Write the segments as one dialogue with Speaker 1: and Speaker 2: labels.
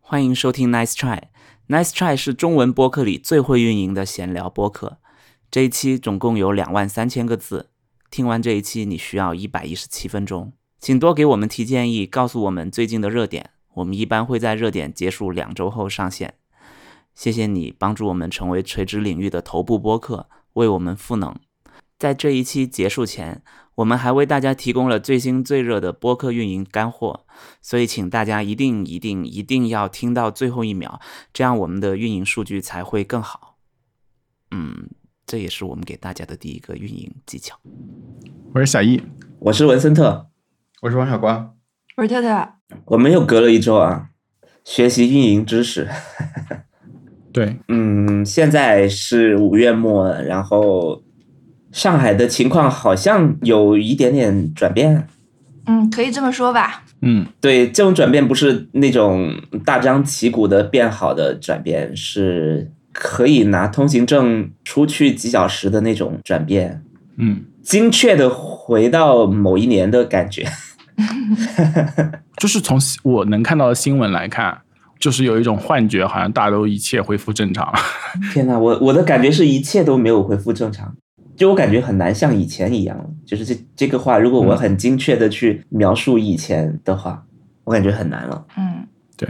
Speaker 1: 欢迎收听 Nice Try。Nice Try 是中文播客里最会运营的闲聊播客。这一期总共有两万三千个字，听完这一期你需要一百一十七分钟。请多给我们提建议，告诉我们最近的热点，我们一般会在热点结束两周后上线。谢谢你帮助我们成为垂直领域的头部播客，为我们赋能。在这一期结束前，我们还为大家提供了最新最热的播客运营干货，所以请大家一定一定一定要听到最后一秒，这样我们的运营数据才会更好。嗯，这也是我们给大家的第一个运营技巧。
Speaker 2: 我是小易，
Speaker 1: 我是文森特，
Speaker 2: 我是王小光。
Speaker 3: 我是特特，
Speaker 1: 我们又隔了一周啊，学习运营知识。
Speaker 2: 对，
Speaker 1: 嗯，现在是五月末，然后上海的情况好像有一点点转变。啊
Speaker 3: 嗯，可以这么说吧。
Speaker 2: 嗯，
Speaker 1: 对，这种转变不是那种大张旗鼓的变好的转变，是可以拿通行证出去几小时的那种转变，
Speaker 2: 嗯，
Speaker 1: 精确的回到某一年的感觉。
Speaker 2: 就是从新我能看到的新闻来看，就是有一种幻觉，好像大都一切恢复正常了。
Speaker 1: 天呐，我我的感觉是一切都没有恢复正常，就我感觉很难像以前一样了。就是这这个话，如果我很精确的去描述以前的话，我感觉很难了。
Speaker 3: 嗯
Speaker 2: 对，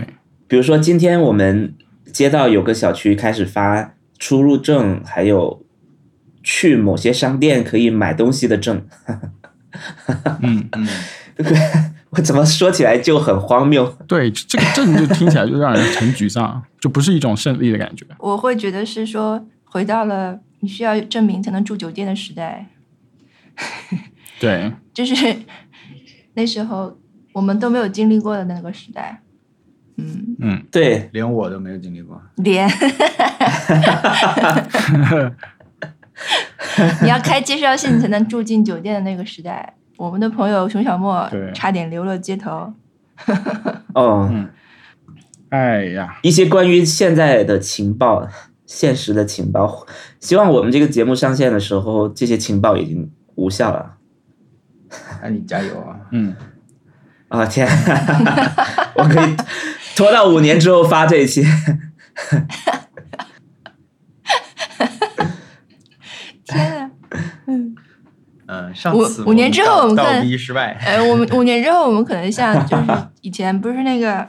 Speaker 1: 比如说，今天我们接到有个小区开始发出入证，还有去某些商店可以买东西的证，
Speaker 2: 嗯嗯，
Speaker 1: 我怎么说起来就很荒谬？
Speaker 2: 对，这个证就听起来就让人很沮丧，就不是一种胜利的感觉。
Speaker 3: 我会觉得是说回到了你需要证明才能住酒店的时代，
Speaker 2: 对，
Speaker 3: 就是 那时候我们都没有经历过的那个时代。嗯，
Speaker 2: 嗯，
Speaker 1: 对，
Speaker 4: 连我都没有经历过。
Speaker 3: 连 你要开介绍信才能住进酒店的那个时代，我们的朋友熊小莫
Speaker 2: 对
Speaker 3: 差点流落街头。
Speaker 1: 哦，
Speaker 2: 嗯哎呀，
Speaker 1: 一些关于现在的情报、现实的情报，希望我们这个节目上线的时候，这些情报已经无效了。
Speaker 4: 那你加油啊！
Speaker 2: 嗯，
Speaker 1: 啊、天，我可以拖到五年之后发这一期。
Speaker 3: 天啊呐！
Speaker 4: 嗯，上
Speaker 3: 五
Speaker 4: 次
Speaker 3: 五年之后我们
Speaker 4: 倒
Speaker 3: 看
Speaker 4: 逼失败，
Speaker 3: 呃，我们五年之后，我们可能像就是以前不是那个，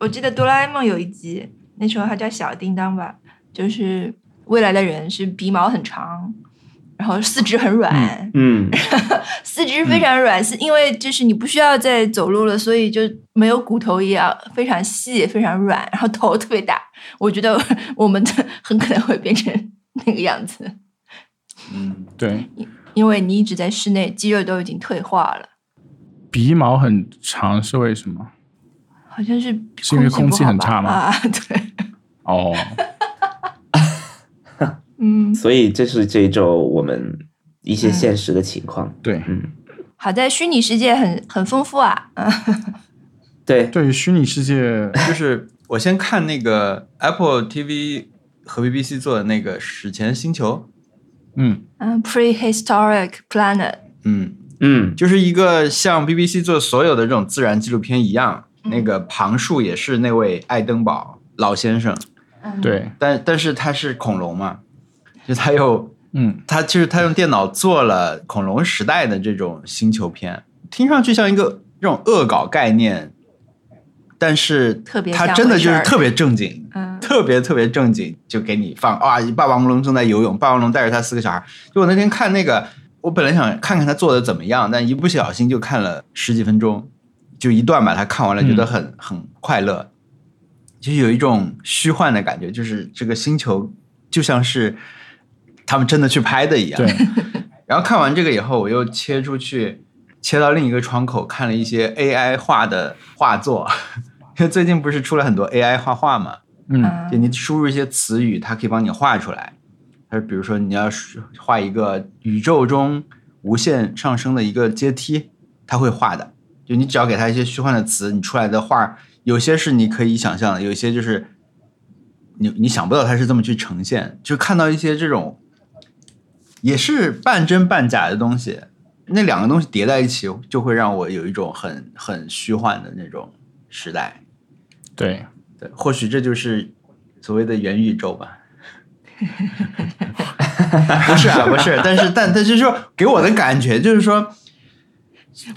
Speaker 3: 我记得哆啦 A 梦有一集，那时候他叫小叮当吧，就是未来的人是鼻毛很长，然后四肢很软，
Speaker 1: 嗯，
Speaker 3: 四肢非常软，是因为就是你不需要再走路了，所以就没有骨头一样非常细、非常软，然后头特别大。我觉得我们的很可能会变成那个样子，
Speaker 4: 嗯，
Speaker 2: 对，
Speaker 3: 因为你一直在室内，肌肉都已经退化了。
Speaker 2: 鼻毛很长是为什么？
Speaker 3: 好像是
Speaker 2: 是因为空气
Speaker 3: 不好
Speaker 2: 很
Speaker 3: 吧
Speaker 2: 差吗
Speaker 3: 啊， 对，
Speaker 2: 哦，
Speaker 3: 嗯，
Speaker 1: 所以这是这一周我们一些现实的情况。
Speaker 2: 对，
Speaker 3: 好在虚拟世界很很丰富啊，嗯
Speaker 1: 对，
Speaker 2: 对于虚拟世界，
Speaker 4: 就是我先看那个 Apple TV 和 BBC 做的那个《史前星球
Speaker 2: 嗯
Speaker 3: 嗯，prehistoric planet，》，
Speaker 4: 嗯，
Speaker 1: 嗯，
Speaker 4: 就是一个像 BBC 做所有的这种自然纪录片一样，
Speaker 3: 嗯
Speaker 4: 那个旁述也是那位爱登堡老先生，
Speaker 3: 嗯，，
Speaker 2: 对，
Speaker 4: 但但是他是恐龙嘛，就他有
Speaker 2: 嗯
Speaker 4: 他就是他用电脑做了恐龙时代的这种星球片，听上去像一个这种恶搞概念，但是
Speaker 3: 特别像
Speaker 4: 他真的就
Speaker 3: 回事
Speaker 4: 是
Speaker 3: 儿
Speaker 4: 特别正经，
Speaker 3: 嗯
Speaker 4: 特别特别正经，就给你放啊，霸王龙正在游泳，霸王龙带着他四个小孩。就我那天看那个，我本来想看看他做的怎么样，但一不小心就看了十几分钟，就一段把它看完了，
Speaker 2: 嗯
Speaker 4: 觉得很、很快乐，就有一种虚幻的感觉，就是这个星球就像是他们真的去拍的一样。
Speaker 2: 对，
Speaker 4: 然后看完这个以后，我又切出去，切到另一个窗口看了一些 AI 画的画作， 因为最近不是出了很多 AI 画画嘛，
Speaker 2: 嗯
Speaker 4: 就
Speaker 3: 嗯
Speaker 4: 你输入一些词语，它可以帮你画出来。它比如说你要是画一个宇宙中无限上升的一个阶梯，它会画的。就你只要给它一些虚幻的词，你出来的画有些是你可以想象的，有些就是你你想不到它是这么去呈现。就看到一些这种也是半真半假的东西，那两个东西叠在一起，就会让我有一种很很虚幻的那种时代。
Speaker 2: 对，
Speaker 4: 对，或许这就是所谓的元宇 宙吧。不是啊，不是，但是但但是说给我的感觉就是说，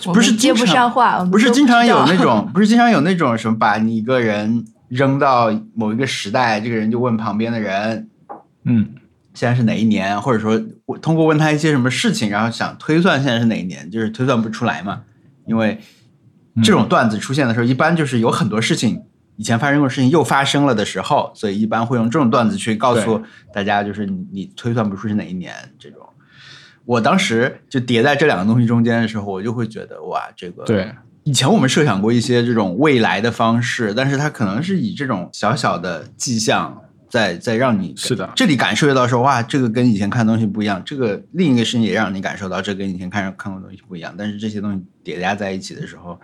Speaker 3: 我
Speaker 4: 不是
Speaker 3: 们接
Speaker 4: 经
Speaker 3: 不
Speaker 4: 常
Speaker 3: 上话，我们
Speaker 4: 不是
Speaker 3: 都
Speaker 4: 经常
Speaker 3: 知
Speaker 4: 有
Speaker 3: 道
Speaker 4: 那种， 不是经常有那种什么把你一个人扔到某一个时代，这个人就问旁边的人
Speaker 2: 嗯，
Speaker 4: 现在是哪一年，或者说我通过问他一些什么事情，然后想推算现在是哪一年，就是推算不出来嘛。因为这种段子出现的时候，一般就是有很多事情以前发生过的事情又发生了的时候，所以一般会用这种段子去告诉大家，就是你你推算不出是哪一年这种。我当时就叠在这两个东西中间的时候，我就会觉得哇，这个
Speaker 2: 对，
Speaker 4: 以前我们设想过一些这种未来的方式，但是它可能是以这种小小的迹象在在让你
Speaker 2: 是的
Speaker 4: 这里感受到说哇，这个跟以前看的东西不一样，这个另一个事情也让你感受到这跟以前看看过的东西不一样，但是这些东西叠加在一起的时候，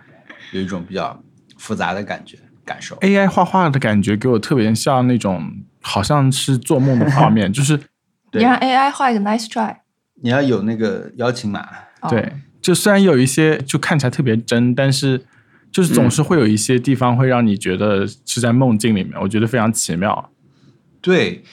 Speaker 4: 有一种比较复杂的感觉感受。
Speaker 2: AI 画画的感觉给我特别像那种好像是做梦的画面，就是
Speaker 4: 对
Speaker 3: 你让 AI 画一个 nice try，
Speaker 4: 你要有那个邀请码，
Speaker 3: 哦
Speaker 2: 对，就虽然有一些就看起来特别真，但是就是总是会有一些地方会让你觉得是在梦境里面，我觉得非常奇妙。
Speaker 4: 对，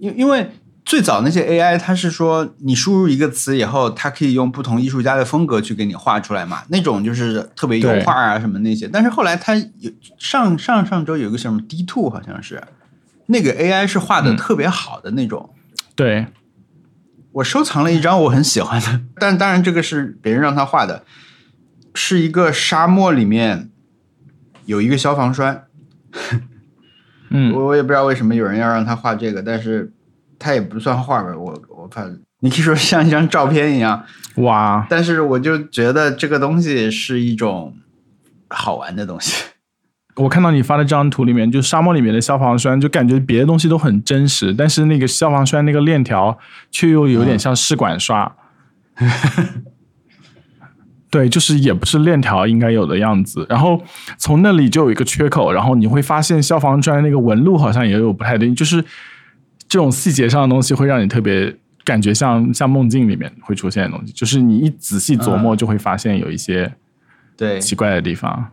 Speaker 4: 因因为最早那些 AI，它是说你输入一个词以后，它可以用不同艺术家的风格去给你画出来嘛，那种就是特别油
Speaker 2: 对
Speaker 4: 画啊什么那些。但是后来它有上上上周有一个什么 D two 好像是，那个 AI 是画的
Speaker 2: 嗯
Speaker 4: 特别好的那种。
Speaker 2: 对，
Speaker 4: 我收藏了一张我很喜欢的，但当然这个是别人让他画的，是一个沙漠里面有一个消防栓，
Speaker 2: 嗯，
Speaker 4: 我我也不知道为什么有人要让他画这个，但是他也不算画吧，我我怕你可以说像一张照片一样，
Speaker 2: 哇，
Speaker 4: 但是我就觉得这个东西是一种好玩的东西。
Speaker 2: 我看到你发的这张图里面，就沙漠里面的消防栓，就感觉别的东西都很真实，但是那个消防栓那个链条却又有点像试管刷。对，就是也不是链条应该有的样子。然后从那里就有一个缺口，然后你会发现消防栓那个纹路好像也有不太对，就是这种细节上的东西会让你特别感觉像像梦境里面会出现的东西，就是你一仔细琢磨就会发现有一些
Speaker 4: 对，
Speaker 2: 奇怪的地方。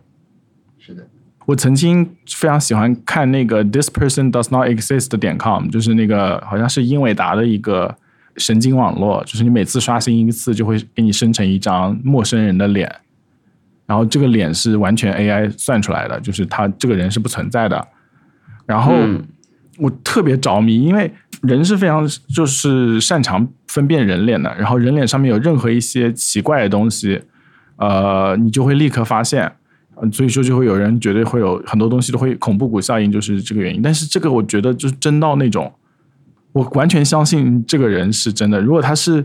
Speaker 4: 是的，
Speaker 2: 我曾经非常喜欢看那个 This Person Does Not Exist 点 com，就是那个好像是英伟达的一个神经网络，就是你每次刷新一次，就会给你生成一张陌生人的脸，然后这个脸是完全 AI 算出来的，就是他这个人是不存在的。然后
Speaker 5: 嗯
Speaker 2: 我特别着迷，因为人是非常就是擅长分辨人脸的，然后人脸上面有任何一些奇怪的东西，呃，你就会立刻发现。呃所以说就会有人觉得会有很多东西都会恐怖谷效应，就是这个原因。但是这个我觉得就是真到那种，我完全相信这个人是真的。如果他是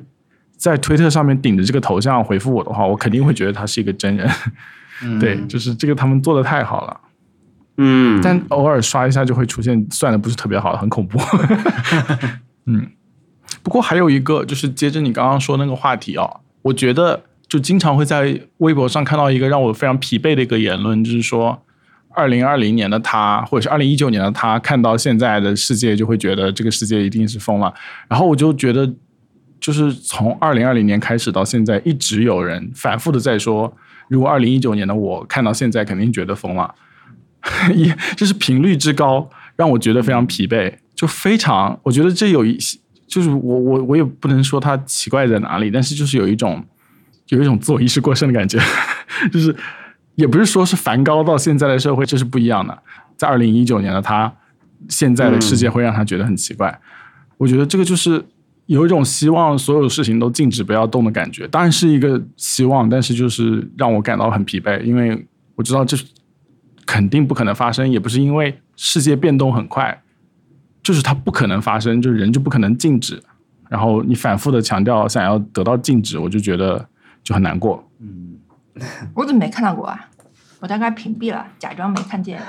Speaker 2: 在推特上面顶着这个头像回复我的话，我肯定会觉得他是一个真人。
Speaker 4: 嗯
Speaker 2: 对，就是这个他们做的太好了，
Speaker 5: 嗯，
Speaker 2: 但偶尔刷一下就会出现算的不是特别好，很恐怖。 嗯，不过还有一个就是接着你刚刚说那个话题哦，我觉得就经常会在微博上看到一个让我非常疲惫的一个言论，就是说。二零二零年的他，或者是二零一九年的他，看到现在的世界，就会觉得这个世界一定是疯了。然后我就觉得，就是从二零二零年开始到现在，一直有人反复的在说，如果二零一九年的我看到现在，肯定觉得疯了， 也就是频率之高，让我觉得非常疲惫，就非常，我觉得这有一些，就是我我我也不能说它奇怪在哪里，但是就是有一种有一种自我意识过剩的感觉， 就是也不是说是梵高到现在的社会这是不一样的，在二零一九年的他，现在的世界会让他觉得很奇怪。我觉得这个就是有一种希望所有事情都静止不要动的感觉，当然是一个希望，但是就是让我感到很疲惫，因为我知道这肯定不可能发生，也不是因为世界变动很快，就是它不可能发生，就是人就不可能静止。然后你反复的强调想要得到静止，我就觉得就很难过。
Speaker 4: 嗯，
Speaker 3: 我怎么没看到过啊？我大概屏蔽了，假装没看 见。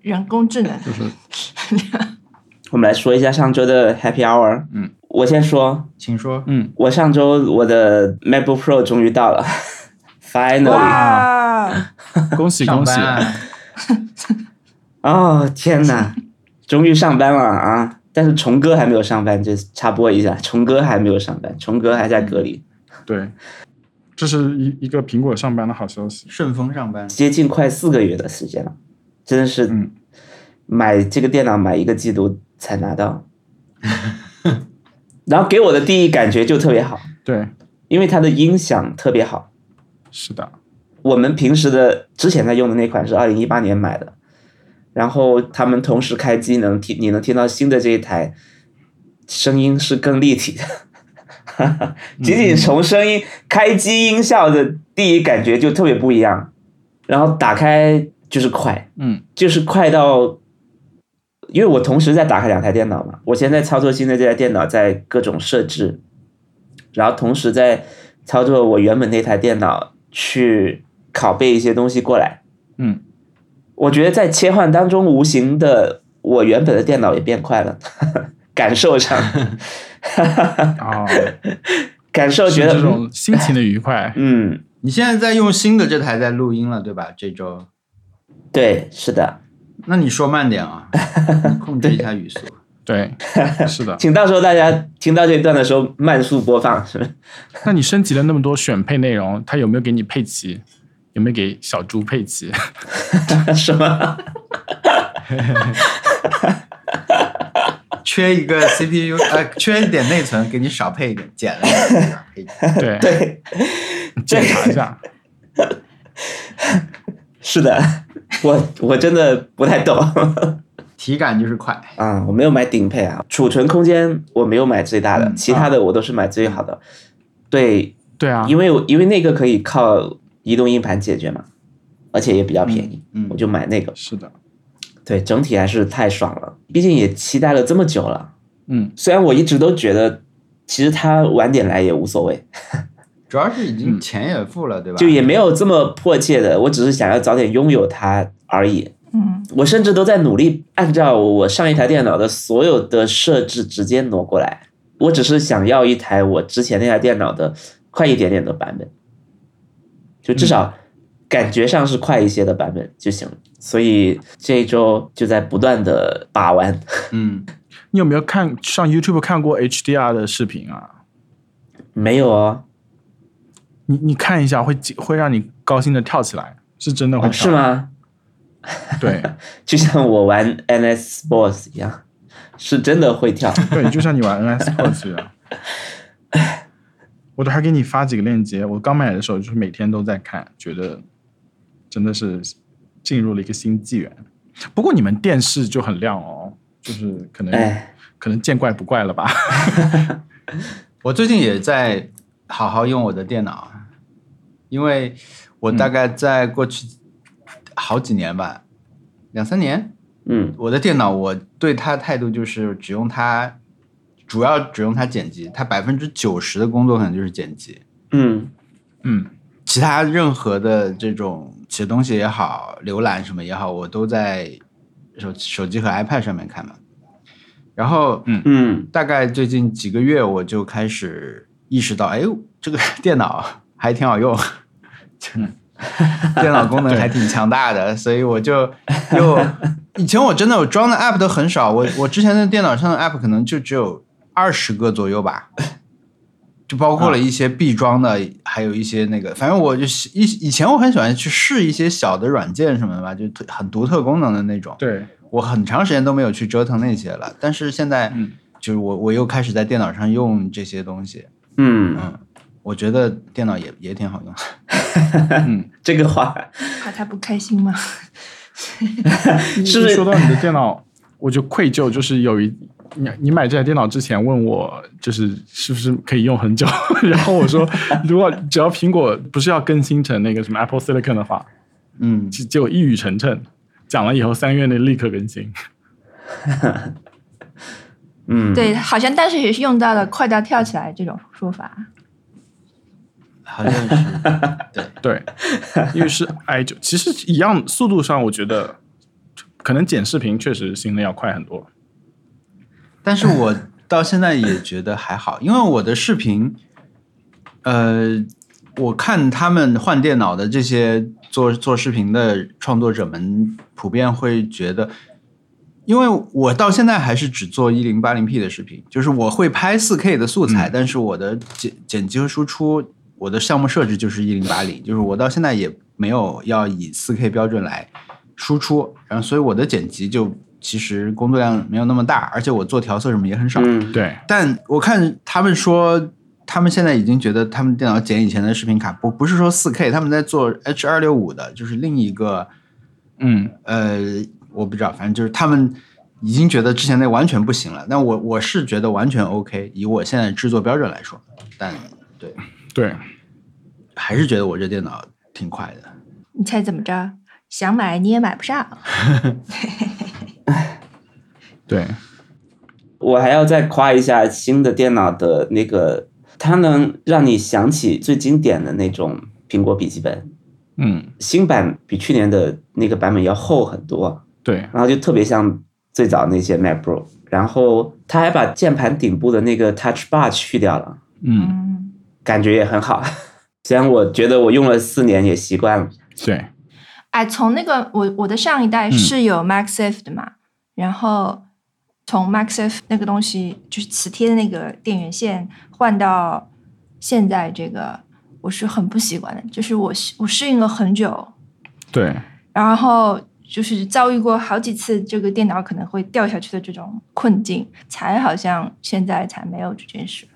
Speaker 3: 人工智能，
Speaker 5: 我们来说一下上周的 Happy Hour。
Speaker 4: 嗯，
Speaker 5: 我先说，
Speaker 4: 请说。
Speaker 2: 嗯，
Speaker 5: 我上周我的 MacBook Pro 终于到了 ，Finally！
Speaker 3: 哇，
Speaker 2: 恭喜
Speaker 4: 上
Speaker 2: 恭喜
Speaker 4: 班！啊、
Speaker 5: 哦天哪，终于上班了啊！但是虫哥还没有上班，就插播一下，虫哥还没有上班，虫哥还在隔离，
Speaker 2: 对，这是一一个苹果上班的好消息。
Speaker 4: 顺丰上班，
Speaker 5: 接近快四个月的时间了。
Speaker 1: 真的是
Speaker 4: 嗯
Speaker 1: 买这个电脑买一个季度才 拿到，然后给我的第一感觉就特别好，
Speaker 2: 对，
Speaker 1: 因为它的音响特别好。
Speaker 2: 是的，
Speaker 1: 我们平时的之前在用的那款是二零一八年买的，然后他们同时开机能听，你能听到新的这一台，声音是更立体的。 仅仅从声音、开机音效的第一感觉就特别不一样，然后打开就是快，
Speaker 2: 嗯
Speaker 1: 就是快到，因为我同时在打开两台电脑嘛，我现在操作新的这台电脑在各种设置，然后同时在操作我原本那台电脑去拷贝一些东西过来。
Speaker 2: 嗯，
Speaker 1: 我觉得在切换当中，无形的我原本的电脑也变快了， 感受上，
Speaker 2: 啊，
Speaker 1: 感受
Speaker 2: 是
Speaker 1: 觉得
Speaker 2: 这，种心情的愉快，
Speaker 1: 嗯，
Speaker 4: 你现在在用新的这台在录音了，对吧？这周，
Speaker 1: 对，是的，
Speaker 4: 那你说慢 点啊，你控制一下语速。
Speaker 2: 对，是的。
Speaker 1: 请到时候大家听到这一段的时候慢速播放，是不是？
Speaker 2: 那你升级了那么多选配内容，它有没有给你配齐？有没有给小猪配 齐？
Speaker 1: 是吗？
Speaker 4: 缺一个 CPU，呃，缺一点内存，给你少配一点，减了一 点啊少配一点。
Speaker 2: 对，
Speaker 1: 对，
Speaker 2: 检查一下。
Speaker 1: 是的，我我真的不太 懂
Speaker 4: 体感就是快，
Speaker 1: 啊、我没有买顶配啊，储存空间我没有买最大的，
Speaker 4: 嗯
Speaker 1: 其
Speaker 2: 啊
Speaker 1: 他的我都是买最好的。对，
Speaker 2: 对啊，
Speaker 1: 因为我因为那个可以靠移动硬盘解决嘛，而且也比较便宜，
Speaker 4: 嗯嗯
Speaker 1: 我就买那个。
Speaker 2: 是的，
Speaker 1: 对，整体还是太爽了，毕竟也期待了这么久了。
Speaker 2: 嗯，
Speaker 1: 虽然我一直都觉得，其实它晚点来也无所谓，
Speaker 4: 主要是已经钱也付了，对吧？
Speaker 1: 嗯就也没有这么迫切的，我只是想要早点拥有它而已。
Speaker 3: 嗯，
Speaker 1: 我甚至都在努力按照我上一台电脑的所有的设置直接挪过来。我只是想要一台我之前那台电脑的快一点点的版本，就至少感觉上是快一些的版本就行了。所以这一周就在不断的把玩。
Speaker 4: 嗯，
Speaker 2: 你有没有看上 YouTube 看过 HDR 的视频啊？
Speaker 1: 没有哦，
Speaker 2: 你你看一下，会激会让你高兴的跳起来，是真的会
Speaker 1: 哦
Speaker 2: 跳。
Speaker 1: 是？吗？
Speaker 2: 对
Speaker 1: 就像我玩 NS Sports 一样，是真的会跳。
Speaker 2: 对，就像你玩 NS Sports 一样。我都还给你发几个链接。我刚买的时候就是每天都在看，觉得真的是进入了一个新纪元。不过你们电视就很亮哦，就是可能、
Speaker 1: 哎，
Speaker 2: 可能见怪不怪了吧？
Speaker 4: 我最近也在好好用我的电脑，因为我
Speaker 1: 嗯
Speaker 4: 大概在过去好几年吧，两三年，
Speaker 1: 嗯
Speaker 4: 我的电脑，我对它态度就是只用它，主要只用它剪辑，它百分之九十的工作可能就是剪辑，
Speaker 1: 嗯
Speaker 2: 嗯，
Speaker 4: 其他任何的这种写东西也好，浏览什么也好，我都在手手机和 iPad 上面看嘛。然后，
Speaker 2: 嗯
Speaker 1: 嗯
Speaker 4: 大概最近几个月，我就开始意识到，哎，这个 电脑还挺好用， 电脑功能还挺强大的，所以我就又以前我真的我装的 app 都很少，我我之前的电脑上的 app 可能就只有二十个左右吧，就包括了一些必装的，还有一些那个，反正我就是以以前我很喜欢去试一些小的软件什么的吧，就特很独特功能的那种。
Speaker 2: 对，
Speaker 4: 我很长时间都没有去折腾那些了，但是现在
Speaker 2: 嗯
Speaker 4: 就是我我又开始在电脑上用这些东西，
Speaker 1: 嗯，
Speaker 4: 嗯，我觉得电脑也也挺好用。
Speaker 2: 嗯，
Speaker 1: 这个话
Speaker 3: 怕他不开心吗？
Speaker 1: 是不
Speaker 2: 一
Speaker 1: 是
Speaker 2: 说到你的电脑，我就愧疚，就是有一你你买这台电脑之前问我，就是是不是可以用很久， 然后我说如果只要苹果不是要更新成那个什么 Apple Silicon 的话，
Speaker 4: 嗯，
Speaker 2: 结结果一语成谶，讲了以后三个月内立刻更新。
Speaker 1: 嗯，
Speaker 3: 对，好像当时也是用到了“快到跳起来”这种说法。
Speaker 4: 好像是 对，
Speaker 2: 对， 因为是 i 九，其实一样速度上，我觉得可能剪视频确实新的要快很多。
Speaker 4: 但是我到现在也觉得还好，因为我的视频，呃，我看他们换电脑的这些做做视频的创作者们，普遍会觉得，因为我到现在还是只做一零八零 P 的视频，就是我会拍四 K 的素材，
Speaker 2: 嗯
Speaker 4: 但是我的剪剪辑和输出，我的项目设置就是一零八零，就是我到现在也没有要以四 K 标准来输出，然后所以我的剪辑就其实工作量没有那么大，而且我做调色什么也很少。
Speaker 1: 嗯，
Speaker 2: 对，
Speaker 4: 但我看他们说，他们现在已经觉得他们电脑剪以前的视频卡不不是说四 K，他们在做 H 二六五的，就是另一个
Speaker 2: 嗯，
Speaker 4: 呃，我不知道，反正就是他们已经觉得之前那完全不行了。但我我是觉得完全 OK，以我现在制作标准来说，但
Speaker 2: 对，
Speaker 4: 还是觉得我这电脑挺快的。
Speaker 3: 你猜怎么着？想买你也买不上。
Speaker 2: 对，
Speaker 1: 我还要再夸一下新的电脑的那个，它能让你想起最经典的那种苹果笔记本。
Speaker 2: 嗯，
Speaker 1: 新版比去年的那个版本要厚很多，
Speaker 2: 对，
Speaker 1: 然后就特别像最早那些 Mac Pro。然后它还把键盘顶部的那个 Touch Bar 去掉了，
Speaker 2: 嗯，
Speaker 3: 嗯，
Speaker 1: 感觉也很好。 虽然我觉得我用了四年也习惯了。
Speaker 2: 对，
Speaker 3: 哎，从那个我我的上一代
Speaker 2: 嗯
Speaker 3: 是有 MagSafe 的嘛，然后从 MagSafe 那个东西就是磁贴的那个电源线换到现在这个，我是很不习惯的，就是我适我适应了很久，
Speaker 2: 对，
Speaker 3: 然后就是遭遇过好几次这个电脑可能会掉下去的这种困境，才好像现在才没有这件事。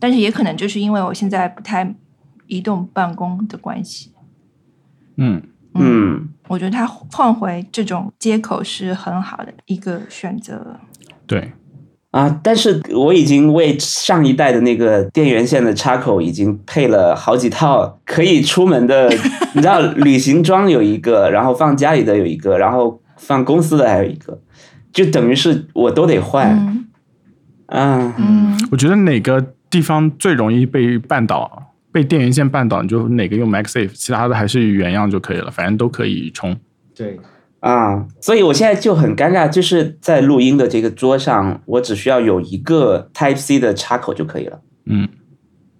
Speaker 3: 但是也可能就是因为我现在不太移动办公的关系，
Speaker 2: 嗯，
Speaker 1: 嗯，
Speaker 3: 我觉得它换回这种接口是很好的一个选择。
Speaker 2: 对，
Speaker 1: 啊，但是我已经为上一代的那个电源线的插口已经配了好几套可以出门的，你知道，旅行装有一个，然后放家里的有一个，然后放公司的还有一个，就等于是我都得换、
Speaker 3: 嗯
Speaker 1: 啊。
Speaker 3: 嗯，
Speaker 2: 我觉得哪个地方最容易被绊倒，被电源线绊倒，你就哪个用 MagSafe，其他的还是原样就可以了，反正都可以充。
Speaker 4: 对，
Speaker 1: 啊，所以我现在就很尴尬，就是在录音的这个桌上，我只需要有一个 Type C 的插口就可以了。
Speaker 2: 嗯，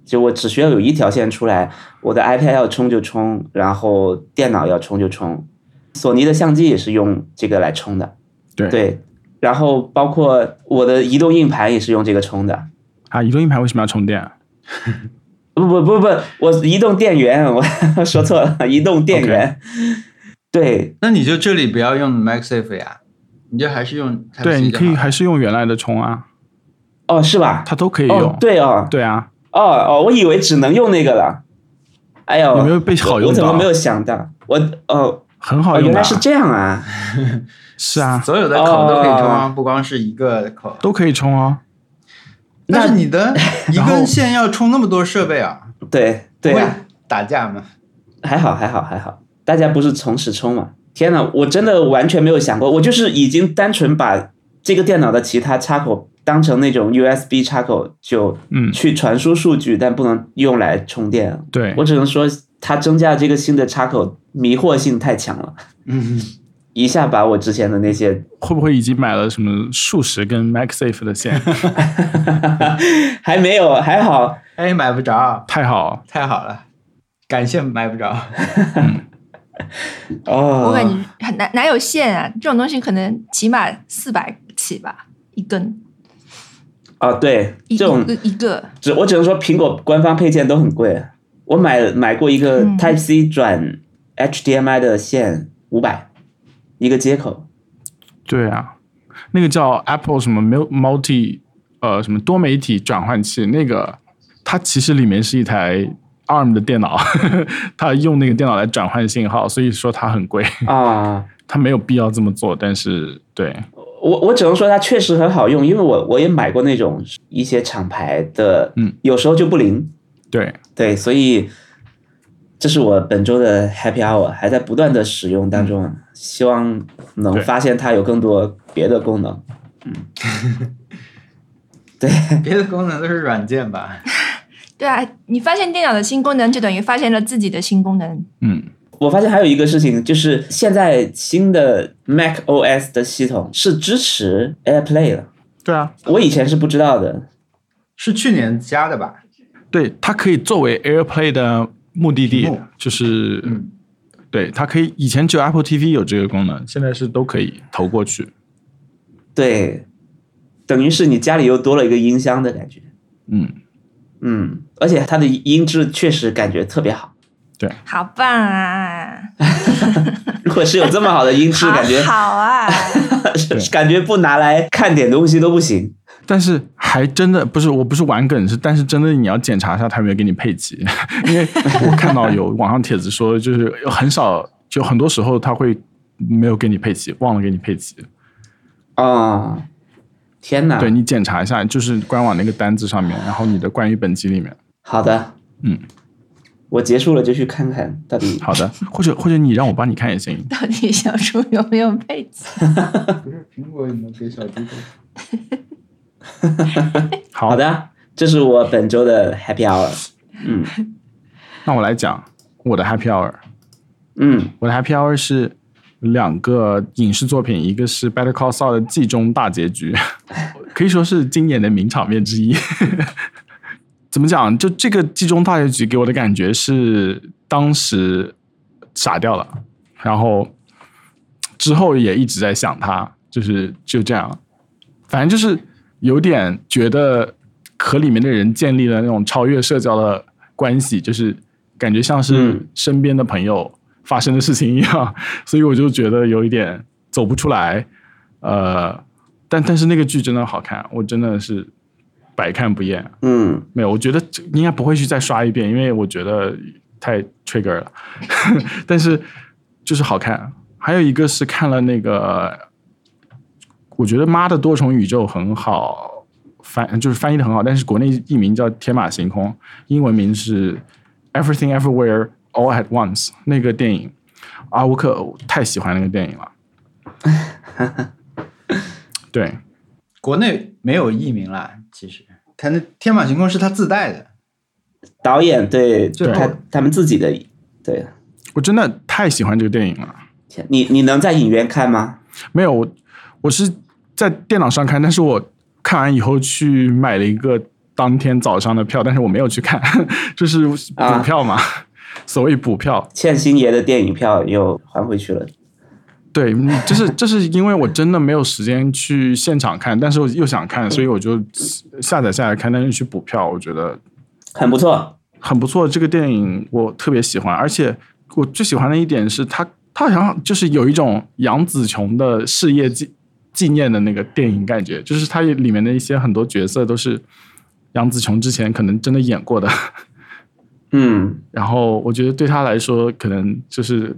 Speaker 1: 就我只需要有一条线出来，我的 iPad 要充就充，然后电脑要充就充，索尼的相机也是用这个来充的，
Speaker 2: 对，
Speaker 1: 对，然后包括我的移动硬盘也是用这个充的，
Speaker 2: 啊，移动硬盘为什么要充电啊？
Speaker 1: 不不不不，我移动电源， 我说错了，移动电源对，
Speaker 4: 那你就这里不要用 MagSafe 呀、你就还是用 Type-C
Speaker 2: 对，你
Speaker 4: 就
Speaker 2: 可以
Speaker 4: 好了
Speaker 2: 还是用原来的充啊，
Speaker 1: 哦是吧？
Speaker 2: 它都可以用。
Speaker 1: 哦对哦，
Speaker 2: 对啊，
Speaker 1: 哦哦，我以为只能用那个了，哎呦，
Speaker 2: 有没有被好
Speaker 1: 我
Speaker 2: 用
Speaker 1: 怎
Speaker 2: 到
Speaker 1: 么没？有想到？我哦
Speaker 2: 很好
Speaker 1: 哦，
Speaker 2: 用
Speaker 1: 原
Speaker 2: 的
Speaker 1: 来
Speaker 2: 啊，
Speaker 1: 是这样啊。
Speaker 2: 是啊，
Speaker 4: 所有的口都可以充啊，
Speaker 1: 哦
Speaker 4: 不光是一个口。
Speaker 2: 都可以充哦。
Speaker 1: 那
Speaker 4: 但是你的 一
Speaker 2: 然后
Speaker 4: 根线要充那么多设备啊？
Speaker 1: 对对
Speaker 4: 不会
Speaker 1: 啊，
Speaker 4: 打架吗？
Speaker 1: 还好，还好，还好，大家不是从实冲嘛？天哪，我真的完全没有想过，我就是已经单纯把这个电脑的其他插口当成那种 USB 插口，就
Speaker 2: 嗯
Speaker 1: 去传输数据，但不能用来充电。
Speaker 2: 对
Speaker 1: 我只能说，它增加这个新的插口迷惑性太强了，
Speaker 4: 嗯，
Speaker 1: 一下把我之前的那些，
Speaker 2: 会不会已经买了什么数十根 MagSafe 的 线？
Speaker 1: 还没有，还好，
Speaker 4: 哎，买不着，
Speaker 2: 太好，
Speaker 4: 太好了，感谢买不着。
Speaker 1: 哦，
Speaker 3: 我感觉很难哪有线啊，这种东西可能起码四百起吧，一根
Speaker 1: 哦，对，
Speaker 3: 一
Speaker 1: 这种
Speaker 3: 一个一个，
Speaker 1: 只我只能说苹果官方配件都很贵。我买买过一个
Speaker 3: 嗯
Speaker 1: Type C 转 HDMI 的线，五百一个接口。
Speaker 2: 对啊，那个叫 Apple 什么 mul- Multi 呃什么多媒体转换器，那个它其实里面是一台 ARM 的电脑， 它用那个电脑来转换信号，所以说它很贵，
Speaker 1: 啊，
Speaker 2: 它没有必要这么做，但是对，
Speaker 1: 我我只能说它确实很好用，因为我我也买过那种一些厂牌的，
Speaker 2: 嗯，
Speaker 1: 有时候就不灵。
Speaker 2: 对，
Speaker 1: 对，所以这是我本周的 Happy Hour，还在不断的使用当中，希望能
Speaker 2: 嗯对
Speaker 1: 发现它有更多别的功能。
Speaker 4: 别的功能都是软件吧？
Speaker 3: 对啊，你发现电脑的新功能，就等于发现了自己的新功能。
Speaker 2: 嗯，
Speaker 1: 我发现还有一个事情，就是现在新的 Mac OS 的系统是支持 AirPlay 了，
Speaker 2: 对啊，
Speaker 1: 我以前是不知道的。
Speaker 4: 是去年加的吧？
Speaker 2: 对，它可以作为 AirPlay 的目的地
Speaker 4: 屏幕，
Speaker 2: 就是、
Speaker 4: 嗯
Speaker 2: 对，它可以以前只有 Apple TV 有这个功能，现在是都可以投过去，
Speaker 1: 对，等于是你家里又多了一个音箱的感觉。
Speaker 2: 嗯。
Speaker 1: 嗯， 而且它的音质确实感觉特别好。
Speaker 3: 好棒啊！
Speaker 5: 如果是有这么好的音质，感 觉
Speaker 3: 好好啊，
Speaker 2: 对
Speaker 5: 感觉不拿来看点东西都不行。
Speaker 2: 但是还真的不是，我不是玩梗，是但是真的你要检查一下他有没有给你配齐， 因为我看到有网上帖子说，就是很少，就很多时候他会没有给你配齐，忘了给你配齐。
Speaker 5: 哦，天
Speaker 4: 啊
Speaker 5: 哪！
Speaker 2: 对你检查一下，就是官网那个单子上面，然后你的关于本集里面，
Speaker 5: 好的，
Speaker 2: 嗯，
Speaker 5: 我结束了就去看看到底。
Speaker 2: 好的，或者或者你让我帮你看也行。
Speaker 3: 到底小猪有没有配置？
Speaker 4: 不是苹果也能给小猪
Speaker 2: 好
Speaker 5: 好，的，这是我本周的 Happy Hour。嗯
Speaker 2: 那我来讲我的 Happy Hour。
Speaker 5: 嗯，
Speaker 2: 我的 Happy Hour 是两个影视作品，一个是《Better Call Saul》的季中大结局， 可以说是今年的名场面之一。怎么讲？就这个季中大结局给我的感觉是，当时傻掉了，然后之后也一直在想他，就是就这样，反正就是有点觉得和里面的人建立了那种超越社交的关系，就是感觉像是
Speaker 5: 嗯
Speaker 2: 身边的朋友发生的事情一样，所以我就觉得有一点走不出来。呃，但但是那个剧真的好看，我真的是百看不厌。
Speaker 5: 嗯，
Speaker 2: 没有，我觉得这应该不会去再刷一遍，因为我觉得太 trigger 了。 但是就是好看。还有一个是看了那个，我觉得《妈的多重宇宙》很好翻，就是翻译的很好，但是国内译名叫《天马行空》，英文名是《Everything Everywhere All at Once》那个电影啊，我可太喜欢那个电影了。对，
Speaker 4: 国内没有译名啦，其实他那《天马行空》是他自带的，
Speaker 5: 导演对，
Speaker 4: 就
Speaker 5: 他他们自己的对。
Speaker 2: 我真的太喜欢这个电影了。
Speaker 5: 天你你能在影院看吗？
Speaker 2: 没有，我我是在电脑上看，但是我看完以后去买了一个当天早上的票，但是我没有去看， 就是补票嘛，所谓补票。
Speaker 5: 欠星爷的电影票又还回去了。
Speaker 2: 对，嗯这是这是因为我真的没有时间去现场看，但是我又想看，所以我就下载下来看，但是去补票，我觉得
Speaker 5: 很不错。
Speaker 2: 很不错。这个电影我特别喜欢，而且我最喜欢的一点是它，它好像就是有一种杨紫琼的事业纪纪念的那个电影感觉，就是它里面的一些很多角色都是杨紫琼之前可能真的演过的，
Speaker 5: 嗯
Speaker 2: 然后我觉得对她来说可能就是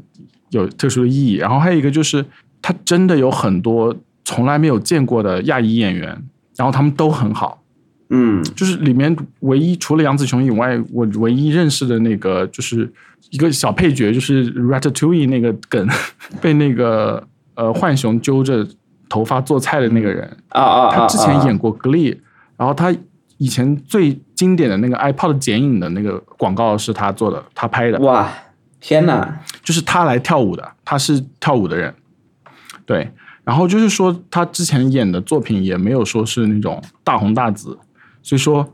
Speaker 2: 有特殊的意义。然后还有一个就是，她真的有很多从来没有见过的亚裔演员，然后他们都很好。
Speaker 5: 嗯
Speaker 2: 就是里面唯一除了杨紫琼以外，我唯一认识的那个就是一个小配角，就是 Ratatouille 那个梗， 被那个呃浣熊揪着头发做菜的那个人，
Speaker 5: 啊啊啊！
Speaker 2: 他之前
Speaker 5: 啊
Speaker 2: 演过 Glee，然后他以前最经典的那个 iPod 剪影的那个广告是他做的，他拍的，
Speaker 5: 啊哇，天哪！
Speaker 2: 就是他来跳舞的，他是跳舞的人，对。然后就是说，他之前演的作品也没有说是那种大红大紫，所以说，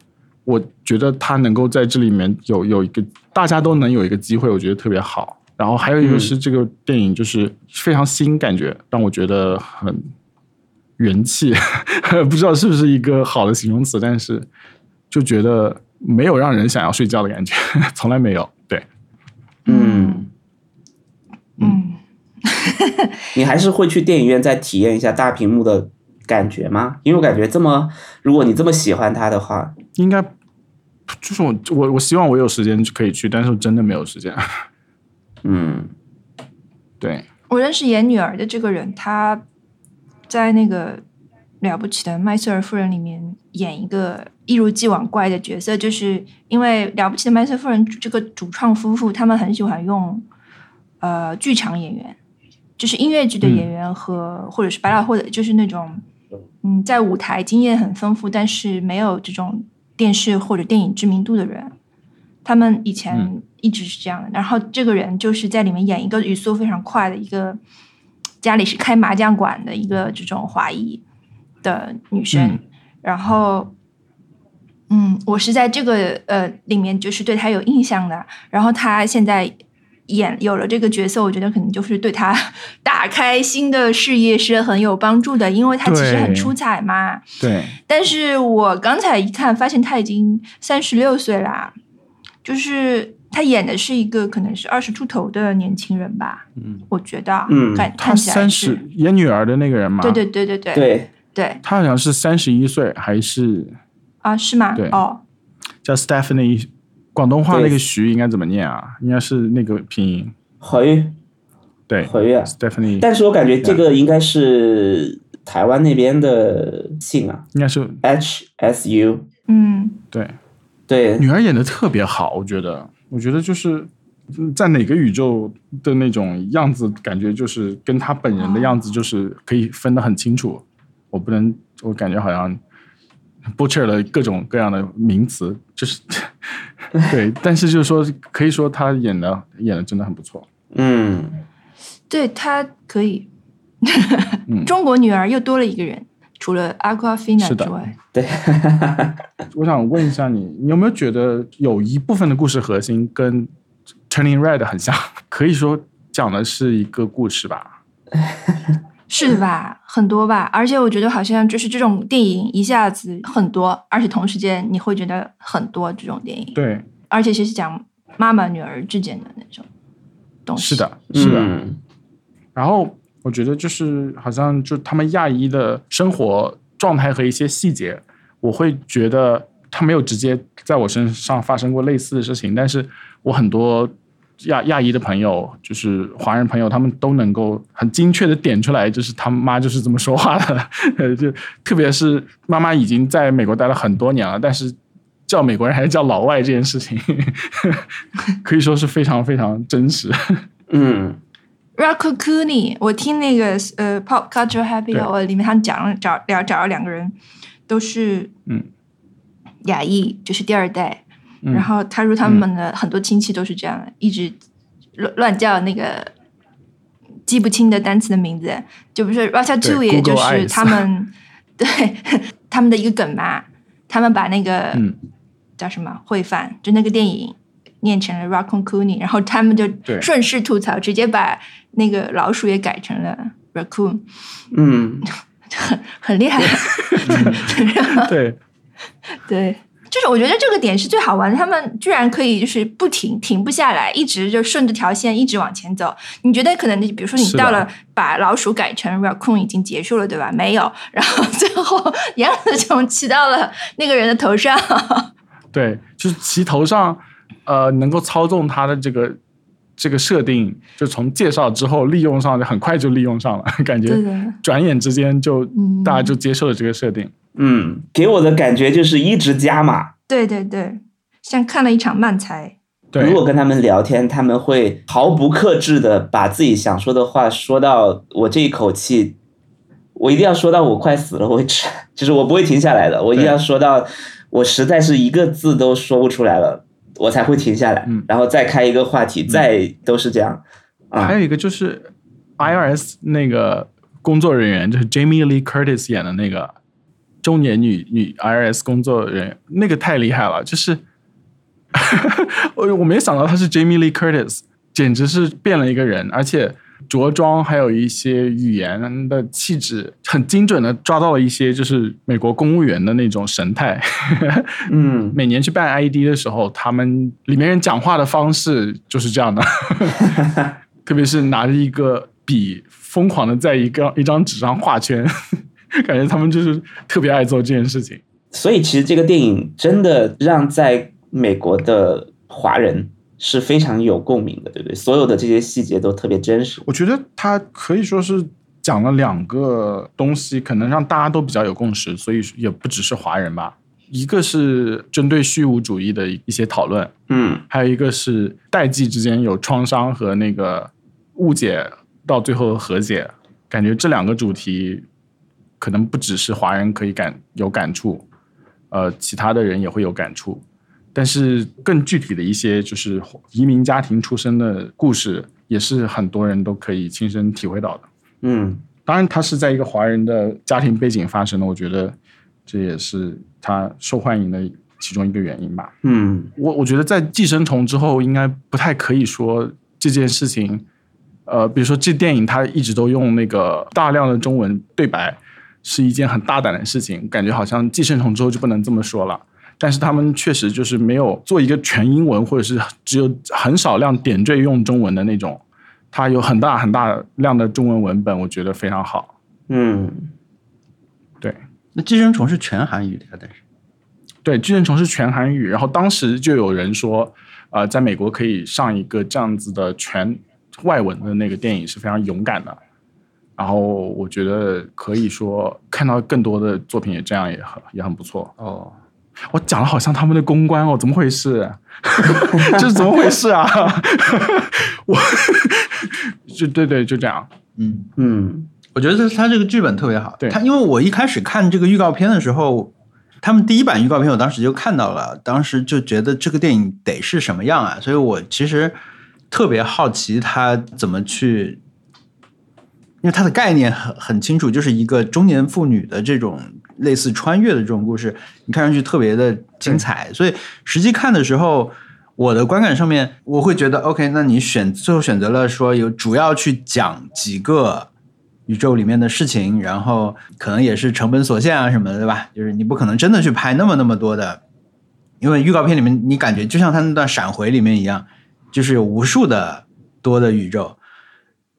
Speaker 2: 我觉得他能够在这里面有有一个大家都能有一个机会，我觉得特别好。然后还有一个是这个电影就是非常新，感觉让我觉得很元气， 不知道是不是一个好的形容词，但是就觉得没有让人想要睡觉的感觉， 从来没有。对，
Speaker 5: 嗯，
Speaker 3: 嗯，
Speaker 5: 你还是会去电影院再体验一下大屏幕的感觉吗？因为我感觉这么，如果你这么喜欢它的话，
Speaker 2: 应该就是我我我希望我有时间就可以去，但是我真的没有时间。
Speaker 5: 嗯
Speaker 2: 对，
Speaker 3: 我认识演女儿的这个人，她在那个了不起的麦瑟尔夫人里面演一个一如既往怪的角色，就是因为了不起的麦瑟尔夫人这个主创夫妇，他们很喜欢用呃剧场演员，就是音乐剧
Speaker 2: 嗯
Speaker 3: 的演员和、或者是百老汇的，就是那种嗯在舞台经验很丰富，但是没有这种电视或者电影知名度的人。他们以前
Speaker 2: 嗯
Speaker 3: 一直是这样的，然后这个人就是在里面演一个语速非常快的一个家里是开麻将馆的一个这种华裔的女生，
Speaker 2: 嗯
Speaker 3: 然后，嗯，我是在这个呃里面就是对她有印象的，然后她现在演有了这个角色，我觉得可能就是对她 打开新的事业是很有帮助的，因为她其实很
Speaker 2: 对
Speaker 3: 出彩嘛，
Speaker 2: 对，
Speaker 3: 但是我刚才一看，发现他已经三十六岁啦，就是他演的是一个可能是二十出头的年轻人吧，
Speaker 4: 嗯，
Speaker 3: 我觉得啊，
Speaker 5: 嗯
Speaker 3: 看
Speaker 2: 他
Speaker 3: 看起来
Speaker 2: 三
Speaker 3: 是
Speaker 2: 十，演女儿的那个人嘛，
Speaker 3: 对对对对对
Speaker 5: 对，
Speaker 3: 对
Speaker 2: 他好像是三十一岁，还是
Speaker 3: 啊，是吗
Speaker 2: 对？
Speaker 3: 哦，
Speaker 2: 叫 Stephanie，广东话那
Speaker 5: 对
Speaker 2: 个徐应该怎么念啊？应该是那个拼音，
Speaker 5: 怀孕
Speaker 2: 对
Speaker 5: 怀孕啊，
Speaker 2: ，Stephanie，
Speaker 5: 但是我感觉这个应该是台湾那边的姓啊
Speaker 2: 应该是
Speaker 5: ，H S U，
Speaker 3: 嗯，
Speaker 2: 对。
Speaker 5: 对，
Speaker 2: 女儿演的特别好，我觉得，我觉得就是嗯在哪个宇宙的那种样子，感觉就是跟她本人的样子就是可以分得很清楚。我不能，我感觉好像 butcher 了各种各样的名词，就是 对，但是就是说，可以说她演的演的真的很不错。
Speaker 5: 嗯，
Speaker 3: 对他可以
Speaker 2: 嗯。
Speaker 3: 中国女儿又多了一个人，除了 Aquafina
Speaker 2: 是的
Speaker 3: 之外，
Speaker 5: 对，
Speaker 2: 我想问一下你，你有没有觉得有一部分的故事核心跟 Turning Red 很像？可以说讲的是一个故事吧。
Speaker 3: 是吧？很多吧，而且我觉得好像就是这种电影一下子很多，而且同时间你会觉得很多这种电影，
Speaker 2: 对，
Speaker 3: 而且是讲妈妈女儿之间的那种东西。
Speaker 2: 是，的，是的。
Speaker 5: 嗯
Speaker 2: 然后我觉得就是好像就他们亚裔的生活状态和一些细节，我会觉得他没有直接在我身上发生过类似的事情，但是我很多亚亚裔的朋友，就是华人朋友，他们都能够很精确的点出来，就是他妈就是这么说话的， 呃，就特别是妈妈已经在美国待了很多年了，但是。叫美国人还是叫老外这件事情， 可以说是非常非常真实。
Speaker 5: 嗯
Speaker 3: r a c o o n i 我听那个呃 Pop Culture Happy
Speaker 2: 对
Speaker 3: Hour 里面他们讲了找聊找了两个人，都是
Speaker 2: 嗯
Speaker 3: 亚裔，就是第二代。
Speaker 2: 嗯
Speaker 3: 然后他说他们的很多亲戚都是这样的，一直乱乱叫那个记不清的单词的名字，就比如说 ratatouille，
Speaker 2: Google
Speaker 3: 就是
Speaker 2: Eyes
Speaker 3: 他们 对他们的一个梗嘛，他们把那个、
Speaker 2: 嗯
Speaker 3: 叫什么烩饭，就那个电影念成了 Raccoon Cooney，然后他们就
Speaker 2: 对
Speaker 3: 顺势吐槽，直接把那个老鼠也改成了 Raccoon，
Speaker 5: 嗯，
Speaker 3: 很厉害。
Speaker 2: 对，
Speaker 3: 对，就是我觉得这个点是最好玩的，他们居然可以就是不停停不下来，一直就顺着条线一直往前走。你觉得可能你比如说你
Speaker 2: 是的
Speaker 3: 到了把老鼠改成 raccoon 已经结束了，对吧？没有，然后最后一样的球骑到了那个人的头上。
Speaker 2: 对，就是其头上，呃，能够操纵它的这个这个设定，就从介绍之后利用上，就很快就利用上了， 感
Speaker 3: 对
Speaker 2: 觉
Speaker 3: 的，
Speaker 2: 转眼之间就、
Speaker 3: 嗯
Speaker 2: 大家就接受了这个设定。
Speaker 5: 嗯，给我的感觉就是一直加码。
Speaker 3: 对对对，像看了一场漫才。
Speaker 5: 如
Speaker 2: 对，
Speaker 5: 果跟他们聊天，他们会毫不克制的把自己想说的话说到我这一口气，我一定要说到我快死了为止，就是我不会停下来的，我一定要说到我实在是一个字都说不出来了，我才会停下来，
Speaker 2: 嗯
Speaker 5: 然后再开一个话题，再都是这样。啊
Speaker 2: 还有一个就是 IRS 那个工作人员，就是 Jamie Lee Curtis 演的那个中年女女 IRS 工作人员，那个太厉害了，就是 我我没想到她是 Jamie Lee Curtis，简直是变了一个人，而且着装还有一些语言的气质，很精准的抓到了一些就是美国公务员的那种神态。
Speaker 5: 嗯，
Speaker 2: 每年去办 IED 的时候，他们里面人讲话的方式就是这 样的，特别是拿着一个笔，疯狂的在一个一张纸上画圈， 感觉他们就是特别爱做这件事情。
Speaker 5: 所以其实这个电影真的让在美国的华人是非常有共鸣的，对不对？所有的这些细节都特别真实。
Speaker 2: 我觉得他可以说是讲了两个东西，可能让大家都比较有共识，所以也不只是华人吧。一个是针对虚无主义的一些讨论，
Speaker 5: 嗯
Speaker 2: 还有一个是代际之间有创伤和那个误解到最后和解，感觉这两个主题可能不只是华人可以感有感触，呃，其他的人也会有感触。但是更具体的一些就是移民家庭出身的故事，也是很多人都可以亲身体会到的。
Speaker 5: 嗯。
Speaker 2: 当然，它是在一个华人的家庭背景发生的，我觉得这也是它受欢迎的其中一个原因吧。
Speaker 5: 嗯
Speaker 2: 我我觉得在寄生虫之后，应该不太可以说这件事情，呃，比如说这电影它一直都用那个大量的中文对白，是一件很大胆的事情，感觉好像寄生虫之后就不能这么说了。但是他们确实就是没有做一个全英文，或者是只有很少量点缀用中文的那种。它有很大很大量的中文文本，我觉得非常好。
Speaker 1: 嗯，
Speaker 4: 那寄生虫是全韩语的呀，但是
Speaker 2: 对，寄生虫是全韩语，然后当时就有人说，呃，在美国可以上一个这样子的全外文的那个电影是非常勇敢的。然后我觉得可以说看到更多的作品也这样也很也很不错。
Speaker 4: 哦，
Speaker 2: 我讲的好像他们的公关哦，怎么回事？ 这是怎么回事啊？ 我就对对，就这样。
Speaker 4: 嗯，
Speaker 1: 嗯，
Speaker 4: 我觉得他这个剧本特别好。
Speaker 2: 对
Speaker 4: 他因为我一开始看这个预告片的时候，他们第一版预告片我当时就看到了，当时就觉得这个电影得是什么样啊，所以我其实特别好奇他怎么去，因为他的概念很很清楚，就是一个中年妇女的这种类似穿越的这种故事，你看上去特别的精彩，所以实际看的时候。我的观感上面，我会觉得 OK，那你选最后选择了说有主要去讲几个宇宙里面的事情，然后可能也是成本所限啊什么的，对吧？就是你不可能真的去拍那么那么多的，因为预告片里面你感觉就像他那段闪回里面一样，就是有无数的多的宇宙，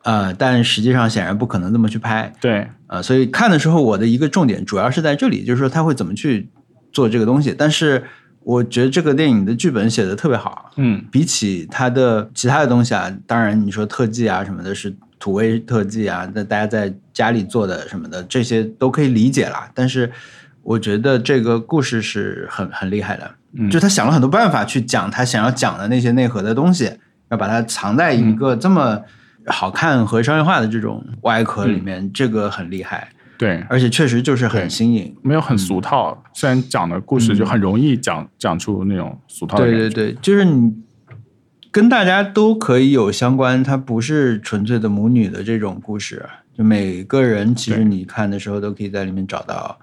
Speaker 4: 呃，但实际上显然不可能这么去拍，
Speaker 2: 对，
Speaker 4: 呃，所以看的时候我的一个重点主要是在这里，就是说他会怎么去做这个东西，但是。我觉得这个电影的剧本写的特别好，
Speaker 2: 嗯，
Speaker 4: 比起它的其他的东西啊，当然你说特技啊什么的，是土味特技啊，那大家在家里做的什么的，这些都可以理解啦。但是我觉得这个故事是很很厉害的，
Speaker 2: 嗯
Speaker 4: 就他想了很多办法去讲他想要讲的那些内核的东西，要把它藏在一个这么好看和商业化的这种外壳里面，这个很厉害，
Speaker 2: 对，
Speaker 4: 而且确实就是
Speaker 2: 嗯对
Speaker 4: 很新颖。
Speaker 2: 没有很俗套。虽然讲的故事就很容易讲、讲出那种俗套的感
Speaker 4: 嗯对
Speaker 2: 觉。
Speaker 4: 对对，就是你跟大家都可以有相关，它不是纯粹的母女的这种故事，啊就每个人其实
Speaker 2: 对
Speaker 4: 你看的时候都可以在里面找到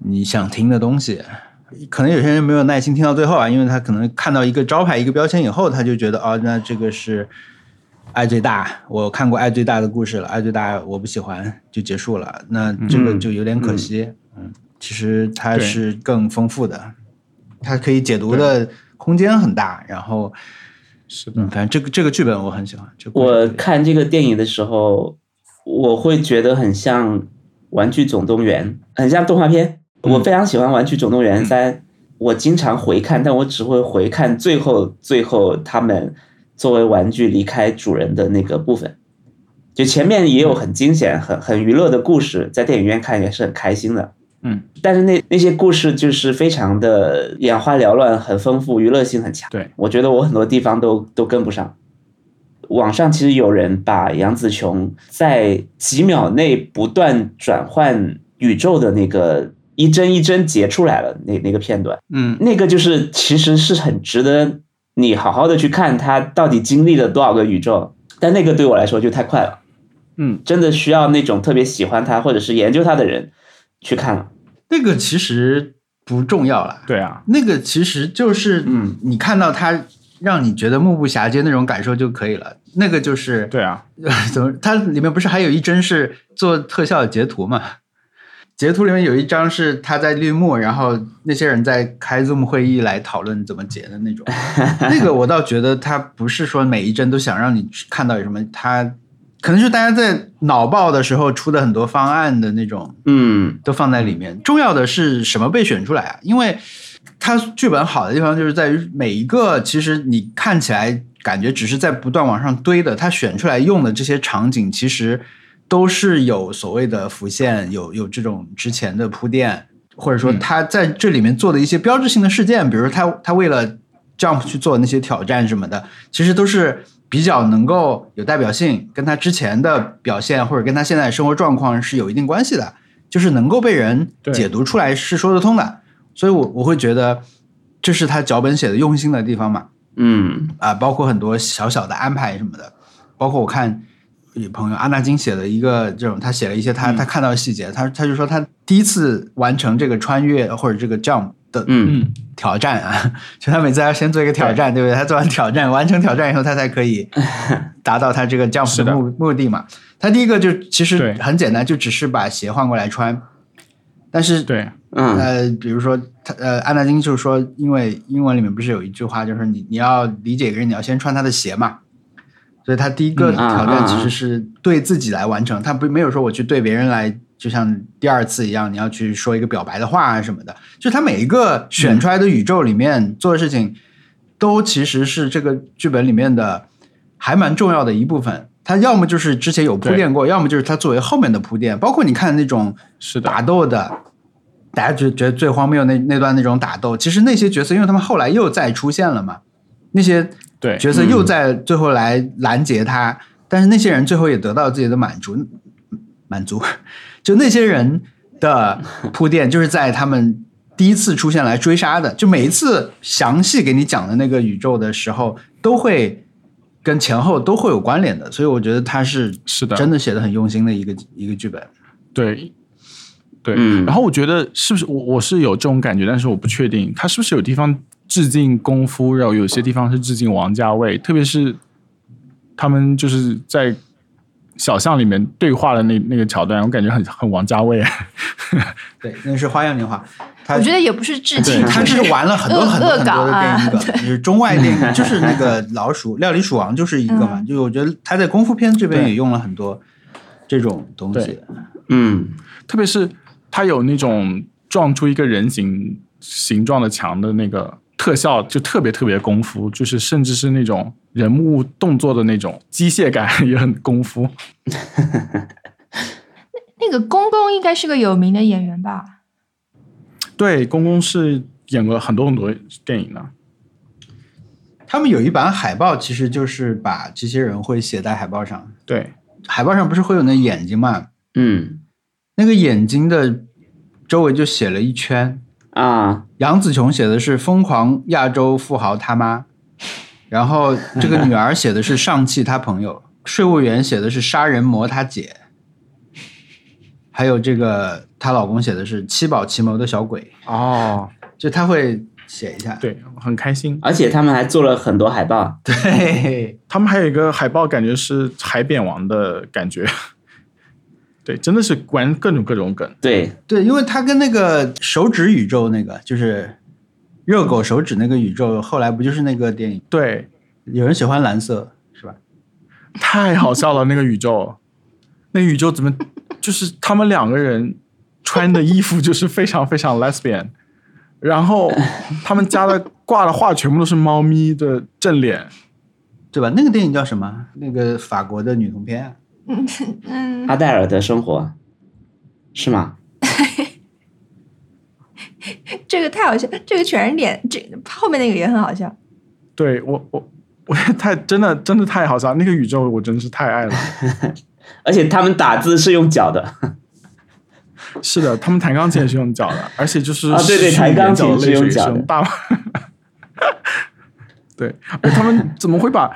Speaker 4: 你想听的东西。可能有些人没有耐心听到最后啊，因为他可能看到一个招牌、一个标签以后，他就觉得哦，那这个是爱最大，我看过爱最大的故事了，爱最大我不喜欢就结束了，那这个
Speaker 1: 嗯
Speaker 4: 就有点可
Speaker 1: 嗯
Speaker 4: 惜。嗯其实它
Speaker 2: 对
Speaker 4: 是更丰富的，它可以解读的空间很大。然后，
Speaker 2: 是的
Speaker 4: 嗯，，反正这个这个剧本我很喜欢。这个故事
Speaker 1: 我
Speaker 4: 特别
Speaker 1: 看这个电影的时候，我会觉得很像《玩具总动员》，很像动画片。我非常喜欢《玩具总动员三》，我经常回看，但我只会回看最后最后他们作为玩具离开主人的那个部分。就前面也有很惊险、很很娱乐的故事，在电影院看也是很开心的。
Speaker 2: 嗯，
Speaker 1: 但是那那些故事就是非常的眼花缭乱，很丰富，娱乐性很强。
Speaker 2: 对，
Speaker 1: 我觉得我很多地方都都跟不上。网上其实有人把杨紫琼在几秒内不断转换宇宙的那个一帧一帧截出来了，那那个片段，
Speaker 4: 嗯
Speaker 1: 那个就是其实是很值得你好好的去看她到底经历了多少个宇宙，但那个对我来说就太快了，
Speaker 2: 嗯，
Speaker 1: 真的需要那种特别喜欢她或者是研究她的人去看了，
Speaker 4: 那个其实不重要啦，
Speaker 2: 对啊，
Speaker 4: 那个其实就是
Speaker 1: 嗯
Speaker 4: 你看到它让你觉得目不暇接那种感受就可以了。那个就是
Speaker 2: 对啊，
Speaker 4: 怎么？它里面不是还有一帧是做特效的截图嘛？截图里面有一张是他在绿幕，然后那些人在开 Zoom 会议来讨论怎么截的那种。那个我倒觉得他不是说每一帧都想让你看到有什么，他可能是大家在脑爆的时候出的很多方案的那种
Speaker 1: 嗯
Speaker 4: 都放在里面。重要的是什么被选出来啊？因为它剧本好的地方就是在于每一个，其实你看起来感觉只是在不断往上堆的，它选出来用的这些场景，其实都是有所谓的浮现，有有这种之前的铺垫，或者说
Speaker 2: 嗯
Speaker 4: 他在这里面做的一些标志性的事件，比如他他为了 Jump 去做那些挑战什么的，其实都是比较能够有代表性，跟他之前的表现或者跟他现在生活状况是有一定关系的，就是能够被人
Speaker 2: 对
Speaker 4: 解读出来是说得通的。所以我我会觉得这是他脚本写的用心的地方嘛，
Speaker 1: 嗯
Speaker 4: 啊，包括很多小小的安排什么的，包括我看有朋友阿纳金写的一个这种，他写了一些他、他看到的细节，他他就说他第一次完成这个穿越或者这个 jump 的
Speaker 1: 嗯，
Speaker 4: 挑战啊，就他每次要先做一个挑战，对不对？他做完挑战，完成挑战以后，他才可以达到他这个 jump
Speaker 2: 是
Speaker 4: 的
Speaker 2: 的
Speaker 4: 目目的嘛。他第一个就其实
Speaker 2: 对
Speaker 4: 很简单，就只是把鞋换过来穿，但是
Speaker 2: 对，
Speaker 1: 嗯
Speaker 4: 呃，比如说他呃，安纳金就是说，因为英文里面不是有一句话，就是你你要理解一个人，你要先穿他的鞋嘛。所以他第一个
Speaker 2: 嗯
Speaker 4: 挑
Speaker 1: 啊啊
Speaker 4: 战
Speaker 1: 啊
Speaker 4: 其实是对自己来完成，他不没有说我去对别人来，就像第二次一样，你要去说一个表白的话啊什么的。就他每一个选出来的宇宙里面做的事情，都其实是这个剧本里面的还蛮重要的一部分。他要么就是之前有铺
Speaker 2: 对
Speaker 4: 垫过，要么就是他作为后面的铺垫。包括你看那种
Speaker 2: 是的，
Speaker 4: 打斗的，大家觉觉得最荒谬那那段那种打斗，其实那些角色，因为他们后来又再出现了嘛，那些
Speaker 2: 对，
Speaker 4: 角色又在最后来拦截他，但是那些人最后也得到自己的满足，满足， 就那些人的铺垫，就是在他们第一次出现来追杀的，就每一次详细给你讲的那个宇宙的时候，都会跟前后都会有关联的，所以我觉得他是
Speaker 2: 是的
Speaker 4: 真的写的很用心的一个一个剧本，
Speaker 2: 对，对。
Speaker 1: 嗯
Speaker 2: 然后我觉得是不是我我是有这种感觉，但是我不确定他是不是有地方致敬功夫，然后有些地方是致敬王家卫，特别是他们就是在小巷里面对话的那那个桥段，我感觉很很王家卫。
Speaker 4: 对，那是花样年华。他
Speaker 3: 我觉得也不是致敬，
Speaker 2: 对
Speaker 4: 他
Speaker 3: 就是
Speaker 4: 玩了很多
Speaker 3: 恶
Speaker 4: 很多很
Speaker 3: 恶
Speaker 4: 多
Speaker 3: 搞
Speaker 4: 的电
Speaker 3: 啊
Speaker 4: 影梗，就是中外电影，就是那个老鼠料理鼠王就是一个嘛，
Speaker 3: 嗯
Speaker 4: 就我觉得他在功夫片这边
Speaker 2: 对
Speaker 4: 也用了很多这种东西
Speaker 2: 对，
Speaker 1: 嗯
Speaker 2: 特别是它有那种撞出一个人形形状的墙的那个特效，就特别特别功夫，就是甚至是那种人物动作的那种机械感 也很功夫。
Speaker 3: 那个公公应该是个有名的演员吧？
Speaker 2: 对，公公是演过很多很多电影的，
Speaker 4: 他们有一版海报，其实就是把这些人会写在海报上，
Speaker 2: 对，
Speaker 4: 海报上不是会有那眼睛嘛，
Speaker 1: 嗯
Speaker 4: 那个眼睛的周围就写了一圈，
Speaker 1: 啊，
Speaker 4: 杨紫琼写的是疯狂亚洲富豪他妈，然后这个女儿写的是上汽他朋友，税务员写的是杀人魔他姐，还有这个她老公写的是七宝奇谋的小鬼，
Speaker 2: 哦，
Speaker 4: 就他会写一下。
Speaker 2: 对，很开心。
Speaker 1: 而且他们还做了很多海报，
Speaker 4: 对，
Speaker 2: 他们还有一个海报，感觉是海扁王的感觉， 对，真的是玩各种各种梗。
Speaker 1: 对，
Speaker 4: 对，因为他跟那个手指宇宙那个就是热狗手指那个宇宙，后来不就是那个电影？
Speaker 2: 对，
Speaker 4: 有人喜欢蓝色是吧？
Speaker 2: 太好笑了，那个宇 宙，那宇宙怎么就是他们两个人穿的衣服就是非常非常 lesbian，然后他们家的挂的画全部都是猫咪的正脸，
Speaker 4: 对吧？那个电影叫什么？那个法国的女同片啊、
Speaker 3: 嗯，
Speaker 1: 阿黛尔的生活是吗？
Speaker 3: 这个太好笑，这个全是脸，这后面那个也很好笑。
Speaker 2: 对我我我太真的真的太好笑，那个宇宙我真是太爱了。
Speaker 1: 而且他们打字是用脚的啊，
Speaker 2: 是的，他们弹钢琴也是用脚 的，而且就是
Speaker 1: 啊对对
Speaker 2: 虚
Speaker 1: 弹
Speaker 2: 拟
Speaker 1: 钢
Speaker 2: 眼角
Speaker 1: 琴是
Speaker 2: 泪水
Speaker 1: 用
Speaker 2: 也
Speaker 1: 脚的
Speaker 2: 用大。 对，而他们怎么会把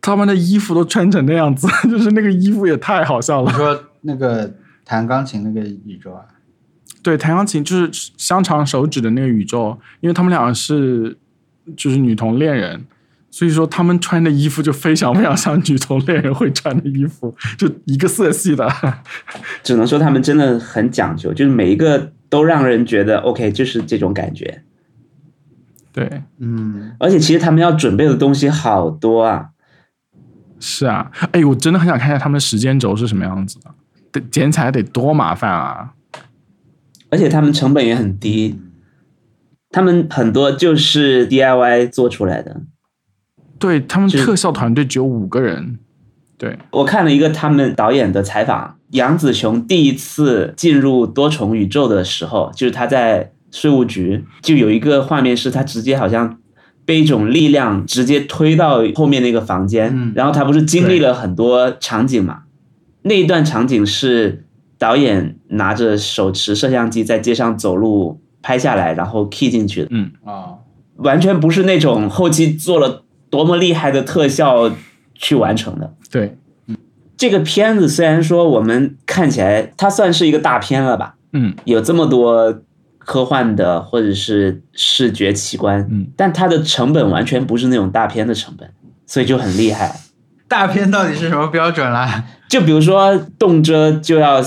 Speaker 2: 他们的衣服都穿成那样子？ 就是那个衣服也太好笑了
Speaker 4: 你。说那个弹钢琴那个宇宙啊？
Speaker 2: 对，弹钢琴就是香肠手指的那个宇宙，因为他们俩是就是女同恋人，所以说他们穿的衣服就非常非常像女同恋人会穿的衣服，就一个色系的。
Speaker 1: 只能说他们真的很讲究，就是每一个都让人觉得 OK，就是这种感觉。
Speaker 2: 对，
Speaker 4: 嗯，
Speaker 1: 而且其实他们要准备的东西好多啊，
Speaker 2: 是啊，哎，我真的很想看一下他们的时间轴是什么样子的，得剪起来得多麻烦啊！
Speaker 1: 而且他们成本也很低，他们很多就是 DIY 做出来的。
Speaker 2: 对他们
Speaker 1: 是
Speaker 2: 特效团队只有五个人，对，
Speaker 1: 我看了一个他们导演的采访，杨紫琼第一次进入多重宇宙的时候，就是她在税务局，就有一个画面是她直接好像被一种力量直接推到后面那个房间，
Speaker 4: 嗯
Speaker 1: 然后她不是经历了很多场景嘛？那一段场景是导演拿着手持摄像机在街上走路拍下来，然后 key 进去的。
Speaker 2: 嗯，
Speaker 4: 哦，
Speaker 1: 完全不是那种后期做了多么厉害的特效去完成的。
Speaker 2: 对，
Speaker 1: 这个片子虽然说我们看起来它算是一个大片了吧，
Speaker 2: 嗯，
Speaker 1: 有这么多科幻的或者是视觉奇观，
Speaker 2: 嗯，
Speaker 1: 但它的成本完全不是那种大片的成本，所以就很厉害。
Speaker 4: 大片到底是什么标准啦？
Speaker 1: 就比如说动辄就要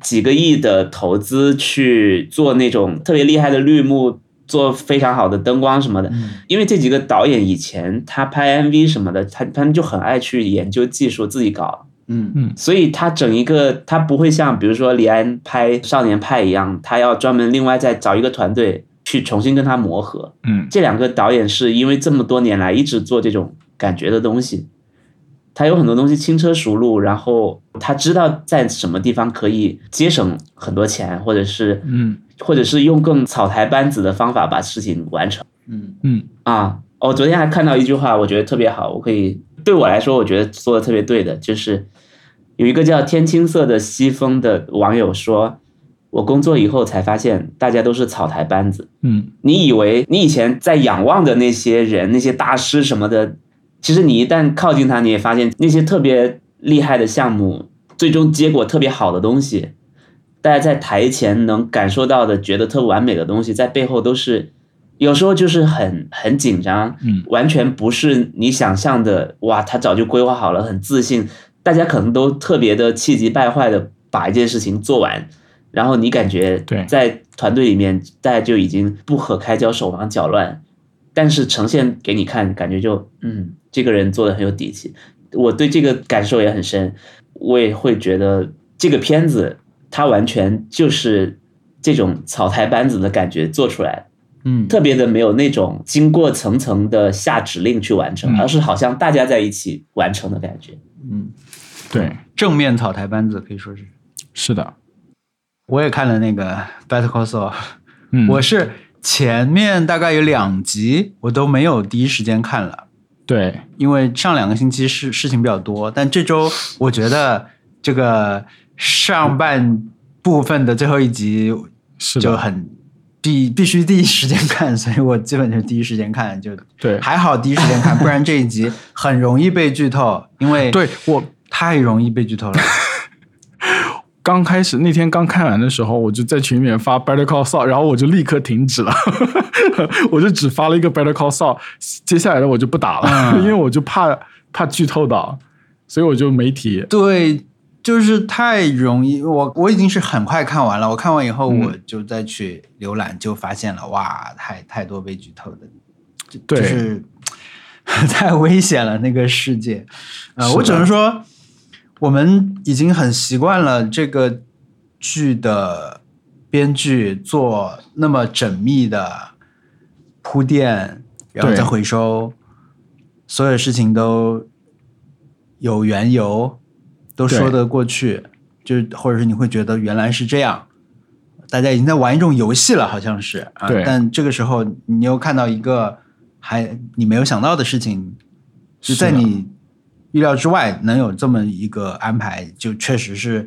Speaker 1: 几个亿的投资去做那种特别厉害的绿幕，做非常好的灯光什么的。因为这几个导演以前他拍 MV 什么的，他他们就很爱去研究技术，自己搞。
Speaker 4: 嗯
Speaker 1: 所以他整一个他不会像比如说李安拍《少年派》一样，他要专门另外再找一个团队去重新跟他磨合。
Speaker 2: 嗯
Speaker 1: 这两个导演是因为这么多年来一直做这种感觉的东西，他有很多东西轻车熟路，然后他知道在什么地方可以节省很多钱，或者是
Speaker 2: 嗯
Speaker 1: 或者是用更草台班子的方法把事情完成
Speaker 4: 嗯
Speaker 2: 嗯
Speaker 1: 啊。我、昨天还看到一句话，我觉得特别好，我可以对我来说，我觉得说的特别对的，就是有一个叫天青色的西风的网友说，我工作以后才发现，大家都是草台班子。
Speaker 2: 嗯
Speaker 1: 你以为你以前在仰望的那些人、那些大师什么的，其实你一旦靠近他，你也发现那些特别厉害的项目，最终结果特别好的东西，大家在台前能感受到的、觉得特完美的东西，在背后都是有时候就是很很紧张，
Speaker 2: 嗯
Speaker 1: 完全不是你想象的。哇，他早就规划好了，很自信，大家可能都特别的气急败坏的把一件事情做完，然后你感觉
Speaker 2: 对
Speaker 1: 在团队里面大家就已经不可开交、手忙脚乱，但是呈现给你看，感觉就嗯，这个人做的很有底气。我对这个感受也很深，我也会觉得这个片子它完全就是这种草台班子的感觉做出来的
Speaker 4: 嗯，
Speaker 1: 特别的没有那种经过层层的下指令去完成，
Speaker 2: 嗯
Speaker 1: 而是好像大家在一起完成的感觉。
Speaker 4: 嗯，
Speaker 2: 对，
Speaker 4: 正面草台班子可以说是。
Speaker 2: 是的，
Speaker 4: 我也看了那个《Better Call Saul》，
Speaker 2: 嗯
Speaker 4: 我是前面大概有两集我都没有第一时间看了，
Speaker 2: 对
Speaker 4: 因为上两个星期事事情比较多，但这周我觉得这个上半部分的最后一集
Speaker 2: 是
Speaker 4: 就
Speaker 2: 的，
Speaker 4: 很必必须第一时间看，所以我基本就第一时间看，就
Speaker 2: 对
Speaker 4: 还好第一时间看，不然这一集很容易被剧透，因为
Speaker 2: 对我
Speaker 4: 太容易被剧透了。
Speaker 2: 刚开始那天刚看完的时候，我就在群里面发 Better Call Saul，然后我就立刻停止了， 我就只发了一个 Better Call Saul，接下来的我就不打了，
Speaker 4: 嗯
Speaker 2: 因为我就怕怕剧透到，所以我就没提。
Speaker 4: 对，就是太容易。我我已经是很快看完了，我看完以后
Speaker 2: 嗯
Speaker 4: 我就再去浏览，就发现了，哇，太太多被剧透的，就
Speaker 2: 对
Speaker 4: 就是 太危险了那个世界。呃，
Speaker 2: 是
Speaker 4: 我只
Speaker 2: 的
Speaker 4: 能说，我们已经很习惯了这个剧的编剧做那么缜密的铺垫，然后
Speaker 2: 对
Speaker 4: 再回收，所有事情都有缘由，都
Speaker 2: 对
Speaker 4: 说得过去，就是或者是你会觉得原来是这样，大家已经在玩一种游戏了，好像是啊。
Speaker 2: 对
Speaker 4: 但这个时候你又看到一个还你没有想到的事情，就是在
Speaker 2: 的
Speaker 4: 你预料之外能有这么一个安排，就确实是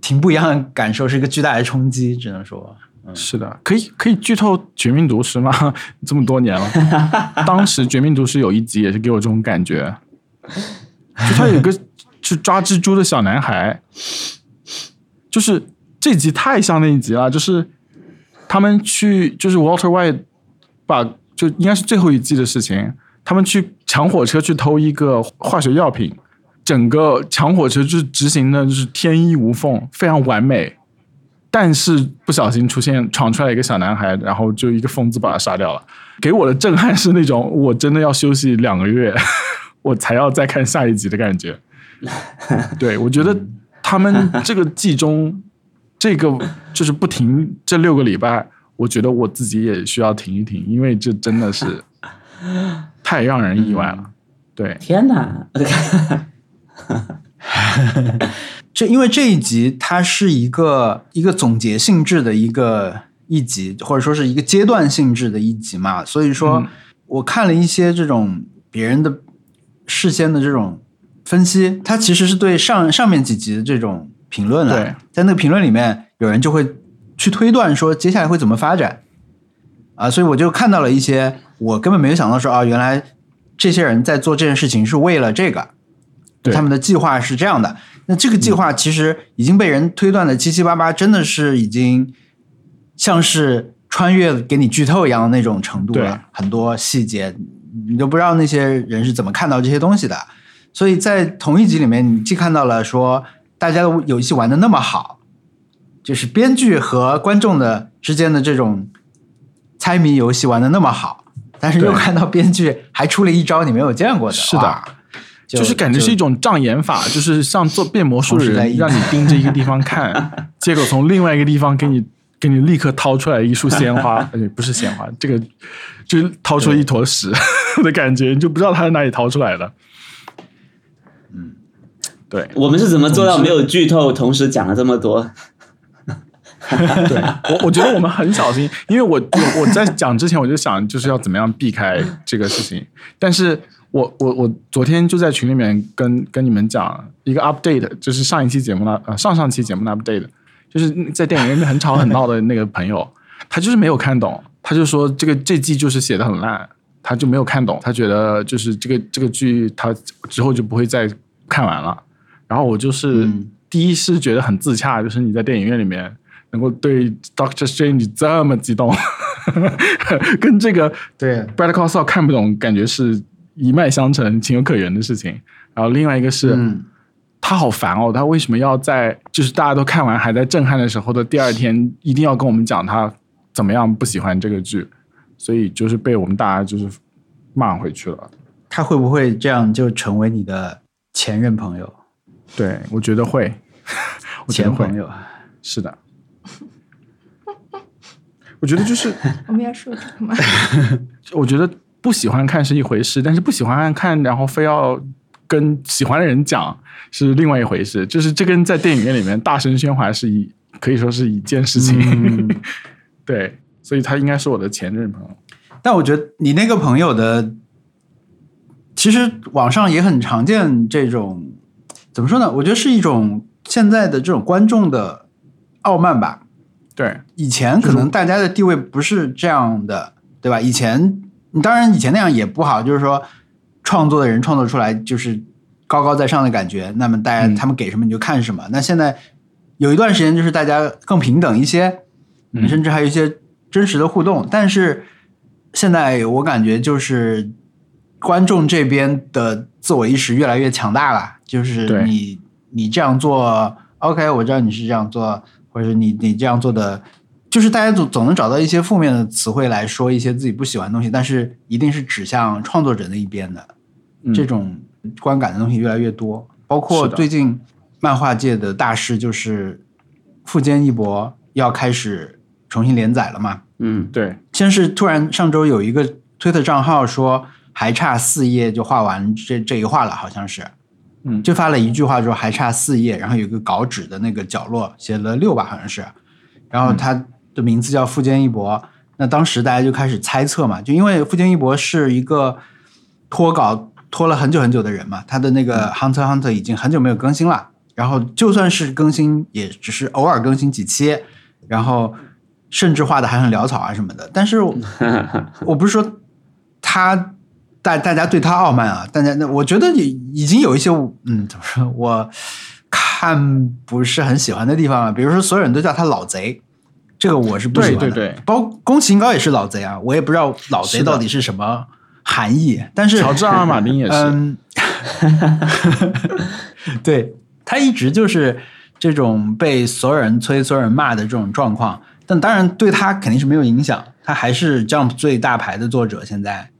Speaker 4: 挺不一样的感受，是一个巨大的冲击，只能说。
Speaker 2: 是的，可以可以剧透《绝命毒师》吗？ 这么多年了，当时《绝命毒师》有一集也是给我这种感觉，就他有一个去抓蜘蛛的小男孩，就是这集太像那一集了，就是他们去就是 Walter White 把就应该是最后一季的事情，他们去抢火车去偷一个化学药品，整个抢火车就是执行的就是天衣无缝，非常完美。但是不小心出现闯出来一个小男孩，然后就一个疯子把他杀掉了。给我的震撼是那种我真的要休息两个月， 我才要再看下一集的感 觉。对，我觉得他们这个季中， 这个就是不停这六个礼拜，我觉得我自己也需要停一停，因为这真的 是太让人意外了。对，
Speaker 1: 天哪！
Speaker 4: 这因为这一集它是一个一个总结性质的一个一集，或者说是一个阶段性质的一集嘛，所以说、
Speaker 2: 嗯
Speaker 4: 我看了一些这种别人的事先的这种分析，它其实是对上上面几集的这种评论了、
Speaker 2: 对
Speaker 4: 在那个评论里面，有人就会去推断说接下来会怎么发展啊，所以我就看到了一些我根本没有想到说啊，原来这些人在做这件事情是为了这个，
Speaker 2: 对嗯
Speaker 4: 他们的计划是这样的。那这个计划其实已经被人推断的七七八八，真的是已经像是穿越给你剧透一样的那种程度
Speaker 2: 对
Speaker 4: 了，很多细节你都不知道那些人是怎么看到这些东西的。所以在同一集里面，你既看到了说大家有一起玩的那么好，就是编剧和观众的之间的这种猜谜游戏玩的那么好，但是又
Speaker 2: 对
Speaker 4: 看到编剧还出了一招你没有见过的，
Speaker 2: 是的
Speaker 4: 哇，就
Speaker 2: 就是感觉是一种障眼 法，就是像做变魔术的
Speaker 4: 同时在
Speaker 2: 人，
Speaker 4: 一
Speaker 2: 让你盯着一个地方 看，结果从另外一个地方给你给你立刻掏出来一束鲜 花，而且不是鲜花，这个就是掏出了一坨屎 的感觉，你就不知道它是哪里掏出来的。嗯，对，
Speaker 1: 我们是怎么做到没有剧透，同时讲了这么多？
Speaker 2: 对我，我觉得我们很小心，因为我我我在讲之前我就想就是要怎么样避开这个事情，但是我我我昨天就在群里面跟跟你们讲一个 update，就是上一期节目的呃上上期节目的 update，就是在电影院里面很吵很闹的那个朋友，他就是没有看懂，他就说这个这季就是写的很烂，他就没有看懂，他觉得就是这个这个剧他之后就不会再看完了。然后我就是、
Speaker 4: 嗯
Speaker 2: 第一是觉得很自洽，就是你在电影院里面能够对 Doctor Strange 这么激动， 跟这个
Speaker 4: 对
Speaker 2: Brad c o s l 看不懂，感觉是一脉相承、情有可原的事情。然后另外一个是，
Speaker 4: 嗯
Speaker 2: 他好烦哦，他为什么要在就是大家都看完还在震撼的时候的第二天，一定要跟我们讲他怎么样不喜欢这个剧？所以就是被我们大家就是骂回去了。
Speaker 4: 他会不会这样就成为你的前任朋友、
Speaker 2: 对，我觉得会，我觉得
Speaker 4: 前
Speaker 2: 会
Speaker 4: 朋，友？
Speaker 2: 是的。我觉得就是，
Speaker 3: 我们要说这个吗？
Speaker 2: 我觉得不喜欢看是一回事，但是不喜欢看，然后非要跟喜欢的人讲是另外一回事。就是这跟在电影院里面大声喧哗是一可以说 是一件事情。
Speaker 4: 嗯
Speaker 2: 对，所以他应该是我的前任朋友。
Speaker 4: 但我觉得你那个朋友的，其实网上也很常见这种，怎么说呢？我觉得是一种现在的这种观众的傲慢吧。
Speaker 2: 对，
Speaker 4: 以前可能大家的地位不是这样的，对吧？以前你当然以前那样也不好，就是说创作的人创作出来就是高高在上的感觉，那么大家、
Speaker 2: 嗯
Speaker 4: 他们给什么你就看什么。那现在有一段时间就是大家更平等一些，
Speaker 2: 嗯
Speaker 4: 甚至还有一些真实的互动，但是现在我感觉就是观众这边的自我意识越来越强大了，就是
Speaker 2: 对
Speaker 4: 你你这样做，OK，我知道你是这样做，或者是你你这样做的，就是大家总总能找到一些负面的词汇来说一些自己不喜欢的东西，但是一定是指向创作者那一边的，
Speaker 2: 嗯
Speaker 4: 这种观感的东西越来越多，包括
Speaker 2: 是的
Speaker 4: 最近漫画界的大事就是富坚义博要开始重新连载了嘛，
Speaker 1: 嗯，
Speaker 2: 对，
Speaker 4: 先是突然上周有一个推特账号说还差四页就画完这这一画了，好像是，
Speaker 2: 嗯
Speaker 4: 就发了一句话说还差四页，然后有一个稿纸的那个角落写了六吧，好像是，然后他的名字叫富坚义博，那当时大家就开始猜测嘛，就因为富坚义博是一个拖稿拖了很久很久的人嘛，他的那个 Hunter Hunter 已经很久没有更新了，然后就算是更新，也只是偶尔更新几期，然后甚至画的还很潦草啊什么的，但是我我不是说他大大家对他傲慢啊，大家那我觉得已已经有一些嗯怎么说，我看不是很喜欢的地方啊，比如说所有人都叫他老贼，这个我是不喜欢
Speaker 2: 对
Speaker 4: 的。
Speaker 2: 对对
Speaker 4: 包括宫崎英高也是老贼啊，我也不知道老
Speaker 2: 是
Speaker 4: 贼
Speaker 2: 的
Speaker 4: 到底是什么含义，但是
Speaker 2: 乔治阿尔马丁也是。
Speaker 4: 嗯， 对他一直就是这种被所有人催、所有人骂的这种状况，但当然对他肯定是没有影响，他还是 Jump 最大牌的作者。现在，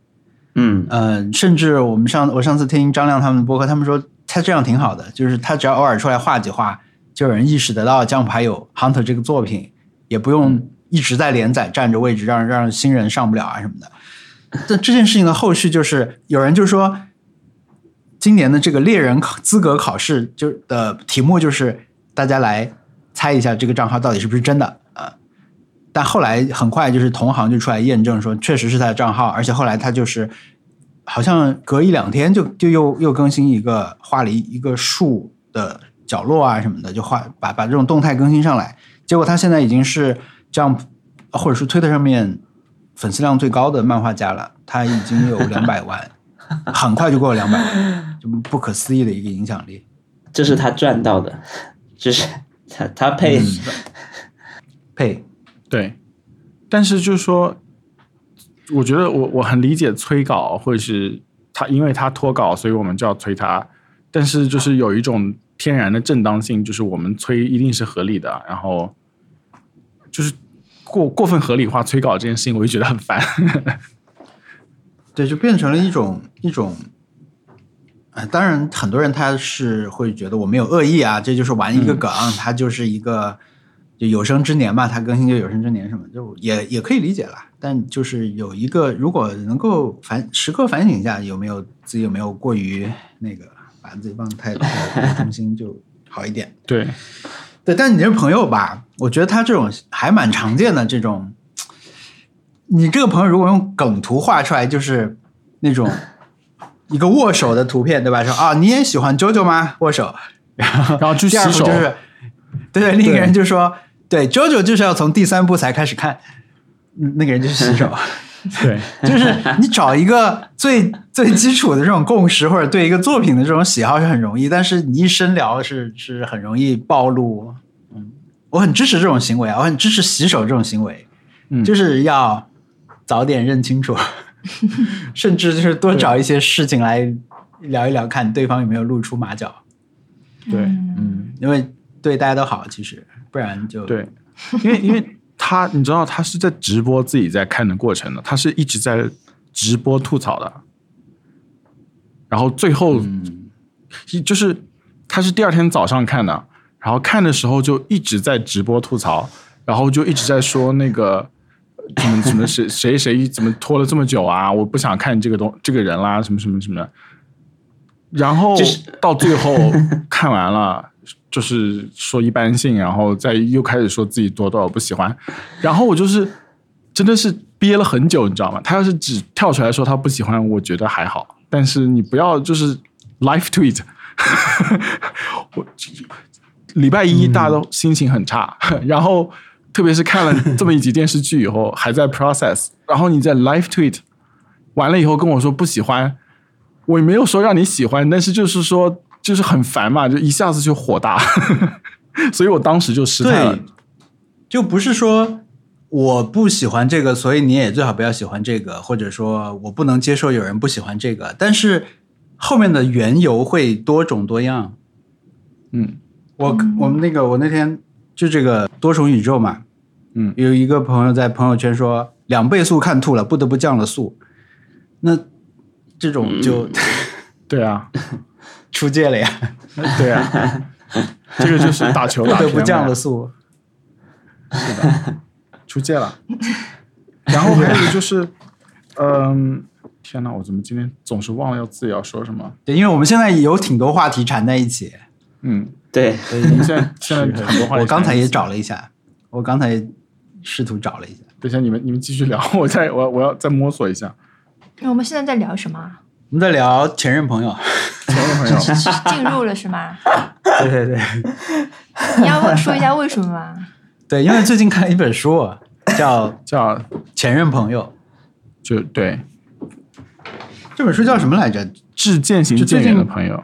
Speaker 1: 嗯，
Speaker 4: 嗯、甚至我们上我上次听张亮他们的播客，他们说他这样挺好的，就是他只要偶尔出来画几画，就有人意识得到 Jump 还有 Hunter 这个作品，也不用一直在连载占着位置，让让新人上不了啊什么的。但这件事情的后续就是，有人就说，今年的这个猎人考资格考试就的题目就是大家来猜一下这个账号到底是不是真的啊。但后来很快就是同行就出来验证说，确实是他的账号，而且后来他就是好像隔一两天就就又又更新一个画了一一个树的角落啊什么的，就画把把这种动态更新上来。结果他现在已经是 Jump 呃或者说推特上面粉丝量最高的漫画家了，他已经有两百万，很快就过了两百万，就不可思议的一个影响力。
Speaker 1: 这是他赚到的，就是他他配、
Speaker 4: 呸！
Speaker 2: 对，但是就是说，我觉得我我很理解催稿，或者是他因为他脱稿，所以我们就要催他。但是就是有一种天然的正当性，就是我们催一定是合理的，然后就是过过分合理化催稿这件事情，我就觉得很烦。
Speaker 4: 对，就变成了一种一种，哎，当然很多人他是会觉得我没有恶意啊，这就是玩一个梗，他就是一个就有生之年嘛，他更新就有生之年什么，就也也可以理解啦。但就是有一个，如果能够反时刻反省一下，有没有自己有没有过于那个把自己忘得太太中心，就好一点。
Speaker 2: 对，
Speaker 4: 对，但你这朋友吧，我觉得他这种还蛮常见的这种。你这个朋友如果用梗图画出来，就是那种一个握手的图片，对吧？说啊，你也喜欢 JoJo 吗？握手，
Speaker 2: 然后去洗
Speaker 4: 第二步
Speaker 2: 手，
Speaker 4: 就是，对对，另一个人就说，对 JoJo 就是要从第三部才开始看，嗯那个人就洗手。
Speaker 2: 对，
Speaker 4: 就是你找一个最最基础的这种共识，或者对一个作品的这种喜好是很容易，但是你一深聊是是很容易暴露。嗯，我很支持这种行为啊，我很支持洗手这种行为，
Speaker 2: 嗯
Speaker 4: 就是要早点认清楚， 甚至就是多找一些事情来聊一聊，看对方有没有露出马脚。
Speaker 2: 对
Speaker 3: 嗯，
Speaker 4: 嗯，因为对大家都好，其实不然就
Speaker 2: 对，因为因为他，你知道他是在直播自己在看的过程的，他是一直在直播吐槽的，然后最后、
Speaker 4: 嗯
Speaker 2: 就是他是第二天早上看的，然后看的时候就一直在直播吐槽，然后就一直在说那个。怎么怎么谁谁谁怎么拖了这么久啊？我不想看这个东这个人啦，什么什么什么的。然后
Speaker 1: 就是
Speaker 2: 到最 后看完了，就是说一般性，然后再又开始说自己多多少不喜欢，然后我就是真的是憋了很久，你知道吗？他要是只跳出来说他不喜欢，我觉得还好，但是你不要就是 live tweet，我礼拜一大家都心情很差， 然后特别是看了这么一集电视剧以后，还在 process，然后你在 live tweet 完了以后跟我说不喜欢，我也没有说让你喜欢，但是就是说就是很烦嘛，就一下子就火大， 所以我当时就失态了
Speaker 4: 对，，就不是说我不喜欢这个，所以你也最好不要喜欢这个，或者说我不能接受有人不喜欢这个，但是后面的缘由会多种多样。
Speaker 2: 嗯
Speaker 4: 我我们那个我那天就这个多重宇宙嘛，
Speaker 2: 嗯，
Speaker 4: 有一个朋友在朋友圈说两倍速看吐了，不得不降了速，那这种
Speaker 2: 嗯
Speaker 4: 就
Speaker 2: 对啊，
Speaker 4: 出界了呀，
Speaker 2: 对啊，这个就是打球
Speaker 4: 不
Speaker 2: 打
Speaker 4: 得
Speaker 2: 偏
Speaker 4: 不降了
Speaker 2: 了，
Speaker 4: 速。
Speaker 2: 出界 了。然后还有就是，嗯、天哪，我怎么今天总是忘了要自己要说什么？
Speaker 4: 对，因为我们现在有挺多话题缠在一起，
Speaker 2: 嗯，
Speaker 1: 对，
Speaker 4: 所以
Speaker 2: 我们现在现在很多话，
Speaker 4: 我刚才也，找了一下，我刚才试图找了一下，
Speaker 2: 等一下你们你们继续聊， 我再我我要再摸索一 下。
Speaker 3: 那我们现在在聊什么啊？
Speaker 4: 我们在聊前任朋友。
Speaker 2: 前任朋友，
Speaker 3: 是进入了是吗？
Speaker 4: 对对对
Speaker 3: 你要说一下为什么吗？
Speaker 4: 对，因为最近看了一本书，啊叫《
Speaker 2: 叫
Speaker 4: 前任朋友
Speaker 2: 就对，》，
Speaker 4: 这本书叫什么来着？
Speaker 2: 致渐行
Speaker 4: 就最
Speaker 2: 渐
Speaker 4: 近
Speaker 2: 远的朋友，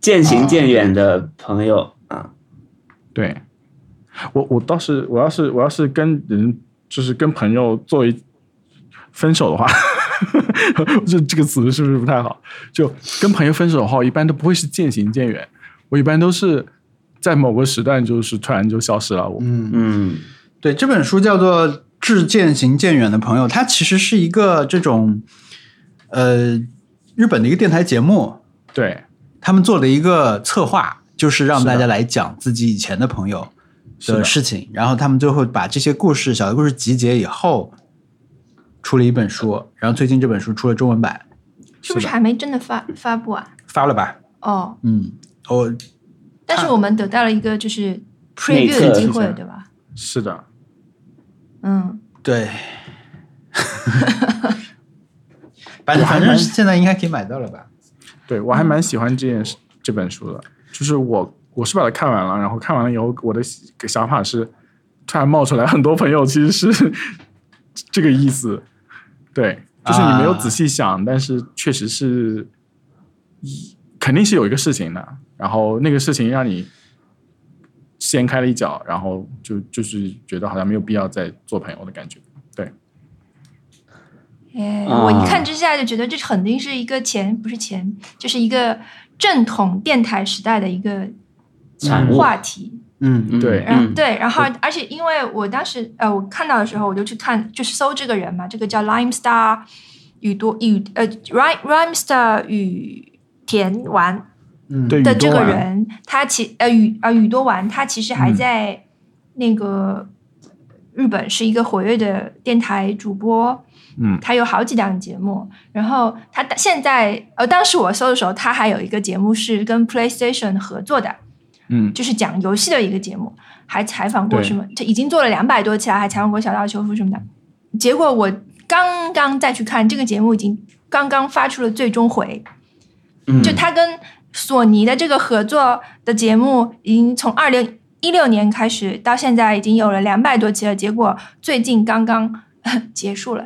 Speaker 1: 渐行渐远的朋友啊，
Speaker 2: 对我我倒是我要是我要是跟人就是跟朋友作为分手的话， 这这个词是不是不太好？就跟朋友分手的话，我一般都不会是渐行渐远，我一般都是在某个时段就是突然就消失了。我
Speaker 4: 嗯，
Speaker 1: 嗯，
Speaker 4: 对，这本书叫做《致渐行渐远的朋友》，它其实是一个这种呃日本的一个电台节目，
Speaker 2: 对
Speaker 4: 他们做了一个策划，就是让
Speaker 2: 是的
Speaker 4: 大家来讲自己以前的朋友
Speaker 2: 是
Speaker 4: 的
Speaker 2: 的
Speaker 4: 事情，然后他们最后把这些故事、小的故事集结以后，出了一本书，然后最近这本书出了中文版，
Speaker 3: 是不
Speaker 2: 是
Speaker 3: 是
Speaker 2: 的
Speaker 3: 还没真的发发布啊？
Speaker 4: 发了吧？
Speaker 3: 哦，
Speaker 4: 嗯，我
Speaker 3: 但是我们得到了一个就是 preview
Speaker 1: 内测
Speaker 3: 的机会
Speaker 2: 是，吧
Speaker 3: 对吧？
Speaker 2: 是的，
Speaker 3: 嗯，
Speaker 4: 对，反正反正现在应该可以买到了吧？
Speaker 2: 对我还蛮喜欢这件事这本书的，就是我我是把它看完了，然后看完了以后，我的想法是突然冒出来很多朋友其实是 这个意思，对，就是你没有
Speaker 4: 啊
Speaker 2: 仔细想，但是确实是一肯定是有一个事情的，然后那个事情让你掀开了一角，然后就就是觉得好像没有必要再做朋友的感觉，
Speaker 3: 耶
Speaker 1: 啊
Speaker 3: 我一看之下就觉得这肯定是一个前不是前，就是一个正统电台时代的一个
Speaker 1: 产物
Speaker 3: 话题。
Speaker 4: 嗯嗯
Speaker 2: 对
Speaker 3: 然后、
Speaker 1: 哦嗯
Speaker 3: 对，然后而且因为我当时呃，我看到的时候我就去看，就是搜这个人嘛，这个叫 Lime Star 宇多宇呃 Rime Rime Star 宇田丸
Speaker 4: 嗯
Speaker 2: 对宇
Speaker 3: 的这
Speaker 2: 多
Speaker 3: 个
Speaker 2: 丸
Speaker 3: 人，他其呃宇呃宇多丸，他其实还
Speaker 2: 嗯
Speaker 3: 在那个日本是一个活跃的电台主播，
Speaker 2: 嗯
Speaker 3: 他有好几档节目，然后他现在呃当时我搜的时候，他还有一个节目是跟 PlayStation 合作的，
Speaker 2: 嗯
Speaker 3: 就是讲游戏的一个节目，还采访过
Speaker 2: 对
Speaker 3: 什么，这已经做了两百多期了，还采访过小岛秀夫什么的。结果我刚刚再去看这个节目，已经刚刚发出了最终回，
Speaker 1: 嗯
Speaker 3: 就他跟索尼的这个合作的节目，已经从二零一六年开始到现在，已经有了两百多期了。结果最近刚刚 结束了，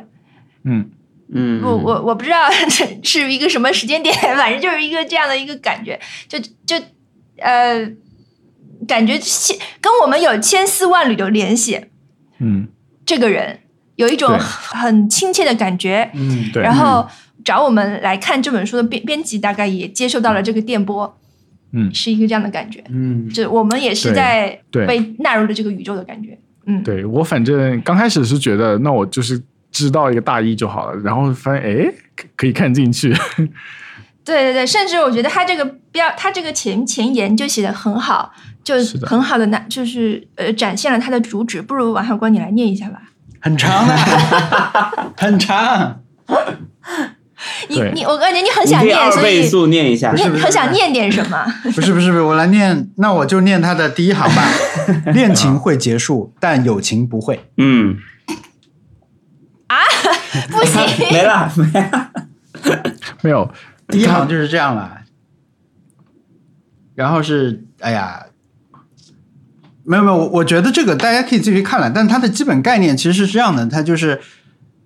Speaker 2: 嗯，
Speaker 1: 嗯，
Speaker 3: 我我我不知道 这是一个什么时间点， 反正就是一个这样的一个感觉，就就呃，感觉千跟我们有千丝万缕的联系。
Speaker 2: 嗯，
Speaker 3: 这个人有一种
Speaker 2: 对
Speaker 3: 很亲切的感觉，
Speaker 4: 嗯
Speaker 2: 对
Speaker 3: 然后找我们来看这本书的编编辑，大概也接受到了这个电波，
Speaker 2: 嗯
Speaker 3: 是一个这样的感觉。
Speaker 4: 嗯
Speaker 3: 就我们也是
Speaker 2: 对
Speaker 3: 在
Speaker 2: 对
Speaker 3: 被纳入了这个宇宙的感觉。嗯，
Speaker 2: 对我反正刚开始是觉得，那我就是知道一个大一就好了，然后发现哎可可以看进去，
Speaker 3: 对对对，甚至我觉得他这个标，他这个前前言就写的很好，就是
Speaker 2: 的
Speaker 3: 很好的那就是呃展现了他的主旨。不如王小光你来念一下吧。
Speaker 4: 很长的，很长，
Speaker 3: 你
Speaker 2: 对
Speaker 3: 你我感觉你很
Speaker 1: 你
Speaker 3: 想
Speaker 1: 可以
Speaker 3: 念，
Speaker 1: 二
Speaker 3: 所
Speaker 1: 倍
Speaker 3: 以
Speaker 1: 速念一下，
Speaker 3: 你
Speaker 4: 不是
Speaker 3: 很想念点什么。
Speaker 4: 不是不是不是，我来念，那我就念他的第一行吧。 恋情会结束，但友情不会。
Speaker 1: 嗯，
Speaker 3: 不行，
Speaker 1: 没了，没了
Speaker 2: 没有
Speaker 4: 第一行就是这样了。然后是，哎呀，没有没有，我我觉得这个大家可以自己去看了，但它的基本概念其实是这样的，它就是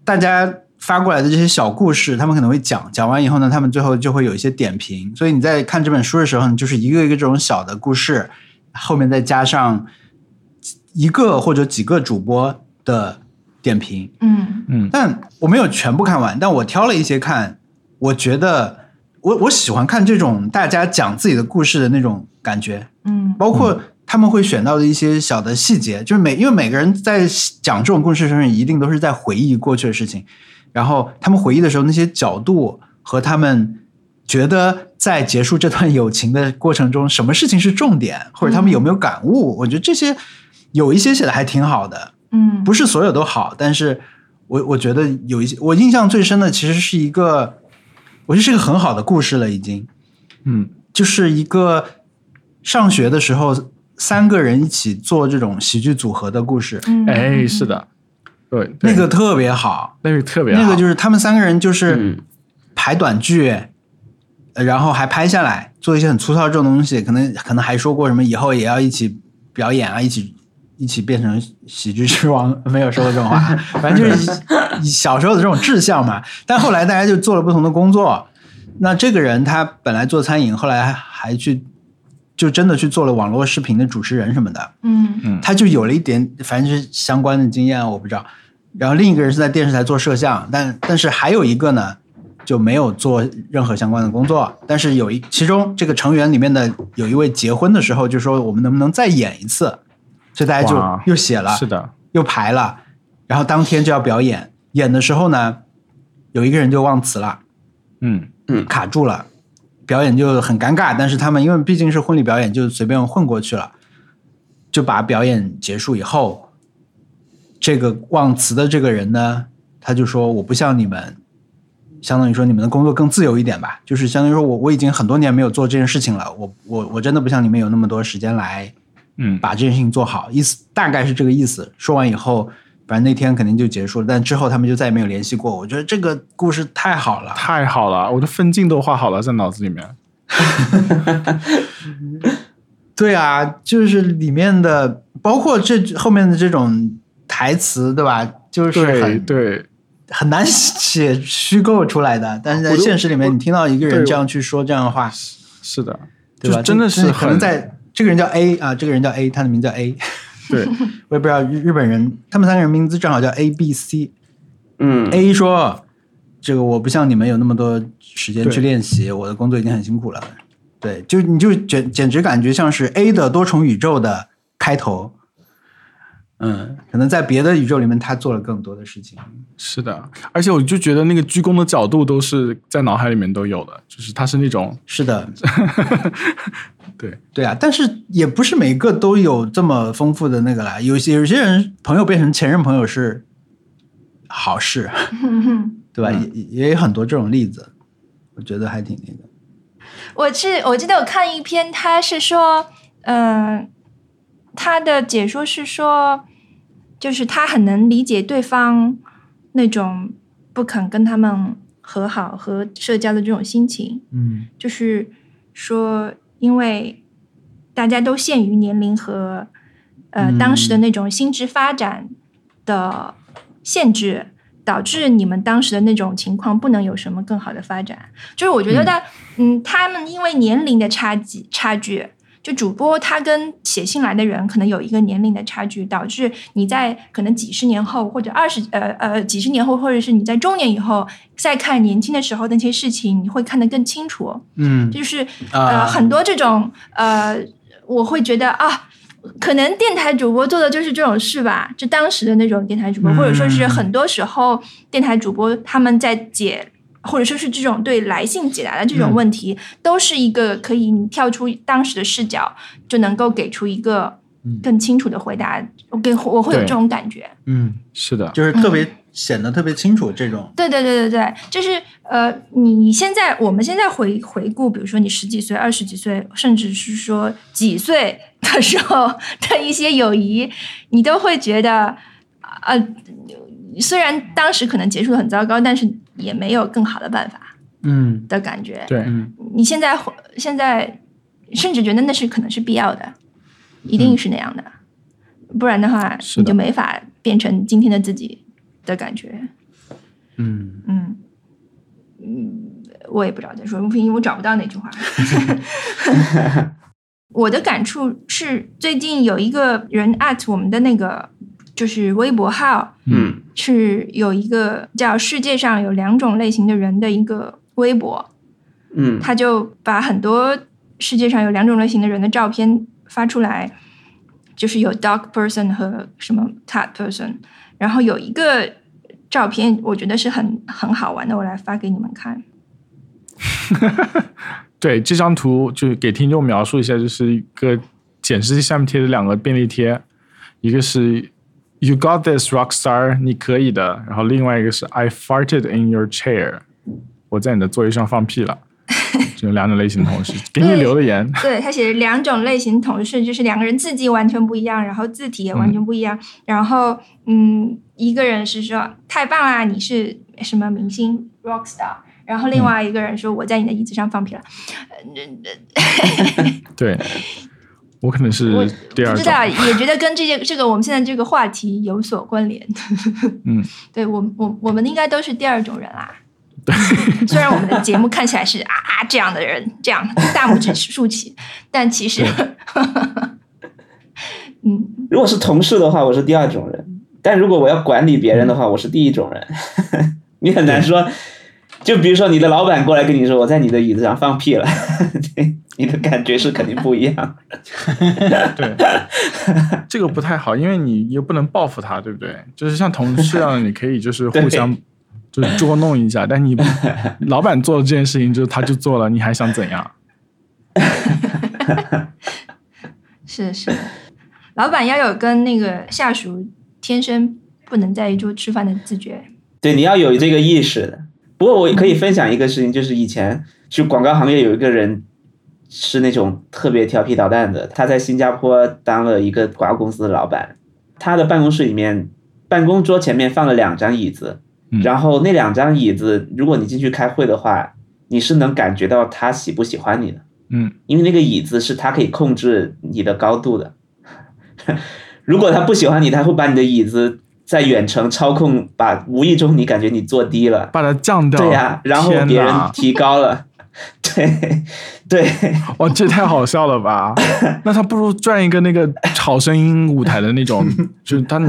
Speaker 4: 大家发过来的这些小故事，他们可能会讲，讲完以后呢，他们最后就会有一些点评，所以你在看这本书的时候，你就是一个一个这种小的故事，后面再加上一个或者几个主播的点评，
Speaker 3: 嗯
Speaker 2: 嗯
Speaker 4: 但我没有全部看完，但我挑了一些看，我觉得我我喜欢看这种大家讲自己的故事的那种感觉，
Speaker 3: 嗯
Speaker 4: 包括他们会选到的一些小的细节，就是每因为每个人在讲这种故事的时候，一定都是在回忆过去的事情，然后他们回忆的时候那些角度和他们觉得在结束这段友情的过程中，什么事情是重点，或者他们有没有感悟，我觉得这些有一些写的还挺好的，
Speaker 3: 嗯，
Speaker 4: 不是所有都好，但是我我觉得有一些我印象最深的其实是一个，我觉得是一个很好的故事了，已经
Speaker 2: 嗯
Speaker 4: 就是一个上学的时候三个人一起做这种喜剧组合的故事，
Speaker 3: 嗯
Speaker 2: 哎是，的，对对
Speaker 4: 那个特别好，
Speaker 2: 那个特别好
Speaker 4: 那个就是他们三个人就是
Speaker 1: 嗯
Speaker 4: 排短剧。呃然后还拍下来，做一些很粗糙这种东西，可能可能还说过什么以后也要一起表演啊，一起一起变成喜剧之王， 没有说过这种话，反正就是以小时候的这种志向嘛。但后来大家就做了不同的工作。那这个人他本来做餐饮，后来还还去就真的去做了网络视频的主持人什么的，
Speaker 3: 嗯 嗯
Speaker 4: 他就有了一点，反正是相关的经验啊，我不知道。然后另一个人是在电视台做摄像，但但是还有一个呢，就没有做任何相关的工作。但是有一其中这个成员里面的有一位结婚的时候就说我们能不能再演一次，所以大家就
Speaker 2: 哇
Speaker 4: 又写了，
Speaker 2: 是的，
Speaker 4: 又排了，然后当天就要表演。演的时候呢，有一个人就忘词了，
Speaker 2: 嗯
Speaker 4: 卡住了，表演就很尴尬。但是他们因为毕竟是婚礼表演，就随便混过去了，就把表演结束以后，这个忘词的这个人呢，他就说我不像你们，相当于说你们的工作更自由一点吧，就是相当于说我我已经很多年没有做这件事情了，我我我真的不像你们有那么多时间来
Speaker 2: 嗯
Speaker 4: 把这件事情做好，意思大概是这个意思。说完以后，反正那天肯定就结束了，但之后他们就再也没有联系过。我觉得这个故事太好了，
Speaker 2: 太好了，我的分镜都画好了在脑子里面，
Speaker 4: 对啊，就是里面的包括这后面的这种台词，对吧？就是
Speaker 2: 对
Speaker 4: 很
Speaker 2: 对
Speaker 4: 很难写虚构出来的，但是在
Speaker 2: 我就
Speaker 4: 现实里面，你听到一
Speaker 2: 对
Speaker 4: 个人
Speaker 2: 我
Speaker 4: 这样去说这样的话，
Speaker 2: 是的，
Speaker 4: 对吧？
Speaker 2: 就真的是
Speaker 4: 这可能
Speaker 2: 很
Speaker 4: 在这个人叫 A 啊，这个人叫 A，他的名字叫 A，
Speaker 2: 对
Speaker 4: 我也不知道日日本人他们三个人名字正好叫 A B C，
Speaker 1: 嗯
Speaker 3: 哎
Speaker 4: A 说：“这个我不像你们有那么多时间去
Speaker 2: 对
Speaker 4: 练习，我的工作已经很辛苦了。”对，就你就简简直感觉像是 A 的多重宇宙的开头。嗯，可能在别的宇宙里面，他做了更多的事情。
Speaker 2: 是的，而且我就觉得那个鞠躬的角度都是在脑海里面都有的，就是他是那种
Speaker 4: 是的，
Speaker 2: 对
Speaker 4: 对啊，但是也不是每个都有这么丰富的那个啦。有些有些人朋友变成前任朋友是好事，对吧？
Speaker 2: 嗯
Speaker 4: 也也有很多这种例子，我觉得还挺那个。
Speaker 3: 我是我记得我看一篇，他是说，嗯、他的解说是说，就是他很能理解对方那种不肯跟他们和好和社交的这种心情，
Speaker 4: 嗯
Speaker 3: 就是说，因为大家都限于年龄和呃
Speaker 4: 嗯
Speaker 3: 当时的那种心智发展的限制，导致你们当时的那种情况不能有什么更好的发展。就是我觉得的，嗯他们因为年龄的差距差距。就主播他跟写信来的人可能有一个年龄的差距，导致你在可能几十年后或者二十呃呃几十年后，或者是你在中年以后再看年轻的时候那些事情，你会看得更清楚。
Speaker 4: 嗯
Speaker 3: 就是呃
Speaker 4: 啊
Speaker 3: 很多这种呃，我会觉得啊，可能电台主播做的就是这种事吧，就当时的那种电台主播，或者说是
Speaker 4: 嗯
Speaker 3: 很多时候电台主播他们在解。或者说是这种对来信解答的这
Speaker 4: 嗯
Speaker 3: 种问题，都是一个可以你跳出当时的视角，就能够给出一个
Speaker 4: 嗯
Speaker 3: 更清楚的回答。我给我会有
Speaker 2: 对
Speaker 3: 这种感觉。
Speaker 4: 嗯，
Speaker 2: 是的，
Speaker 4: 就是特别显得特别清楚这种。
Speaker 3: 对对对对对，就是呃，你你现在我们现在回回顾，比如说你十几岁、二十几岁，甚至是说几岁的时候的一些友谊，你都会觉得，呃，虽然当时可能结束的很糟糕，但是也没有更好的办法
Speaker 4: 嗯
Speaker 3: 的感觉。
Speaker 2: 对，
Speaker 4: 嗯
Speaker 3: 你现在回现在甚至觉得那是可能是必要的，一定是那样的，不然的话
Speaker 2: 嗯是
Speaker 3: 你
Speaker 2: 的
Speaker 3: 就没法变成今天的自己的感觉。
Speaker 4: 嗯，
Speaker 3: 嗯，嗯，我也不知道在说什么，因为我找不到那句话。我的感触是，最近有一个人 at 我们的那个就是微博号，
Speaker 1: 嗯
Speaker 3: 是有一个叫“世界上有两种类型的人”的一个微博，
Speaker 1: 嗯
Speaker 3: 他就把很多世界上有两种类型的人的照片发出来，就是有 dark person 和什么 cat person。然后有一个照片，我觉得是很很好玩的，我来发给你们看。
Speaker 2: 对，这张图就是给听众描述一下，就是一个显示器下面贴的两个便利贴，一个是 “You got this, rock star”，你可以的，然后另外一个是 “I farted in your chair”，我在你的座椅上放屁了。这两种类型的同 事给你留的言，
Speaker 3: 对他写的两种类型同事，就是两个人字迹完全不一样，然后字体也完全不一样。然后，嗯，一个人是说太棒啦，你是什么明星 rock star，然后另外一个人说我在你的椅子上放屁了。
Speaker 2: 对我可能
Speaker 3: 我
Speaker 2: 是第二
Speaker 3: 不知
Speaker 2: 种，
Speaker 3: 道，也觉得跟这些这个我们现在这个话题有所关 联。
Speaker 2: 嗯，
Speaker 3: 对我我我们应该都是第二种人啦。 虽然我们的节目看起来是啊啊这样的人，这样大拇指竖起，但其实，嗯，
Speaker 1: 如果是同事的话，我是第二种人；但如果我要管理别人的话，我是第一种人。 你很难说，就比如说你的老板过来跟你说：“我在你的椅子上放屁了。” 对，你的感觉是肯定不一样。
Speaker 2: 对，这个不太好，因为你又不能报复他，对不对？就是像同事啊，你可以就是 互相就是捉弄一下，但你老板做了这件事情，就是他就做了，你还想怎样？
Speaker 3: 是是，老板要有跟那个下属天生不能在一桌吃饭的自觉。
Speaker 1: 对，你要有这个意识的。不过我可以分享一个事情，就是以前就广告行业有一个人是那种特别调皮捣蛋的，他在新加坡当了一个广告公司的老板，他的办公室里面办公桌前面放了两张椅子
Speaker 2: 嗯，
Speaker 1: 然后那两张椅子，如果你进去开会的话，你是能感觉到他喜不喜欢你的。
Speaker 2: 嗯，
Speaker 1: 因为那个椅子是它可以控制你的高度的。 如果他不喜欢你，他会把你的椅子在远程操控，把无意中你感觉你坐低了，
Speaker 2: 把它降掉。
Speaker 1: 对呀、然后
Speaker 2: 天
Speaker 1: 别人
Speaker 2: 哪
Speaker 1: 提高了， 对对，
Speaker 2: 哇，这太好笑 了吧？那他不如转一个那个好声音舞台的那 种，就是他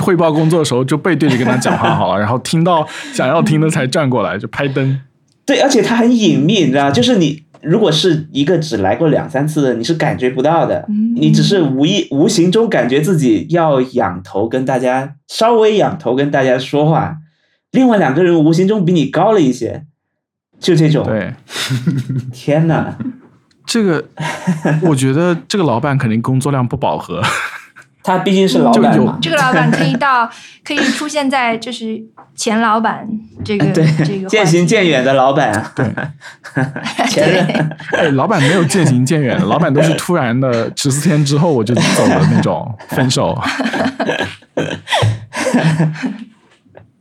Speaker 2: 汇报工作的时候就背对着跟他讲话好了，然后听到想要听的才转过来，就拍灯。
Speaker 1: 对，而且它很隐秘，你知道吗，就是你如果是一个只来过两三次的，你是感觉不到的，
Speaker 3: 嗯
Speaker 1: 你只是无意无形中感觉自己要仰头跟大家稍微仰头跟大家说话，另外两个人无形中比你高了一些，就这种，
Speaker 2: 对，
Speaker 1: 天哪，
Speaker 2: 这个我觉得这个老板肯定工作量不饱和，
Speaker 1: 他毕竟是老板嘛，
Speaker 3: 这个老板可以到，可以出现在就是前老板这个
Speaker 1: 对
Speaker 3: 这个，
Speaker 1: 渐行渐远的老板啊，
Speaker 2: 对，
Speaker 1: 前任
Speaker 3: 对
Speaker 2: 哎，老板没有渐行渐远，老板都是突然的，十四天之后我就走了那种分手。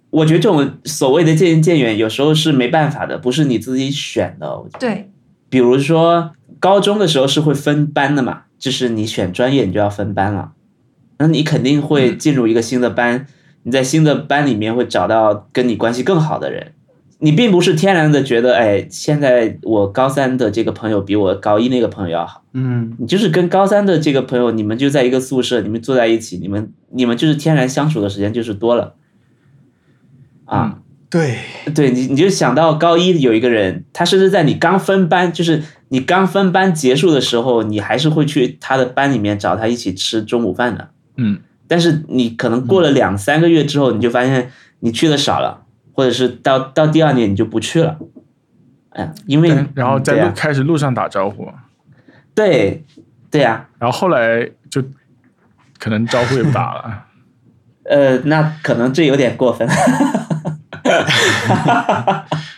Speaker 1: 我觉得这种所谓的渐行渐远，有时候是没办法的，不是你自己选的。我觉得
Speaker 3: 对
Speaker 1: 比如说高中的时候是会分班的嘛，就是你选专业你就要分班了，那你肯定会进入一个新的班，你在新的班里面会找到跟你关系更好的人。你并不是天然的觉得，哎，现在我高三的这个朋友比我高一那个朋友要好，
Speaker 4: 嗯，
Speaker 1: 你就是跟高三的这个朋友，你们就在一个宿舍，你们坐在一起，你们你们就是天然相处的时间就是多了，啊，
Speaker 4: 对，
Speaker 1: 对你，你就想到高一有一个人，他甚至在你刚分班，就是你刚分班结束的时候，你还是会去他的班里面找他一起吃中午饭的。
Speaker 2: 嗯，
Speaker 1: 但是你可能过了两三个月之后，你就发现你去的少了，或者是到到第二年你就不去了。哎呀，因为
Speaker 2: 对，然后在
Speaker 1: 对
Speaker 2: 路、
Speaker 1: 啊
Speaker 2: 开始路上打招呼，
Speaker 1: 对对啊呀、
Speaker 2: 然后后来就可能招呼也不打了。
Speaker 1: 呃，那可能这有点过 分。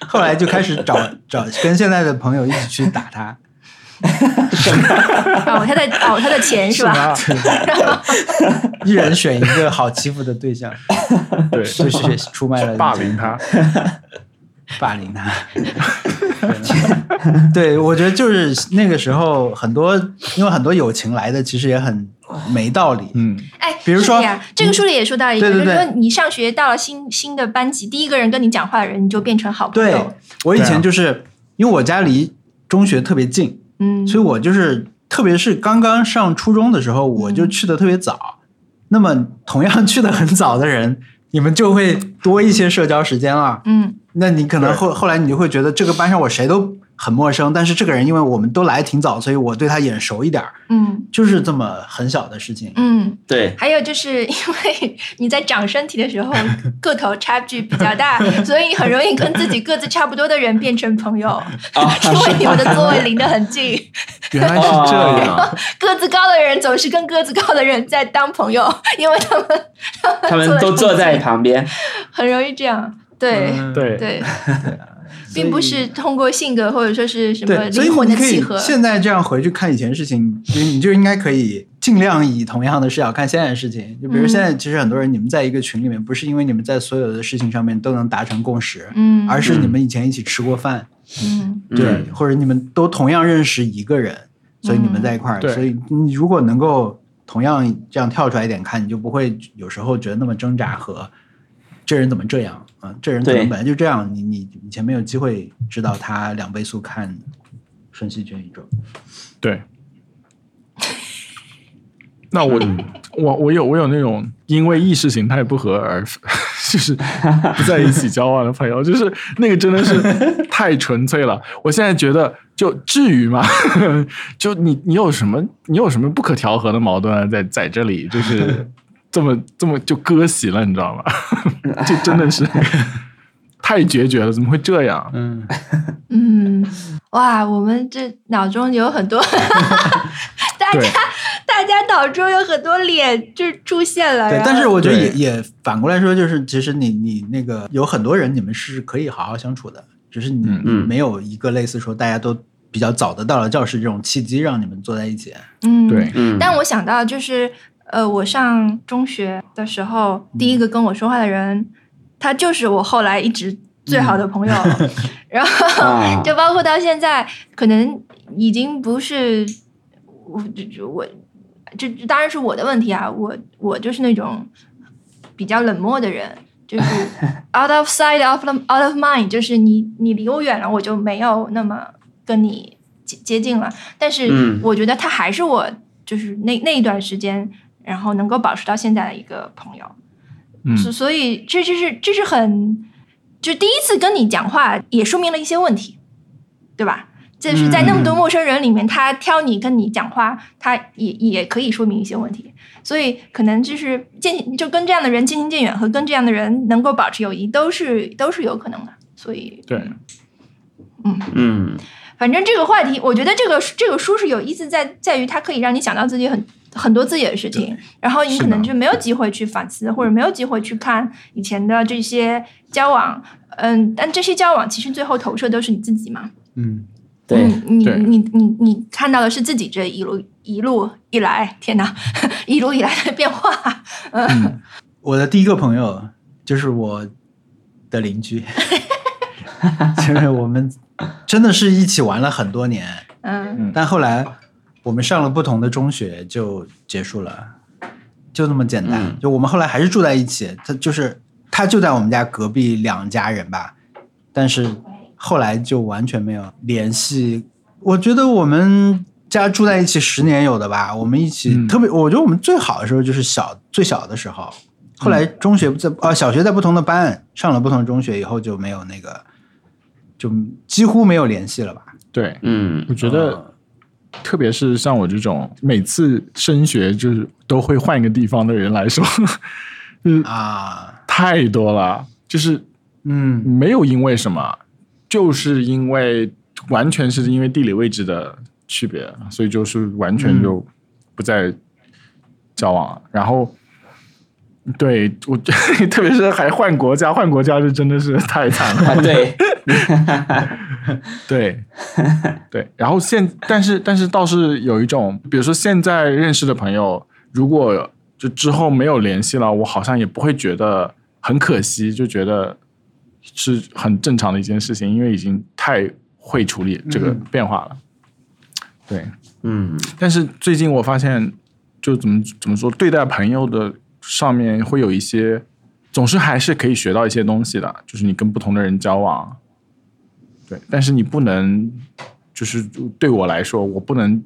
Speaker 4: 后来就开始找找跟现在的朋友一起去打他，
Speaker 3: 哦，他的哦他的钱是吧？
Speaker 2: 吧？
Speaker 4: 一人选一个好欺负的对象，
Speaker 2: 对，
Speaker 4: 就 是出卖了
Speaker 2: 霸凌他。
Speaker 4: 霸凌他。对，我觉得就是那个时候，很多因为很多友情来的其实也很没道理。
Speaker 2: 嗯，
Speaker 3: 哎，
Speaker 4: 比如
Speaker 3: 是
Speaker 4: 说
Speaker 3: 的呀，这个书里也说到一个，
Speaker 4: 对对对
Speaker 3: 就是说你上学到了新新的班级，第一个人跟你讲话的人，你就变成好朋
Speaker 4: 对
Speaker 3: 友。
Speaker 4: 我以
Speaker 2: 对啊
Speaker 4: 前就是、因为我家离中学特别近，
Speaker 3: 嗯，
Speaker 4: 所以我就是特别是刚刚上初中的时候，我就去的特别早。
Speaker 3: 嗯
Speaker 4: 那么同样去的很早的人，你们就会多一些社交时间了。
Speaker 3: 嗯，
Speaker 4: 那你可能后后来你就会觉得这个班上我谁都很陌生，但是这个人因为我们都来挺早，所以我对他眼熟一点儿，
Speaker 3: 嗯
Speaker 4: 就是这么很小的事情。
Speaker 3: 嗯，
Speaker 1: 对，
Speaker 3: 还有就是因为 你在长身体的 时候个头差距比较大，所以你很容易跟自己个子差不多的人变成朋友，
Speaker 4: 啊
Speaker 3: 因为你们的座位离得很近。
Speaker 2: 原来是这样。
Speaker 3: 个子高的人总是跟个子高的人在当朋友，因为他们
Speaker 1: 他们都坐在旁边。
Speaker 3: 很容易这样。对、
Speaker 4: 嗯，
Speaker 2: 对，
Speaker 3: 对，并不是通过性格或者说是什么
Speaker 4: 对，所以
Speaker 3: 灵
Speaker 4: 我
Speaker 3: 魂
Speaker 4: 们
Speaker 3: 的
Speaker 4: 可
Speaker 3: 契
Speaker 4: 以
Speaker 3: 合。
Speaker 4: 现在这样回去看以前的事情，就你就应该可以尽量以同样的视角看现在的事情。就比如
Speaker 3: 嗯
Speaker 4: 现在，其实很多人你们在一个群里面，不是因为你们在所有的事情上面都能达成共识，
Speaker 3: 嗯，
Speaker 4: 而是你们以前一起吃过饭，
Speaker 3: 嗯
Speaker 4: 对，或者你们都同样认识一个人，所以你们在一块儿，
Speaker 2: 对
Speaker 4: 所以你如果能够同样这样跳出来一点看，你就不会有时候觉得那么挣扎和这人怎么这样啊？这人可能
Speaker 1: 对
Speaker 4: 本来就这样，你你以前没有机会知道他两倍速看瞬息全宇宙，
Speaker 2: 对。 那我
Speaker 3: 嗯
Speaker 2: 我我有我有那种因为意识形态不合而 就是不在一起交往的朋友，就是那个真的 是太纯粹了。我现在觉得就至于吗？ 就你你有什么你有什么不可调和的矛盾啊？在在这里就是 这么这么就割席了，你知道吗？ 就真的 是太决绝了，怎么会这样？
Speaker 4: 嗯，
Speaker 3: 嗯，哇，我们这脑中有很 多， 大
Speaker 2: 对
Speaker 3: 家大家脑中有很多脸就出现了。
Speaker 4: 对。
Speaker 3: 然
Speaker 4: 但是
Speaker 3: 后
Speaker 4: 我觉得也
Speaker 2: 对
Speaker 4: 也反过来说，就是其实你你那个有很多人你们是可以好好相处的，只是你
Speaker 2: 嗯
Speaker 1: 嗯
Speaker 4: 没有一个类似说大家都比较早的到了教室这种契机让你们坐在一起，
Speaker 3: 嗯，
Speaker 2: 对，
Speaker 1: 嗯，
Speaker 3: 但我想到就是，呃，我上中学的时候，第一个跟我说话的人，他就是我后来一直最好的朋友，
Speaker 4: 嗯
Speaker 3: 然
Speaker 1: 啊
Speaker 3: 后就包括到现在，可能已经不是我我这这当然是我的问题啊，我我就是那种比较冷漠的人。就是 out of sight, out of out of mind，就是你你离我远了，我就没有那么跟你接接近了。但是
Speaker 1: 嗯
Speaker 3: 我觉得他还是我就是那那一段时间，然后能够保持到现在的一个朋友。
Speaker 2: 嗯，
Speaker 3: 所、所以这这是这是很，就第一次跟你讲话也说明了一些问题，对吧？就是在那么多陌生人里面，他挑你跟你讲话，他也也可以说明一些问题。所以可能就是渐就跟这样的人渐行渐远，和跟这样的人能够保持友谊，都是都是有可能的。所以，
Speaker 2: 对，
Speaker 1: 嗯，
Speaker 3: 反正这个话题，我觉得这个这个书是有意思在在于它可以让你想到自己很很多自己的事情，然后你
Speaker 2: 是
Speaker 3: 可能
Speaker 2: 的
Speaker 3: 就没有机会去反思，或者没有机会去看以前的这些交往。嗯，但这些交往其实最后投射都是你自己嘛。
Speaker 4: 嗯，
Speaker 1: 对，
Speaker 3: 嗯你
Speaker 2: 对
Speaker 3: 你你你看到的是自己这一路一路以来，天哪， 一路以来的变化。
Speaker 2: 嗯，
Speaker 4: 我的第一个朋友就是我的邻居，就是我们真的是一起玩了很多年，
Speaker 3: 嗯，
Speaker 4: 但后来我们上了不同的中学就结束了，就这么简单。
Speaker 1: 嗯
Speaker 4: 就我们后来还是住在一起，他就是他就在我们家隔壁两家人吧，但是后来就完全没有联系。我觉得我们家住在一起十年有的吧，我们一起、
Speaker 2: 嗯
Speaker 4: 特别，我觉得我们最好的时候就是小最小的时候。后来中学在呃小学在不同的班上了不同的中学以后就没有那个，就几乎没有联系了吧？
Speaker 2: 对，
Speaker 1: 嗯
Speaker 2: 我觉得。特别是像我这种每次升学就是都会换一个地方的人来说， 就是
Speaker 4: 啊，
Speaker 2: 太多了，就是
Speaker 4: 嗯，
Speaker 2: 没有因为什么，就是因为完全是因为地理位置的区别，所以就是完全就不再交往。然后，对我， 特别是还换国家，换国家是真的是太惨了。
Speaker 1: 啊对，
Speaker 2: 对，对。然后现，但是但是倒是有一种，比如说现在认识的朋友，如果就之后没有联系了，我好像也不会觉得很可惜，就觉得是很正常的一件事情，因为已经太会处理这个
Speaker 4: 嗯
Speaker 2: 变化了。对，
Speaker 1: 嗯
Speaker 2: 但是最近我发现，就怎么怎么说，对待朋友的上面会有一些，总是还是可以学到一些东西的，就是你跟不同的人交往，对，但是你不能，就是对我来说，我不能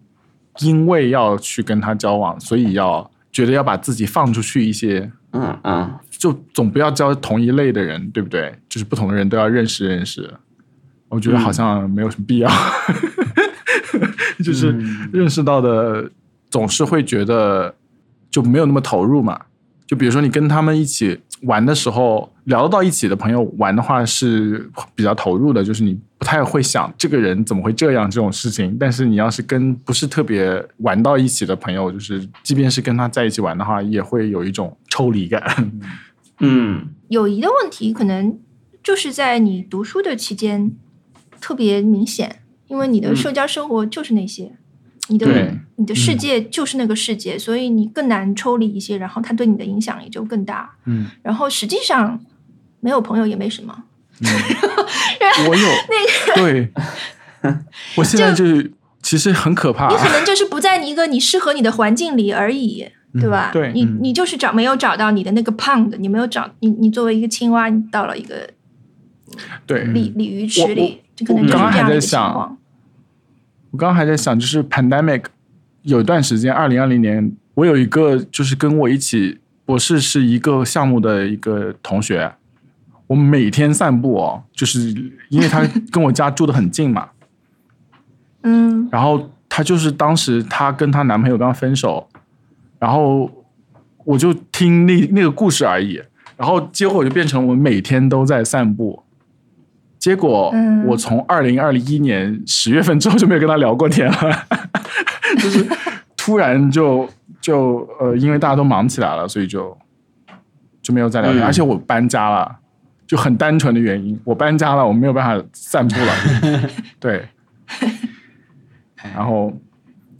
Speaker 2: 因为要去跟他交往，所以要觉得要把自己放出去一些，
Speaker 1: 嗯嗯，
Speaker 2: 就总不要交同一类的人，对不对？就是不同的人都要认识认识，我觉得好像没有什么必要， 就是认识到的总是会觉得就没有那么投入嘛。就比如说你跟他们一起玩的时候，聊得到一起的朋友玩的话是比较投入的，就是你不太会想这个人怎么会这样这种事情。但是你要是跟不是特别玩到一起的朋友，就是即便是跟他在一起玩的话，也会有一种抽离感。
Speaker 1: 嗯
Speaker 3: 友谊的问题可能就是在你读书的期间特别明显，因为你的社交生活就是那些，你的
Speaker 2: 嗯对嗯
Speaker 3: 你的世界就是那个世界，所以你更难抽离一些，然后它对你的影响也就更大。
Speaker 4: 嗯，
Speaker 3: 然后实际上没有朋友也没什么，
Speaker 2: 我有对，我现在就是其实很可怕啊
Speaker 3: 你。可能就是不在一个你适合你的环境里而已，对吧？
Speaker 2: 对
Speaker 3: 你
Speaker 4: 嗯
Speaker 3: 你就是找没有找到你的那个 pound，你没有找你你作为一个青蛙，你到了一个
Speaker 2: 对，
Speaker 3: 鲤鲤鱼池
Speaker 2: 嗯我
Speaker 3: 里，这可能
Speaker 2: 我
Speaker 3: 就是
Speaker 2: 刚刚
Speaker 3: 这样
Speaker 2: 还在
Speaker 3: 的一个情
Speaker 2: 想
Speaker 3: 况。
Speaker 2: 我刚刚还在想，就是 pandemic 有一段时间，二零二零年，我有一个就是跟我一起博士是一个项目的一个同学，我每天散步哦，就是因为他跟我家住的很近嘛，
Speaker 3: 嗯，
Speaker 2: 然后她就是当时她跟她男朋友刚分手，然后我就听那那个故事而已，然后结果就变成我每天都在散步。结果
Speaker 3: 嗯
Speaker 2: 我从二零二一年十月份之后就没有跟她聊过天了，就是突然就就呃，因为大家都忙起来了，所以就就没有再聊天。
Speaker 1: 嗯
Speaker 2: 而且我搬家了，就很单纯的原因，我搬家了，我没有办法散步了。对，然后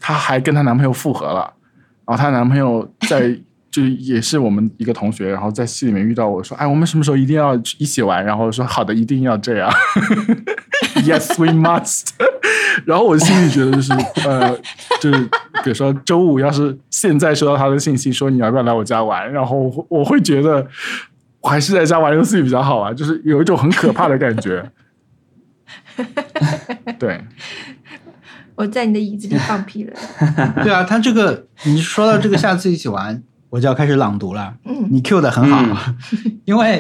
Speaker 2: 她还跟她男朋友复合了，然后她男朋友在 就是也是我们一个同学，然后在戏里面遇到我说，哎，我们什么时候一定要一起玩？然后说好的，一定要这样。yes, we must 。然后我心里觉得就是 呃，就是比如说周五要是现在收到他的信息说你要不要来我家玩，然后我会我会觉得我还是在家玩游戏比较好玩，啊就是有一种很可怕的感 觉。对，
Speaker 3: 我在你的椅子里放屁了。
Speaker 4: 对啊，他这个你说到这个，下次一起玩，我就要开始朗读了。
Speaker 3: 嗯
Speaker 4: 你 Q 的很好，因为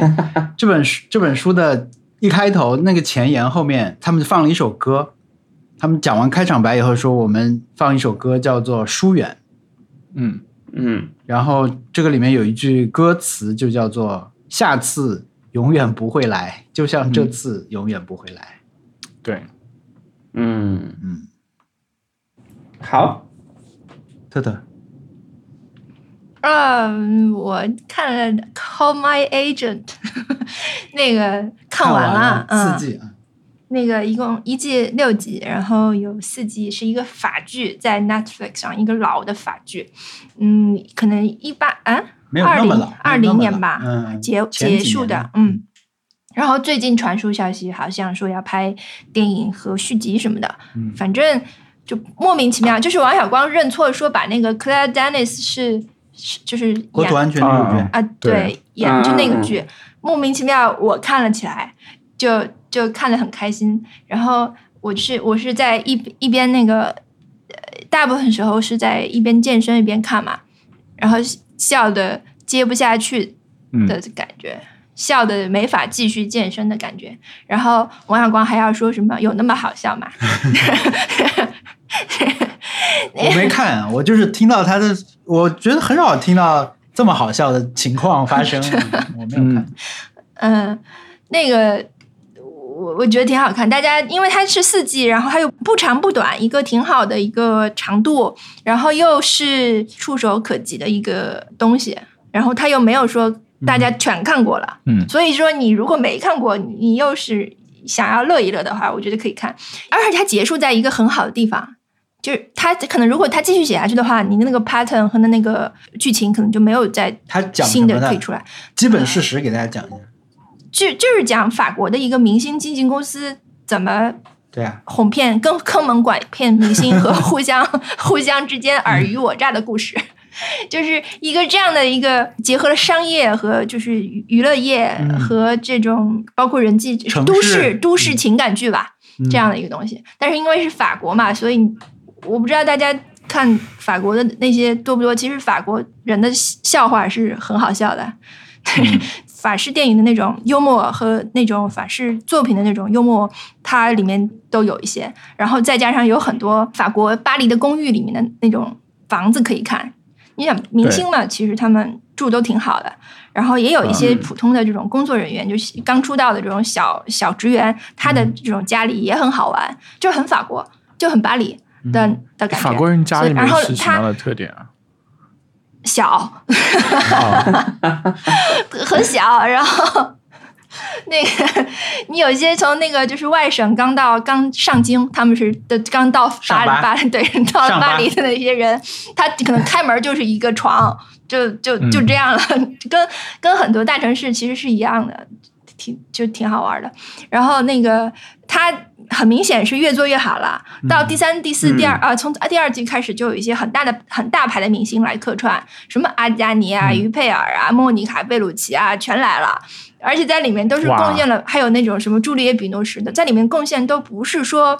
Speaker 4: 这本书这本书的一开头那个前言后面，他们放了一首歌，他们讲完开场白以后说，我们放一首歌叫做《疏远》，
Speaker 2: 嗯，
Speaker 1: 嗯，
Speaker 4: 然后这个里面有一句歌词就叫做“下次永远不会来，就像
Speaker 3: 嗯
Speaker 4: 这次永远不会来
Speaker 2: 对，
Speaker 1: 嗯
Speaker 4: 嗯，
Speaker 1: 好，”。
Speaker 4: 特特，
Speaker 3: 嗯，我看了《Call My Agent》，那个看完了，
Speaker 4: 四
Speaker 3: 嗯，
Speaker 4: 季啊，
Speaker 3: 那个一共一季六集，然后有四季，是一个法剧，在 Netflix 上一个老的法剧，嗯，可能一八啊
Speaker 4: 没有那么老，
Speaker 3: 20
Speaker 4: 没有那么老
Speaker 3: 20年吧
Speaker 4: 嗯，
Speaker 3: 结
Speaker 4: 前几
Speaker 3: 结束
Speaker 4: 年
Speaker 3: 的，嗯。然后最近传出消息，好像说要拍电影和续集什么的，
Speaker 4: 嗯
Speaker 3: 反正就莫名其妙，就是王小光认错说把那个 Claire Dennis 是是就是
Speaker 4: 国
Speaker 3: 演
Speaker 4: 土安全这部片，
Speaker 3: 啊，
Speaker 2: 对
Speaker 3: 对，演就那个剧，莫名其妙我看了起来，就就看得很开心。然后我是我是在一一边那个，呃，大部分时候是在一边健身一边看嘛，然后笑的接不下去
Speaker 2: 嗯
Speaker 3: 的感觉。笑的没法继续健身的感觉，然后王小光还要说什么有那么好笑吗？
Speaker 4: 我没看，我就是听到他的，我觉得很少听到这么好笑的情况 发生，我没有看。
Speaker 2: 嗯
Speaker 3: 嗯，那个我我觉得挺好看，大家因为它是四季，然后它又不长不短，一个挺好的一个长度，然后又是触手可及的一个东西，然后它又没有说大家全看过了，
Speaker 2: 嗯
Speaker 3: 所以说你如果没看过，你又是想要乐一乐的话，我觉得可以看，而且它结束在一个很好的地方。就是它可能，如果它继续写下去的话，你的那个 pattern 和那个剧情可能就没有再
Speaker 4: 他讲什
Speaker 3: 新
Speaker 4: 么
Speaker 3: 的可以
Speaker 4: 呢？
Speaker 3: 出来。
Speaker 4: 基本事实给大家讲一下。
Speaker 3: 就就是讲法国的一个明星经纪公司怎么
Speaker 4: 对啊，
Speaker 3: 哄骗、跟坑蒙拐骗明星和 互相互相之间尔虞我诈的故事，就是一个这样的一个结合了商业和就是娱娱乐业
Speaker 4: 嗯
Speaker 3: 和这种包括人际
Speaker 4: 城
Speaker 3: 都
Speaker 4: 市
Speaker 3: 市都市
Speaker 4: 嗯
Speaker 3: 情感剧吧，
Speaker 4: 嗯
Speaker 3: 这样的一个东西。但是因为是法国嘛，所以我不知道大家看法国的那些多不多。其实法国人的笑话是很好笑的，
Speaker 2: 嗯
Speaker 3: 法式电影的那种幽默和那种法式作品的那种幽默，它里面都有一些。然后再加上有很多法国巴黎的公寓里面的那种房子可以看。你想明星嘛，其实他们住都挺好的，然后也有一些
Speaker 1: 嗯
Speaker 3: 普通的这种工作人
Speaker 2: 嗯
Speaker 3: 员，就是刚出道的这种小小职员，他的这种家里也很好玩，就很法国，就很巴黎的、的感
Speaker 2: 嗯
Speaker 3: 觉。
Speaker 2: 法国人家里面
Speaker 3: 然后
Speaker 2: 是什么
Speaker 3: 他
Speaker 2: 样的特点 啊？
Speaker 3: 小，
Speaker 2: 啊，
Speaker 3: 很小，然后 那个你有一些从那个就是外省刚到刚上京，他们是的刚到巴
Speaker 4: 上
Speaker 3: 黎
Speaker 4: 巴
Speaker 3: 巴对到
Speaker 4: 上巴
Speaker 3: 巴黎的那些人，他可能开门就是一个床，就就
Speaker 4: 嗯
Speaker 3: 就这样了，跟跟很多大城市其实是一样的，挺就挺好玩的。然后那个他很明显是越做越好了，
Speaker 4: 嗯
Speaker 3: 到第三、第四、第二
Speaker 1: 嗯
Speaker 3: 啊，从第二季开始就有一些很大的、很大牌的明星来客串，什么阿加尼啊、
Speaker 4: 嗯
Speaker 3: 于佩尔啊、莫妮卡贝鲁奇啊，全来了。而且在里面都是
Speaker 2: 哇
Speaker 3: 贡献了，还有那种什么朱丽叶·比诺什的，在里面贡献都不是说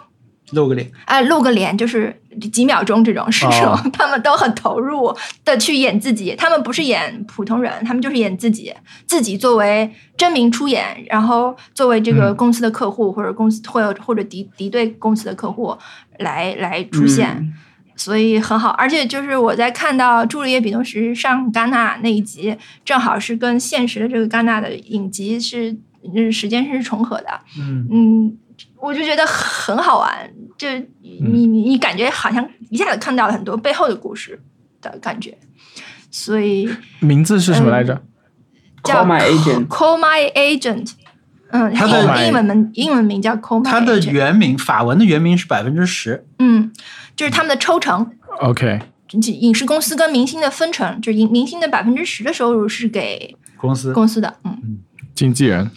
Speaker 4: 露个脸，
Speaker 3: 哎，露个脸就是几秒钟这种事情，
Speaker 4: 哦
Speaker 3: 他们都很投入的去演自己，他们不是演普通人，他们就是演自己，自己作为真名出演，然后作为这个
Speaker 2: 嗯
Speaker 3: 公司的客户、或者公司或者或者敌敌对公司的客户来来出现，所以很好。而且就是我在看到朱丽叶·比诺什上戛纳那一集，正好是跟现实的这个戛纳的影集是嗯时间是重合的，
Speaker 4: 嗯，
Speaker 3: 嗯，我就觉得很好玩，就你你你感觉好像一下子看到了很多背后的故事的感觉，所以
Speaker 2: 名字是什么来着？
Speaker 3: 叫
Speaker 1: Call My Agent
Speaker 3: Call My Agent，嗯，
Speaker 4: 它
Speaker 2: 的
Speaker 3: 英文英文名英文名叫 Call My，
Speaker 4: 它的
Speaker 3: Agent，
Speaker 4: 原名法文的原名是百分之十，
Speaker 3: 嗯，就是他们的抽成，
Speaker 2: OK，
Speaker 3: 影视公司跟明星的分成，就是明明星的百分之十的收入是给
Speaker 4: 公司
Speaker 3: 公司的，嗯，
Speaker 2: 经纪人，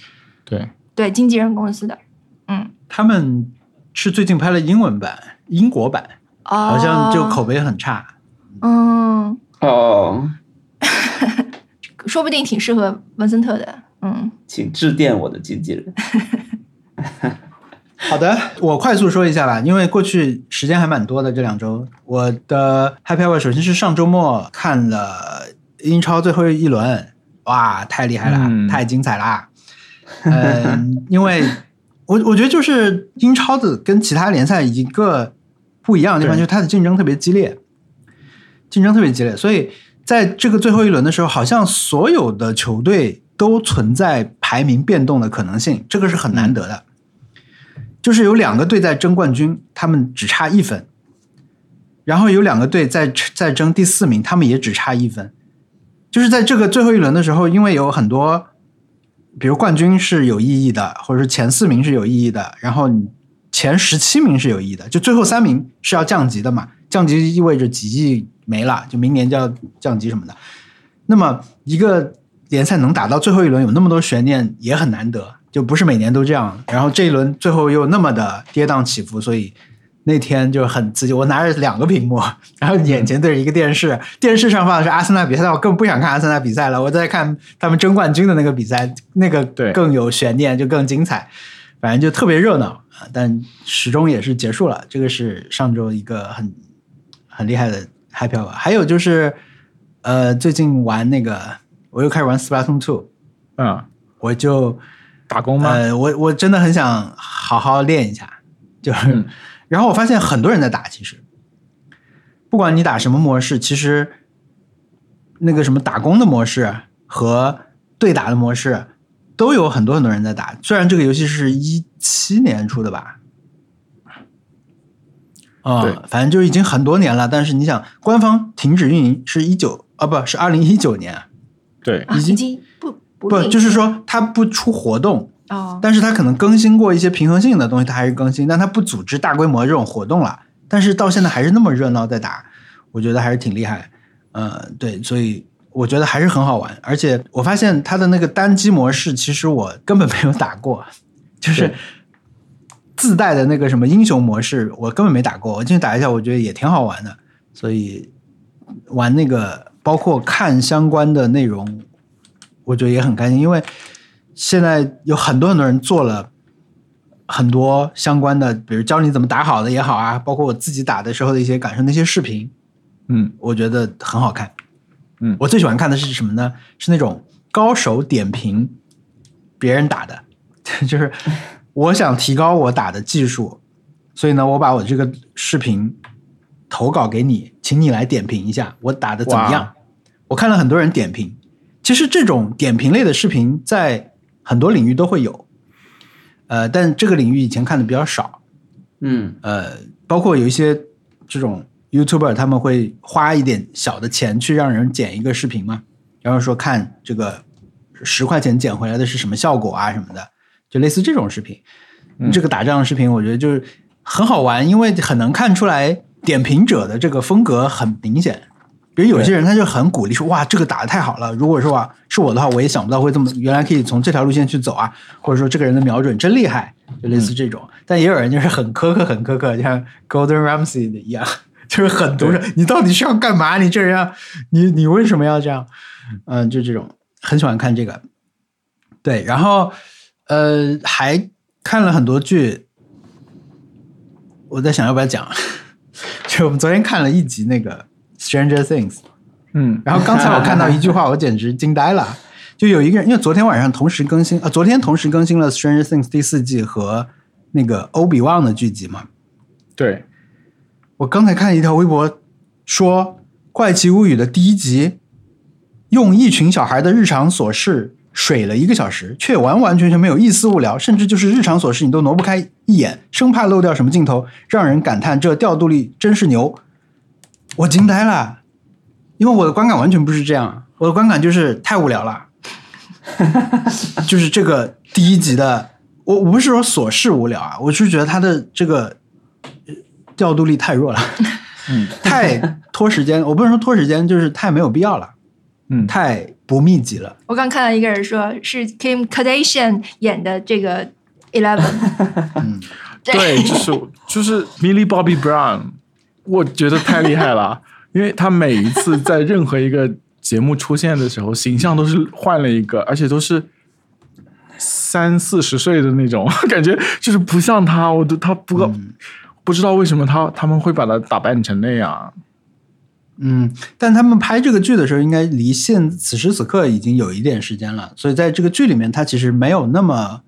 Speaker 2: 对，
Speaker 3: 对，经纪人公司的，嗯，
Speaker 4: 他们是最近拍了英文版、英国版，
Speaker 3: 好
Speaker 4: 好像就口碑很差。
Speaker 3: 哦嗯，
Speaker 1: 哦，
Speaker 3: 说不定挺适合文森特的，嗯
Speaker 1: 请致电我的经纪人。
Speaker 4: 好的，我快速说一下吧，因为过去时间还蛮多的，这两周我的 Happy Hour 首先是上周末看了英超最后一轮，哇，太厉害了，
Speaker 2: 嗯
Speaker 4: 太精彩啦！嗯，因为我我觉得就是英超的跟其他联赛一个不一样的地方，
Speaker 2: 对
Speaker 4: 就是它的竞争特别激烈，竞争特别激烈，所以在这个最后一轮的时候，好像所有的球队都存在排名变动的可能性，这个是很
Speaker 2: 嗯
Speaker 4: 难得的。就是有两个队在争冠军，他们只差一分，然后有两个队在在争第四名，他们也只差一分。就是在这个最后一轮的时候，因为有很多，比如冠军是有意义的，或者是前四名是有意义的，然后你前十七名是有意义的，就最后三名是要降级的嘛，降级意味着几亿没了，就明年就要降级什么的。那么一个联赛能打到最后一轮有那么多悬念也很难得，就不是每年都这样。然后这一轮最后又那么的跌宕起伏，所以那天就很刺激。我拿着两个屏幕，然后眼前对着一个电视，电视上放的是阿森纳比赛，但我更不想看阿森纳比赛了，我在看他们争冠军的那个比赛，那个
Speaker 2: 对
Speaker 4: 更有悬念，就更精彩。反正就特别热闹啊，但始终也是结束了。这个是上周一个很很厉害的 happy hour。还有就是，呃，最近玩那个，我又开始玩 Splatoon Two，
Speaker 2: 嗯，
Speaker 4: 我就
Speaker 2: 打工吗？
Speaker 4: 呃，我我真的很想好好练一下，就是，
Speaker 2: 嗯
Speaker 4: 然后我发现很多人在打，其实，不管你打什么模式，其实那个什么打工的模式和对打的模式都有很多很多人在打。虽然这个游戏是一七年出的吧，啊、
Speaker 2: 对
Speaker 4: 反正就已经很多年了。但是你想，官方停止运营是一九啊，不是二零一九年，
Speaker 2: 对，
Speaker 3: 啊
Speaker 4: 已经
Speaker 3: 已经不不
Speaker 4: 不
Speaker 3: 运营
Speaker 4: 就是说它不出活动，
Speaker 3: 哦，
Speaker 4: 但是它可能更新过一些平衡性的东西，它还是更新，但它不组织大规模这种活动了。但是到现在还是那么热闹在打，我觉得还是挺厉害。呃，对，所以我觉得还是很好玩。而且我发现它的那个单机模式，其实我根本没有打过， 就是
Speaker 2: 对
Speaker 4: 自带的那个什么英雄模式，我根本没打过。我进去打一下，我觉得也挺好玩的。所以玩那个，包括看相关的内容，我觉得也很开心，因为现在有很多很多人做了很多相关的，比如教你怎么打好的也好啊，包括我自己打的时候的一些感受，那些视频，
Speaker 2: 嗯，
Speaker 4: 我觉得很好看。
Speaker 2: 嗯
Speaker 4: 我最喜欢看的是什么呢？是那种高手点评别人打的， 就是我想提高我打的技术，所以呢，我把我这个视频投稿给你，请你来点评一下我打的怎么样
Speaker 2: 哇。
Speaker 4: 我看了很多人点评，其实这种点评类的视频在很多领域都会有，呃，但这个领域以前看的比较少。
Speaker 1: 嗯，
Speaker 4: 呃，包括有一些这种 YouTuber 他们会花一点小的钱去让人剪一个视频嘛，然后说看这个十块钱剪回来的是什么效果啊什么的，就类似这种视频。
Speaker 2: 嗯
Speaker 4: 这个打仗视频我觉得就是很好玩，因为很能看出来点评者的这个风格很明显。比如有些人他就很鼓励说哇这个打的太好了，如果说啊是我的话，我也想不到会这么原来可以从这条路线去走啊，或者说这个人的瞄准真厉害，就类似这种。但也有人就是很苛刻，很苛刻，像 Golden Ramsey 的一样， 就是很毒舌。你到底是要干嘛？你这人要，你你为什么要这样？嗯、就这种，很喜欢看这个。对，然后呃，还看了很多剧。我在想要不要讲， 就我们昨天看了一集那个《Stranger Things》，
Speaker 2: 嗯，
Speaker 4: 然后刚才我看到一句话，我简直惊呆了。就有一个人，因为昨天晚上同时更新，呃，昨天同时更新了《Stranger Things》第四季和那个《欧比旺》的剧集嘛。
Speaker 2: 对，
Speaker 4: 我刚才看了一条微博说，《怪奇物语》的第一集用一群小孩的日常琐事水了一个小时，却完完全全没有一丝无聊，甚至就是日常琐事你都挪不开一眼，生怕漏掉什么镜头，让人感叹这调度力真是牛。我惊呆了，因为我的观感完全不是这样，我的观感就是太无聊了，就是这个第一集的，我我不是说琐事无聊啊，我是觉得他的这个呃调度力太弱了，
Speaker 2: 嗯
Speaker 4: 太拖时间，我不能说拖时间，就是太没有必要了，
Speaker 2: 嗯，
Speaker 4: 太不密集了。
Speaker 3: 我刚看到一个人说是 Kim Kardashian 演的这个 Eleven，
Speaker 4: 嗯，
Speaker 2: 对，就是就是 Millie Bobby Brown，我觉得太厉害 了，因为她每一次在任何一个节目出现的时候，形象都是换了一个，而且都是三四十岁的那种， 感觉就是不像她，我都她不、
Speaker 4: 嗯
Speaker 2: 不知道为什么她他们会把她打扮成那样。
Speaker 4: 嗯，但他们拍这个剧的时候，应该离现此时此刻已经有一点时间了，所以在这个剧里面，他其实没有那么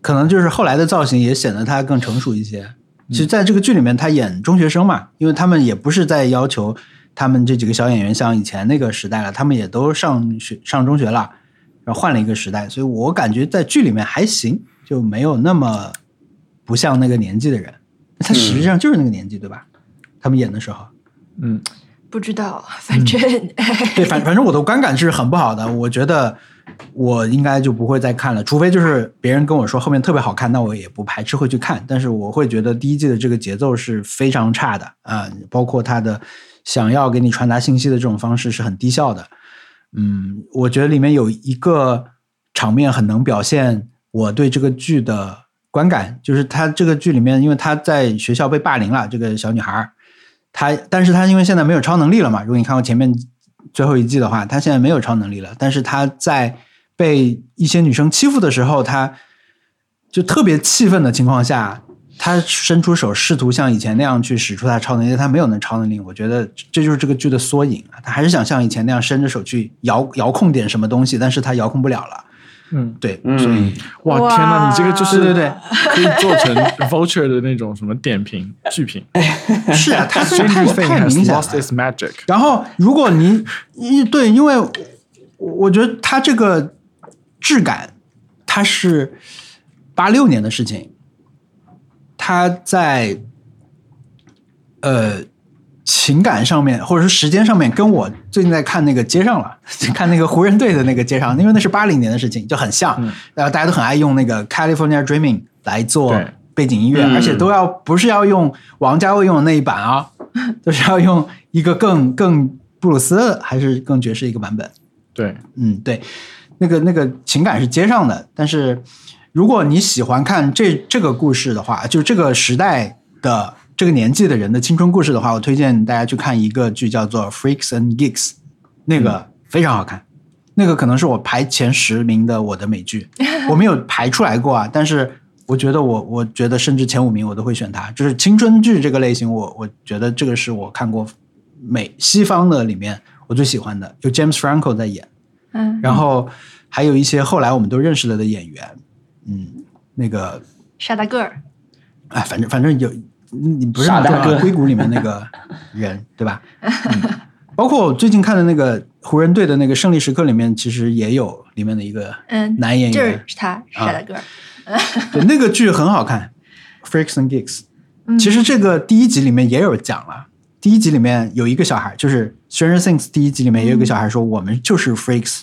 Speaker 4: 可能就是后来的造型也显得他更成熟一些。其实，在这个剧里面，他演中学生嘛，因为他们也不是在要求他们这几个小演员像以前那个时代了，他们也都上学上中学了，然后换了一个时代，所以我感觉在剧里面还行，就没有那么不像那个年纪的人。他实际上就是那个年纪，对吧？他们演的时候，
Speaker 2: 嗯，
Speaker 3: 不知道，反正、
Speaker 4: 对，反反正我的观感是很不好的。我觉得我应该就不会再看了，除非就是别人跟我说后面特别好看，那我也不排斥会去看。但是我会觉得第一季的这个节奏是非常差的啊、包括他的想要给你传达信息的这种方式是很低效的。嗯，我觉得里面有一个场面很能表现我对这个剧的观感，就是他这个剧里面，因为他在学校被霸凌了，这个小女孩儿，她但是她因为现在没有超能力了嘛，如果你看过前面最后一季的话，她现在没有超能力了，但是她在被一些女生欺负的时候，她就特别气愤的情况下。她伸出手，试图像以前那样去使出她的超能力，但她没有那超能力。我觉得这就是这个剧的缩影啊！她还是想像以前那样伸着手去遥遥控点什么东西，但是她遥控不了了。
Speaker 2: 嗯，
Speaker 4: 对，所以
Speaker 1: 嗯，
Speaker 2: 哇，
Speaker 3: 哇
Speaker 2: 天哪，你这个就是
Speaker 4: 对对对，
Speaker 2: 可以做成 vulture 的那种什么点评剧 评。
Speaker 4: 是啊， 他所以
Speaker 2: Stranger
Speaker 4: 太
Speaker 2: Things
Speaker 4: 太
Speaker 2: has
Speaker 4: 明显
Speaker 2: lost
Speaker 4: 了。
Speaker 2: its magic。
Speaker 4: 然后，如果你一对，因为我我觉得他这个质感，它是八六年的事情，他在呃情感上面或者说时间上面，跟我最近在看那个街上了， 看那个湖人队的那个街上，因为那是八零年的事情，就很像。
Speaker 2: 嗯
Speaker 4: 然后大家都很爱用那个 California Dreaming 来做
Speaker 2: 对
Speaker 4: 背景音乐，
Speaker 1: 嗯
Speaker 4: 而且都要不是要用王家卫用的那一版啊，都是要用一个更更布鲁斯还是更爵士一个版本。
Speaker 2: 对，
Speaker 4: 嗯，对，那个那个情感是接上的，但是如果你喜欢看这这个故事的话，就这个时代的这个年纪的人的青春故事的话，我推荐大家去看一个剧叫做《Freaks and Geeks》，那个嗯非常好看，那个可能是我排前十名的我的美 剧，我没有排出来过啊，但是。我觉得我，我觉得甚至前五名我都会选它，就是青春剧这个类型，我我觉得这个是我看过美西方的里面我最喜欢的，有 James Franco 在演，
Speaker 3: 嗯，
Speaker 4: 然后还有一些后来我们都认识了的演员，嗯，那个
Speaker 3: 沙大个儿，
Speaker 4: 哎，反正反正有你不是
Speaker 1: 傻大
Speaker 4: 那个
Speaker 1: 个
Speaker 4: 硅谷里面那个人对吧？嗯包括我最近看的那个湖人队的那个胜利时刻里面，其实也有里面的一个
Speaker 3: 嗯，
Speaker 4: 男演
Speaker 3: 就
Speaker 4: 员啊
Speaker 3: 是，他沙大个儿。
Speaker 4: 对那个剧很好看，《Freaks and Geeks》。
Speaker 3: 嗯
Speaker 4: 其实这个第一集里面也有讲了，第一集里面有一个小孩，就是《Stranger Things》第一集里面也有一个小孩说：“我们就是 freaks，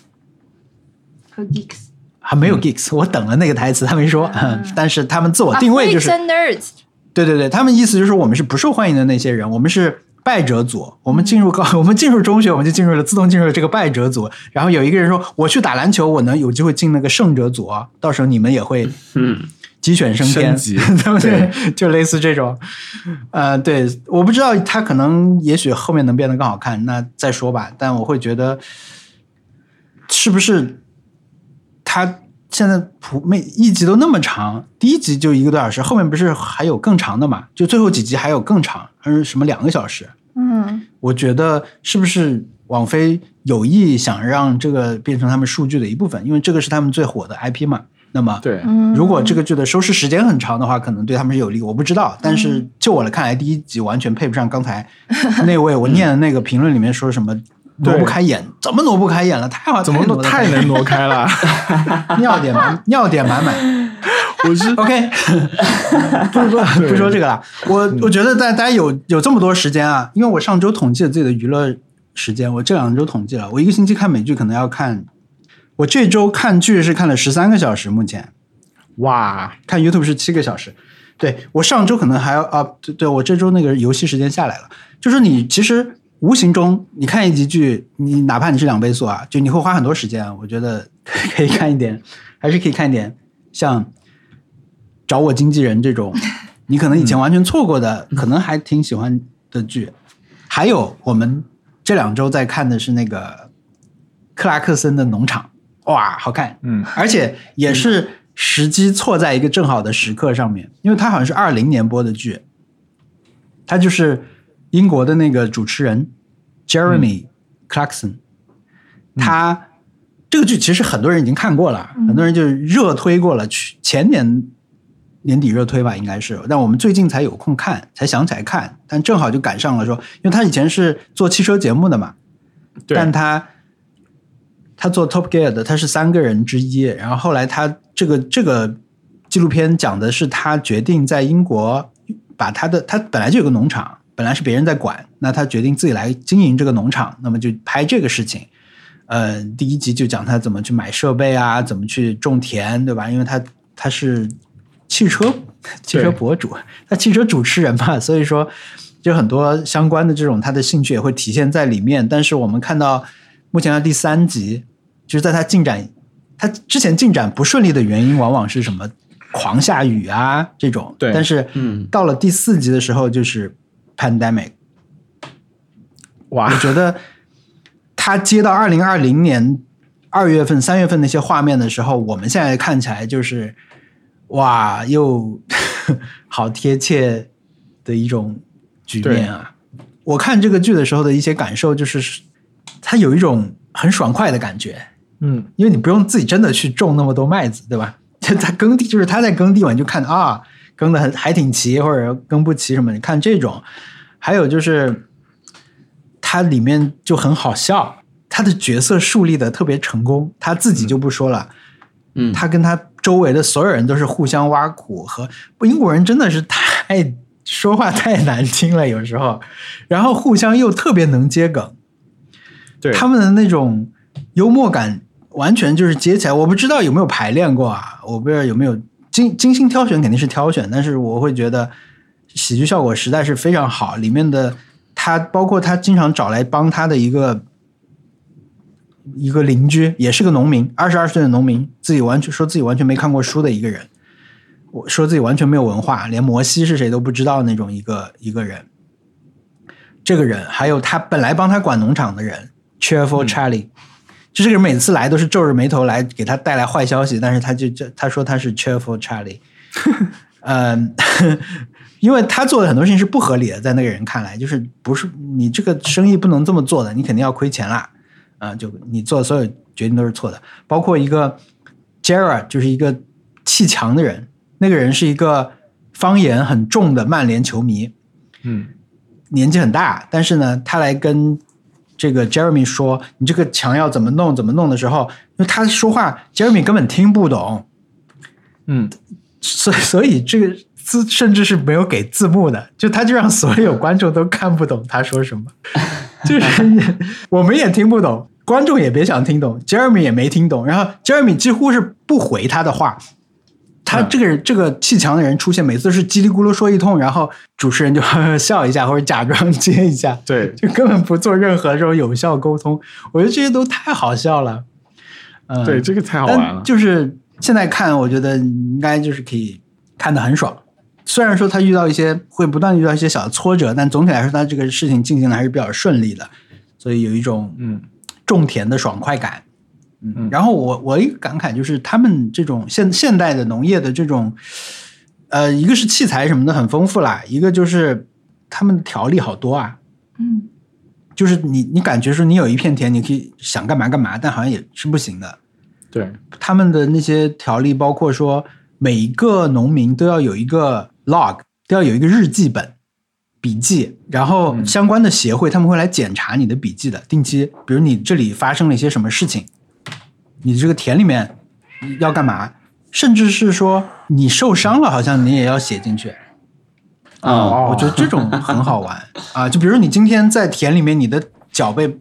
Speaker 3: 和 geeks
Speaker 4: 还没有 geeks，、我等了那个台词，他没说。
Speaker 3: 嗯
Speaker 4: 但是他们自我定位就是，
Speaker 3: 啊，freaks and nerds，
Speaker 4: 对对对，他们意思就是我们是不受欢迎的那些人，我们是败者组。我们进入高，我们进入中学，我们就进入了自动进入了这个败者组。然后有一个人说，我去打篮球，我能有机会进那个胜者组啊，到时候你们也会
Speaker 1: 嗯，
Speaker 4: 鸡犬升天，
Speaker 2: 升级
Speaker 4: 对不对？就类似这种，呃，对，我不知道他可能也许后面能变得更好看，那再说吧。但我会觉得，是不是他现在普每一集都那么长，第一集就一个多小时，后面不是还有更长的嘛？就最后几集还有更长，还是什么两个小时？
Speaker 3: 嗯，
Speaker 4: 我觉得是不是网飞有意想让这个变成他们数据的一部分，因为这个是他们最火的 IP 嘛。那么，
Speaker 2: 对，
Speaker 3: 嗯
Speaker 4: 如果这个剧的收视时间很长的话，可能对他们是有利，我不知道。但是就我来看来，哎第一集完全配不上刚才 那位我念的那个评论里面说什么挪不开眼，怎么挪不开眼了？太好，
Speaker 2: 怎么
Speaker 4: 挪
Speaker 2: 都
Speaker 4: 得
Speaker 2: 太能挪开了？
Speaker 4: 尿点满尿点满满。
Speaker 2: 我是
Speaker 4: OK，不说
Speaker 2: 对嗯
Speaker 4: 不说这个了。我我觉得大大家有有这么多时间啊，因为我上周统计了自己的娱乐时间，我这两周统计了，我一个星期看美剧可能要看，我这周看剧是看了十三个小时，目前。
Speaker 2: 哇，
Speaker 4: 看 YouTube 是七个小时。对我上周可能还要啊，对对，我这周那个游戏时间下来了，就是你其实无形中你看一集剧，你哪怕你是两倍速啊，就你会花很多时间。我觉得 可以看一点，还是可以看一点像找我经纪人这种， 你可能以前完全错过的，可能还挺喜欢的剧。还有我们这两周在看的是那个克拉克森的《农场》，哇，好看，
Speaker 2: 嗯，
Speaker 4: 而且也是时机错在一个正好的时刻上面，因为它好像是二零年播的剧，它就是英国的那个主持人 Jeremy Clarkson，、他这个剧其实很多人已经看过了，
Speaker 3: 嗯
Speaker 4: 很多人就是热推过了，去前年年底热推吧，应该是，但我们最近才有空看，才想起来看，但正好就赶上了说，因为他以前是做汽车节目的嘛，
Speaker 2: 对
Speaker 4: 但他他做 Top Gear 的，他是三个人之一，然后后来他这个这个纪录片讲的是他决定在英国把他的他本来就有个农场，本来是别人在管，那他决定自己来经营这个农场，那么就拍这个事情。呃，第一集就讲他怎么去买设备啊，怎么去种田，对吧？因为他他是汽车汽车博主，他汽车主持人嘛，所以说就很多相关的这种他的兴趣也会体现在里面。但是我们看到目前的第三集，就是在他进展，他之前进展不顺利的原因，往往是什么狂下雨啊这种。
Speaker 2: 对
Speaker 4: 但是
Speaker 1: 嗯
Speaker 4: 到了第四集的时候，就是 pandemic，
Speaker 2: 哇
Speaker 4: 我，觉得他接到二零二零年二月份、三月份那些画面的时候，我们现在看起来就是哇，又好贴切的一种局面啊！我看这个剧的时候的一些感受就是，它有一种很爽快的感觉，
Speaker 2: 嗯，
Speaker 4: 因为你不用自己真的去种那么多麦子，对吧？ 他耕地就是他在耕地嘛，你就看啊，耕的很还挺齐，或者耕不齐什么，你看这种。还有就是，它里面就很好笑，他的角色树立的特别成功，他自己就不说了，
Speaker 1: 嗯，
Speaker 4: 他跟他周围的所有人都是互相挖苦和英国人真的是太说话太难听了，有时候，然后互相又特别能接梗，
Speaker 2: 对，
Speaker 4: 他们的那种幽默感完全就是接起来。我不知道有没有排练过啊，我不知道有没有精精心挑选，肯定是挑选，但是我会觉得喜剧效果实在是非常好。里面的他，包括他经常找来帮他的一个一个邻居，也是个农民，二十二岁的农民，自己完全说自己完全没看过书的一个人。我说自己完全没有文化，连摩西是谁都不知道那种一个一个人，这个人，还有他本来帮他管农场的人，Cheerful Charlie，、就这个人每次来都是皱着眉头来给他带来坏消息，但是他就就他说他是 Cheerful Charlie，嗯， 因为他做的很多事情是不合理的，在那个人看来，就是不是你这个生意不能这么做的，你肯定要亏钱啦，啊、就你做的所有决定都是错的，包括一个 Gerard，就是一个砌墙的人，那个人是一个方言很重的曼联球迷，
Speaker 2: 嗯，
Speaker 4: 年纪很大，但是呢，他来跟这个 Jeremy 说你这个墙要怎么弄怎么弄的时候，因为他说话 Jeremy 根本听不懂，
Speaker 2: 嗯，
Speaker 4: 所所以这个字甚至是没有给字幕的，就他就让所有观众都看不懂他说什么，就是 我们也听不懂，观众也别想听懂，Jeremy 也没听懂，然后 Jeremy 几乎是不回他的话。他
Speaker 2: 嗯
Speaker 4: 这个人这个砌墙的人出现，每次都是叽里咕噜说一通，然后主持人就 笑一下或者假装接一下，
Speaker 2: 对，
Speaker 4: 就根本不做任何这种有效沟通。我觉得这些都太好笑了。嗯，
Speaker 2: 对，这个太好玩
Speaker 4: 但
Speaker 2: 了，
Speaker 4: 就是现在看，我觉得应该就是可以看得很爽。虽然说他遇到一些会不断遇到一些小的挫折，但总体来说，他这个事情进行的还是比较顺利的，所以有一种
Speaker 2: 嗯，
Speaker 4: 种田的爽快感。
Speaker 2: 嗯
Speaker 4: 然后我我一个感慨就是，他们这种现现代的农业的这种，呃，一个是器材什么的很丰富啦，一个就是他们条例好多啊，
Speaker 3: 嗯
Speaker 4: 就是你你感觉说你有一片田，你可以想干嘛干嘛，但好像也是不行的。
Speaker 2: 对，
Speaker 4: 他们的那些条例包括说，每一个农民都要有一个 log，都要有一个日记本笔记，然后
Speaker 2: 嗯
Speaker 4: 相关的协会他们会来检查你的笔记的，定期，比如你这里发生了一些什么事情，你这个田里面要干嘛，甚至是说你受伤了，好像你也要写进去。
Speaker 1: 哦，
Speaker 2: 哦
Speaker 4: 我觉得这种很好玩 啊。就比如你今天在田里面，你的脚被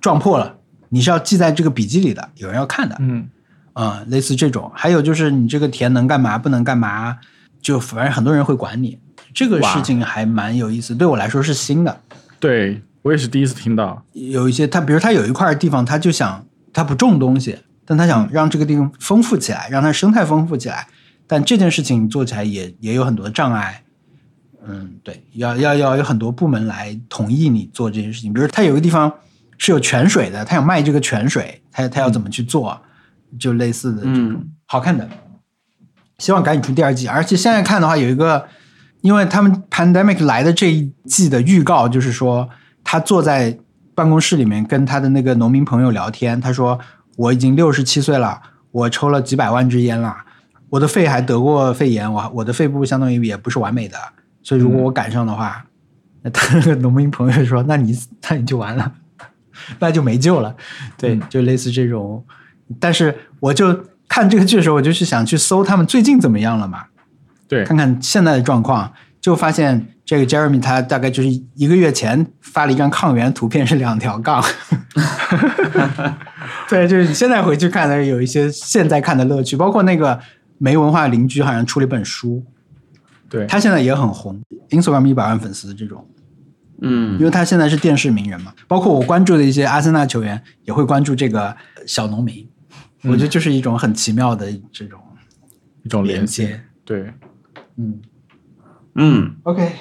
Speaker 4: 撞破了，你是要记在这个笔记里的，有人要看的。
Speaker 2: 嗯，
Speaker 4: 嗯，类似这种。还有就是你这个田能干嘛，不能干嘛，就反正很多人会管你。这个
Speaker 2: 哇
Speaker 4: 事情还蛮有意思，对我来说是新的。
Speaker 2: 对我也是第一次听到，
Speaker 4: 有一些他，比如他有一块地方，他就想他不种东西，但他想让这个地方丰富起来，让它生态丰富起来。但这件事情做起来也也有很多障碍。嗯，对，要要要有很多部门来同意你做这件事情。比如他有个地方是有泉水的，他想卖这个泉水，他他要怎么去做，就类似的这种、
Speaker 1: 嗯
Speaker 4: 好看的。希望赶紧出第二季，而且现在看的话有一个，因为他们 pandemic 来的这一季的预告就是说，他坐在办公室里面跟他的那个农民朋友聊天，他说我已经六十七岁了，我抽了几百万支烟了，我的肺还得过肺炎，我我的肺部相当于也不是完美的，所以如果我赶上的话，那他那个农民朋友说，那你那你就完了，那就没救了。对，
Speaker 2: 嗯
Speaker 4: 就类似这种，但是我就看这个剧的时候，我就是想去搜他们最近怎么样了嘛，
Speaker 2: 对，
Speaker 4: 看看现在的状况，就发现这个 Jeremy 他大概就是一个月前发了一张抗原图片，是两条杠。 对，就是你现在回去看的有一些现在看的乐趣，包括那个没文化邻居好像出了一本书，
Speaker 2: 对，
Speaker 4: 他现在也很红，Instagram 一百万粉丝这种，因
Speaker 1: 嗯
Speaker 4: 为他现在是电视名人嘛。包括我关注的一些阿森纳球员也会关注这个小农民，我觉得就是一种很奇妙的这种
Speaker 2: 一种
Speaker 4: 连
Speaker 2: 联系。
Speaker 4: 接。
Speaker 2: 对
Speaker 4: 嗯
Speaker 1: 嗯
Speaker 4: ，OK，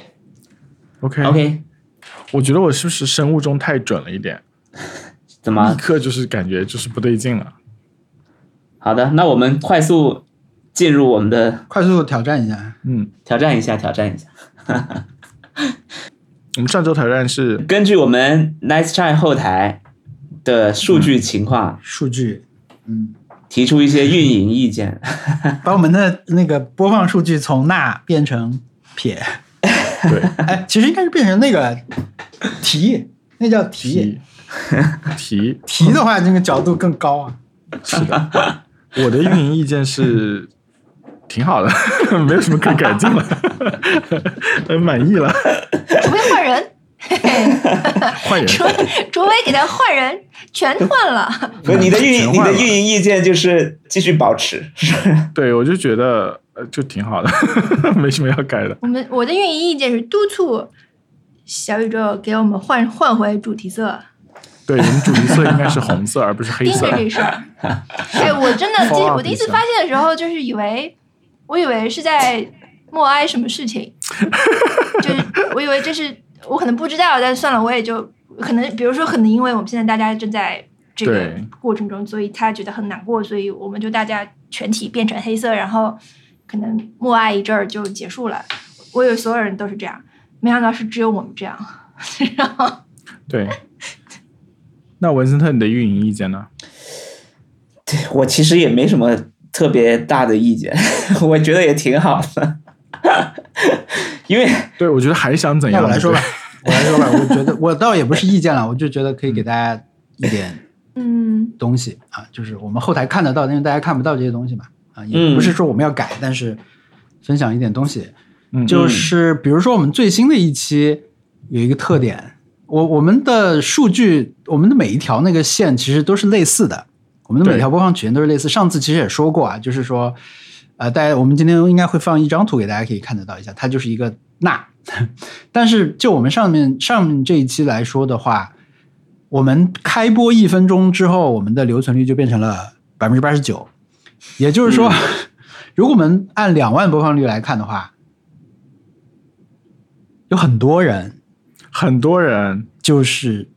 Speaker 2: ，OK
Speaker 1: ，OK，
Speaker 2: 我觉得我是不是生物钟太准了一点，
Speaker 1: 怎
Speaker 2: 立
Speaker 1: 么？
Speaker 2: 刻就是感觉就是不对劲了。
Speaker 1: 好的，那我们快速进入我们的
Speaker 4: 快速挑战一下。
Speaker 2: 嗯，
Speaker 1: 挑战一下，挑战一下。
Speaker 2: 我们上周挑战 是
Speaker 1: 根据我们 Nice Try 后台的数据情况，
Speaker 4: 数据，嗯，
Speaker 1: 提出一些运营意见。
Speaker 4: 把我们的那个播放数据从捺变成撇，
Speaker 2: 对
Speaker 4: 哎，其实应该是变成那个提，那叫提。
Speaker 2: 题题，
Speaker 4: 提的话，那个角度更高啊。
Speaker 2: 是的，我的运营意见 是挺好的， 没有什么可改进了， 呃满意了，
Speaker 3: 除非换人，
Speaker 2: 换人。
Speaker 3: 除 除非给他换人，全换 了。
Speaker 1: 不是你的运营，
Speaker 2: 全
Speaker 1: 你
Speaker 2: 换
Speaker 1: 的
Speaker 2: 了
Speaker 1: 运营意见就是继续保持。
Speaker 2: 对，我就觉得呃就挺好的， 没什么要改的。
Speaker 3: 我们我的运营意见是督促小宇宙给我们换换回主题色，
Speaker 2: 对，我们主题色应该是红色而不是黑
Speaker 3: 盯
Speaker 2: 色
Speaker 3: 着。这事儿。哎，我真的，第
Speaker 2: Follow up
Speaker 3: 我第一次
Speaker 2: 一下
Speaker 3: 发现的时候，就是以为我以为是在默哀什么事情，就是我以为这是我可能不知道，但算了，我也就可能，比如说，可能因为我们现在大家正在这个
Speaker 2: 对
Speaker 3: 过程中，所以他觉得很难过，所以我们就大家全体变成黑色，然后可能默哀一阵儿就结束了。我以为所有人都是这样，没想到是只有我们这样。然后
Speaker 2: 对。那文森特，你的运营意见呢？
Speaker 1: 对我其实也没什么特别大的意见， 我觉得也挺好的，因为
Speaker 2: 对，我觉得还想怎
Speaker 4: 那
Speaker 2: 样？
Speaker 4: 我来说吧
Speaker 2: 对，
Speaker 4: 我来说吧，我觉得我倒也不是意见 了，我就觉得可以给大家一点
Speaker 3: 嗯，
Speaker 4: 东西啊，就是我们后台看得到，但是大家看不到这些东西嘛，啊，
Speaker 1: 嗯
Speaker 4: 也不是说我们要改，但是分享一点东西，
Speaker 2: 嗯
Speaker 4: 就是比如说我们最新的一期有一个特点，我我们的数据，我们的每一条那个线其实都是类似的，我们的每
Speaker 2: 对
Speaker 4: 条播放曲线都是类似。上次其实也说过啊，就是说，呃，大家我们今天应该会放一张图给大家可以看得到一下，它就是一个钠。 但是就我们上面上面这一期来说的话，我们开播一分钟之后，我们的留存率就变成了百分之八十九，也就是说， 如果我们按两万播放率来看的话，有很多人
Speaker 2: 很多人
Speaker 4: 就是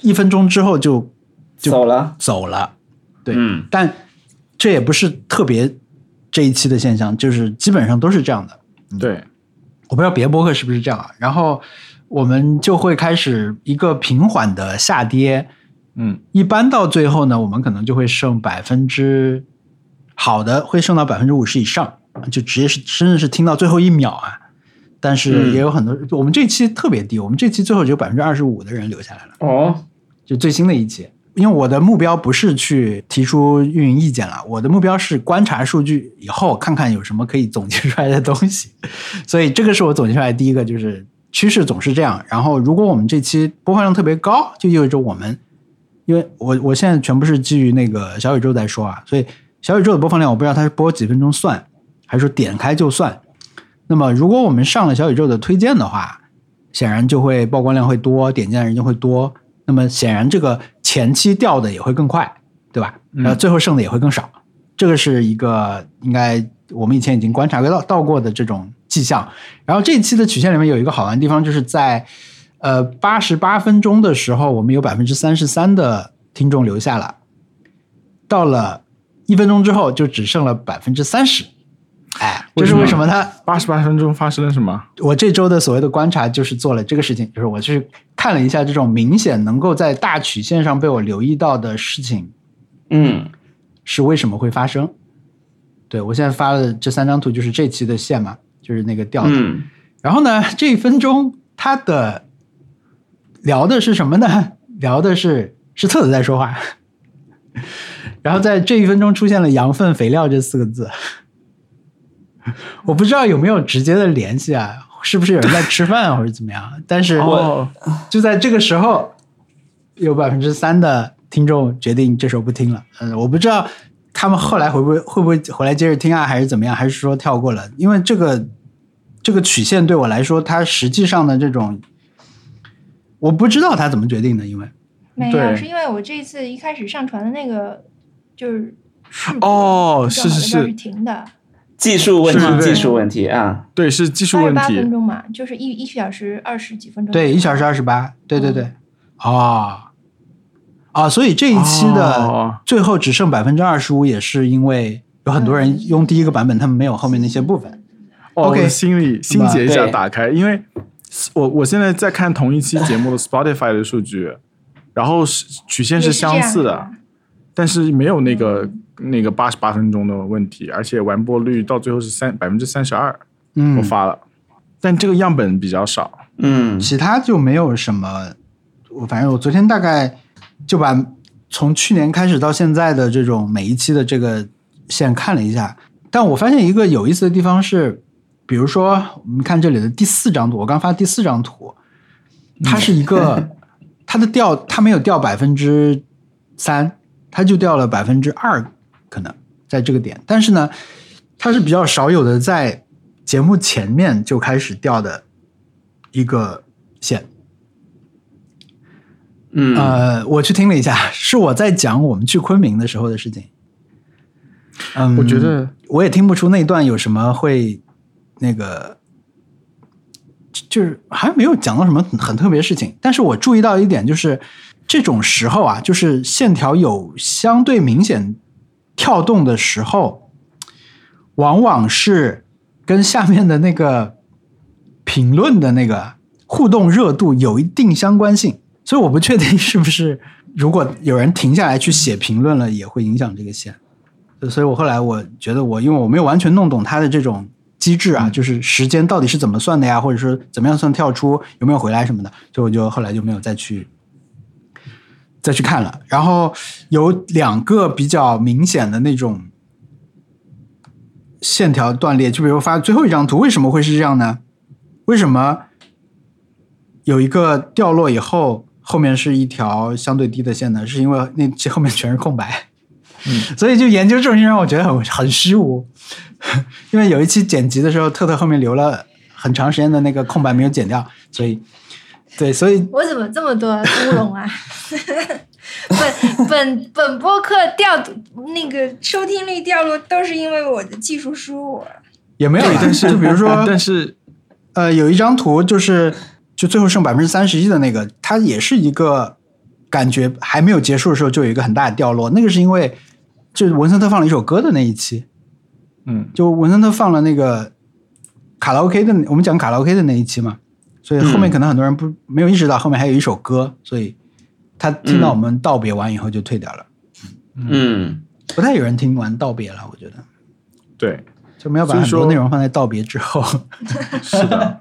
Speaker 4: 一分钟之后就就
Speaker 1: 走了，
Speaker 4: 走了，对，
Speaker 1: 嗯
Speaker 4: 但这也不是特别这一期的现象，就是基本上都是这样的。
Speaker 2: 对
Speaker 4: 我不知道别的播客是不是这样啊。然后我们就会开始一个平缓的下跌，
Speaker 2: 嗯
Speaker 4: 一般到最后呢，我们可能就会剩百分之好的会剩到百分之五十以上，就直接是真的是听到最后一秒啊。但是也有很多，我们这期特别低，我们这期最后只有百分之二十五的人留下来了。
Speaker 1: 哦，
Speaker 4: 就最新的一期。因为我的目标不是去提出运营意见了，我的目标是观察数据以后，看看有什么可以总结出来的东西。 所以这个是我总结出来的第一个，就是趋势总是这样。然后，如果我们这期播放量特别高，就意味着我们，因为我我现在全部是基于那个小宇宙在说啊，所以小宇宙的播放量我不知道它是播几分钟算，还是说点开就算。那么，如果我们上了小宇宙的推荐的话，显然就会曝光量会多，点击的人就会多。那么显然这个前期掉的也会更快，对吧？
Speaker 2: 嗯
Speaker 4: 然后最后剩的也会更少。这个是一个应该我们以前已经观察到到过的这种迹象。然后这一期的曲线里面有一个好玩的地方，就是在呃八十八分钟的时候，我们有百分之三十三的听众留下了，到了一分钟之后就只剩了百分之三十。哎，这是为
Speaker 2: 为
Speaker 4: 什
Speaker 2: 什
Speaker 4: 么
Speaker 2: 么
Speaker 4: 它
Speaker 2: 八十八分钟发生了什么？
Speaker 4: 我这周的所谓的观察就是做了这个事情，就是我去看了一下这种明显能够在大曲线上被我留意到的事情，
Speaker 1: 嗯
Speaker 4: 是为什么会发生。对我现在发的这三张图就是这期的线嘛，就是那个调的。
Speaker 1: 嗯
Speaker 4: 然后呢，这一分钟它的聊的是什么呢？ 聊的是是册子在说话。 然后在这一分钟出现了“羊粪肥料”这四个字， 我不知道有没有直接的联系啊，是不是有人在吃饭啊或者怎么样？但是
Speaker 1: 我
Speaker 4: 就在这个时候，有百分之三的听众决定这首不听了。嗯，我不知道他们后来会不会会不会回来接着听啊，还是怎么样，还是说跳过了？因为这个这个曲线对我来说，它实际上的这种，我不知道它怎么决定的，因为
Speaker 3: 没有，
Speaker 2: 对
Speaker 3: 是因为我这一次一开始上传的那个就是视频
Speaker 2: 哦是
Speaker 3: 正好
Speaker 2: 是
Speaker 3: 那段
Speaker 2: 是
Speaker 3: 是停的，
Speaker 1: 技术问题
Speaker 2: 是对，
Speaker 1: 技术问题啊，
Speaker 2: 对，是技术
Speaker 3: 八十
Speaker 2: 问
Speaker 3: 八
Speaker 2: 题
Speaker 3: 分。钟嘛，就是一一小时二十几分钟。
Speaker 4: 对一小时二十八，对对对，哦啊，所以这一期的
Speaker 2: 哦
Speaker 4: 最后只剩百分之二十五，也是因为有很多人用第一个版本，他们没有后面那些部
Speaker 3: 嗯
Speaker 4: 分。
Speaker 2: 哦，我
Speaker 4: OK
Speaker 2: 的心里心结一下
Speaker 1: 对
Speaker 2: 打开，因为我我现在在看同一期节目的 Spotify 的数据，然后是曲线
Speaker 3: 也
Speaker 2: 是
Speaker 3: 是
Speaker 2: 相似
Speaker 3: 这
Speaker 2: 的
Speaker 3: 样，
Speaker 2: 但是没有那个、那个八十八分钟的问题，而且完播率到最后是三百分之三十二，
Speaker 4: 嗯，
Speaker 2: 我发了，但这个样本比较少。
Speaker 1: 嗯
Speaker 4: 其他就没有什么。我反正我昨天大概就把从去年开始到现在的这种每一期的这个线看了一下，但我发现一个有意思的地方是，比如说我们看这里的第四张图，我刚发第四张图，它是一个它的掉，它没有掉百分之三，它就掉了百分之二，可能在这个点，但是呢，它是比较少有的在节目前面就开始掉的一个线。
Speaker 1: 嗯
Speaker 4: 呃，我去听了一下，是我在讲我们去昆明的时候的事情。嗯，
Speaker 2: 我觉得
Speaker 4: 我也听不出那一段有什么会那个，就就是好像没有讲到什么很很特别的事情。但是我注意到一点，就是这种时候啊，就是线条有相对明显跳动的时候，往往是跟下面的那个评论的那个互动热度有一定相关性。所以我不确定是不是，如果有人停下来去写评论了，也会影响这个线。呃所以我后来我觉得我，因为我没有完全弄懂它的这种机制啊，就是时间到底是怎么算的呀，或者说怎么样算跳出，有没有回来什么的，所以我就后来就没有再去再去看了。然后有两个比较明显的那种线条断裂，就比如发最后一张图，为什么会是这样呢？为什么有一个掉落以后，后面是一条相对低的线呢？是因为那这后面全是空白。嗯，所以就研究这种事情让我觉得很很失误， 因为有一期剪辑的时候，特特后面留了很长时间的那个空白没有剪掉，所以对，所以
Speaker 3: 我怎么这 么多乌龙啊？ 本本本播客掉那个收听率掉落，都是因为我的技术失 误。
Speaker 4: 也没有啦。但是就比如说，
Speaker 2: 但是
Speaker 4: 呃，有一张图就是就最后剩百分之三十一的那个，它也是一个感觉还没有结束的时候就有一个很大的掉落，那个是因为就是文森特放了一首歌的那一期，
Speaker 2: 嗯，
Speaker 4: 就文森特放了那个卡拉 OK 的，我们讲卡拉 OK 的那一期嘛，所以后
Speaker 1: 嗯
Speaker 4: 面可能很多人不、没有意识到后面还有一首歌，所以他听到我们道别完以后就退掉了，
Speaker 1: 嗯
Speaker 4: 不太有人听完道别了，我觉得
Speaker 2: 对，
Speaker 4: 就没有把很
Speaker 2: 所以
Speaker 4: 多
Speaker 2: 说
Speaker 4: 内容放在道别之 后。
Speaker 2: 是的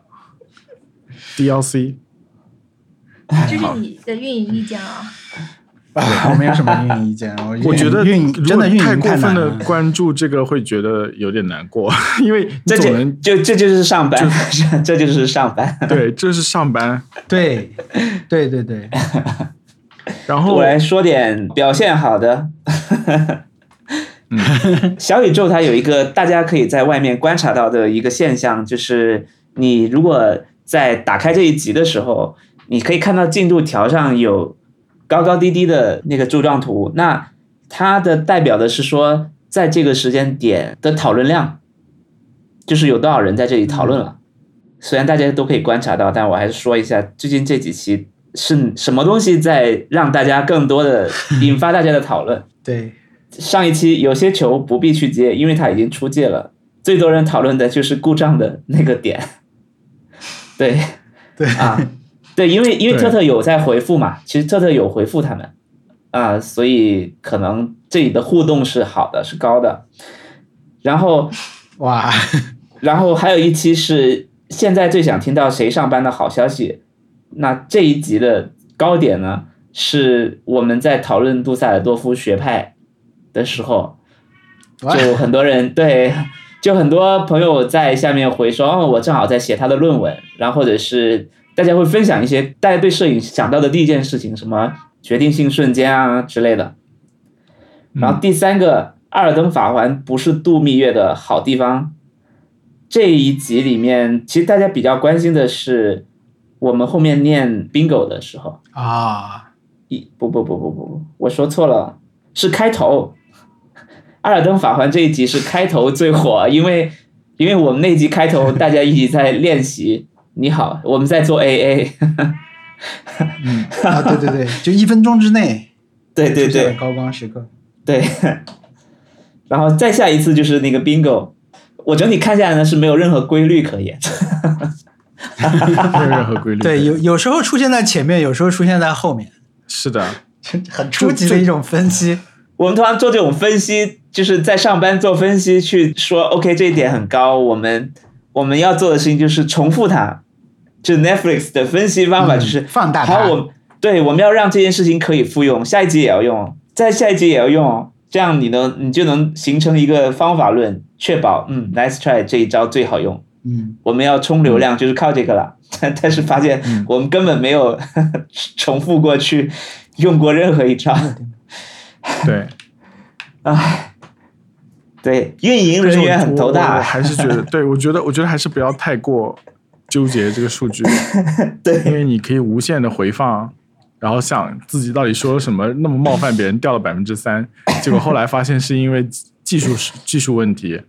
Speaker 2: ，DLC
Speaker 3: 这是你的运营意见啊、
Speaker 4: 我没有什么运营 意见，我
Speaker 2: 我觉得
Speaker 4: 运营
Speaker 2: 如
Speaker 4: 真
Speaker 2: 果
Speaker 4: 的运营
Speaker 2: 太过
Speaker 4: 难
Speaker 2: 分的
Speaker 4: 了。
Speaker 2: 关注这个，会觉得有点难 过，因为你
Speaker 1: 这
Speaker 2: 总
Speaker 1: 就
Speaker 2: 能
Speaker 1: 就这就是上班， 这就是上班。
Speaker 2: 对，这是上班，
Speaker 4: 对，对对对，
Speaker 2: 然后
Speaker 1: 我来说点表现好的。 小宇宙它有一个大家可以在外面观察到的一个现象，就是你如果在打开这一集的时候，你可以看到进度条上有高高低低的那个柱状图，那它的代表的是说，在这个时间点的讨论量，就是有多少人在这里讨论
Speaker 2: 嗯
Speaker 1: 了。虽然大家都可以观察到，但我还是说一下，最近这几期是什么东西在让大家更多的引发大家的讨论。
Speaker 4: 对，
Speaker 1: 上一期有些球不必去接，因为它已经出界了。最多人讨论的就是故障的那个点， 对，
Speaker 4: 对
Speaker 1: 啊，对，因为因为
Speaker 2: 对
Speaker 1: 特特有在回复嘛，其实特特有回复他们，啊、所以可能这里的互动是好的，是高的。然后
Speaker 4: 哇，
Speaker 1: 然后还有一期是现在最想听到谁上班的好消息。那这一集的高点呢，是我们在讨论杜塞尔多夫学派的时候，
Speaker 4: 哇
Speaker 1: 就很多人对， 就很多朋友在下面回说，哦，我正好在写他的论文，然后或者是大家会分享一些大家对摄影想到的第一件事情，什么决定性瞬间啊之类的。然后
Speaker 2: 嗯
Speaker 1: 第三个，阿尔登法环不是度蜜月的好地方。这一集里面，其实大家比较关心的是，我们后面念 bingo 的时候，
Speaker 4: 啊，
Speaker 1: 一不不不不不不，我说错了，是开头。阿尔登法环这一集是开头最火，因为因为我们那集开头大家一起在练习，你好，我们在做 AA，
Speaker 4: 嗯，啊，对对对，就一分钟之内，
Speaker 1: 对对
Speaker 4: 出现了
Speaker 1: 对
Speaker 4: 高光时刻，
Speaker 1: 对， 然后再下一次就是那个 bingo，我整体看下来呢是没有任何规律可言，
Speaker 2: 没有任何规律。
Speaker 4: 对，有有时候出现在前面，有时候出现在后面，
Speaker 2: 是的，
Speaker 4: 很初级的一种分析。嗯
Speaker 1: 我们通常做这种分析，就是在上班做分析，去说 OK 这一点很高，我们我们要做的事情就是重复它。就 Netflix 的分析方法就是、
Speaker 4: 嗯放大它
Speaker 1: 好，我们对我们要让这件事情可以复用，下一集也要用，再下一集也要用，这样你能你就能形成一个方法论，确保嗯 Nice try 这一招最好用。
Speaker 4: 嗯，
Speaker 1: 我们要冲流量就是靠这个了， 但是发现我们根本没有 重复过去用过任何一招。
Speaker 2: 对，
Speaker 1: 唉，对，运营
Speaker 2: 但是
Speaker 1: 人
Speaker 2: 我
Speaker 1: 员很头
Speaker 2: 我 我
Speaker 1: 大
Speaker 2: 我，还是觉得，对我觉得，我觉得还是不要太过纠结这个数据，因
Speaker 1: 对
Speaker 2: 为你可以无限的回放，然后想自己到底说了什么，那么冒犯别人，掉了百分之三，结果后来发现是因为技术技术问题，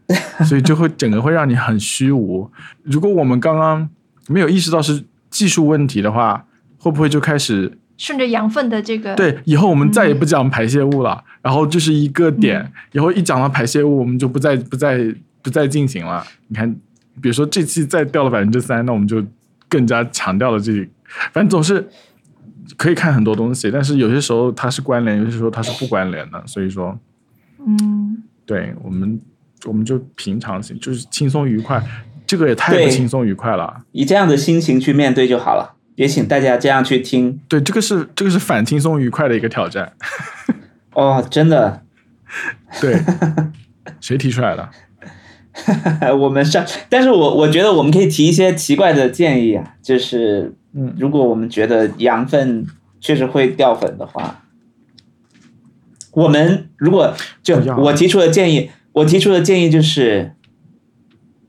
Speaker 2: 所以就会整个会让你很虚无。如果我们刚刚没有意识到是技术问题的话，会不会就开始
Speaker 3: 顺着羊粪的这个，
Speaker 2: 对，以后我们再也不讲排泄物了，然后就是一个点，以后一讲到排泄物，我们就不再不再不再进行了。你看，比如说这期再掉了百分之三，那我们就更加强调了这，反正总是可以看很多东西，但是有些时候它是关联，有些时候它是不关联的，所以说，
Speaker 3: 嗯，
Speaker 2: 对我们我们就平常心，就是轻松愉快，这个也太
Speaker 1: 对
Speaker 2: 不轻松愉快了。
Speaker 1: 以这样的心情去面对就好了。也请大家这样去听
Speaker 2: 对，这个是这个是反轻松愉快的一个挑战，
Speaker 1: 哦，真的，
Speaker 2: 对，谁提出来的？
Speaker 1: 我们上，但是我我觉得我们可以提一些奇怪的建议啊，就是
Speaker 2: 嗯
Speaker 1: 如果我们觉得羊粪确实会掉粉的话，我们如果就
Speaker 2: 不要啊
Speaker 1: 我提出的建议，我提出的建议就是，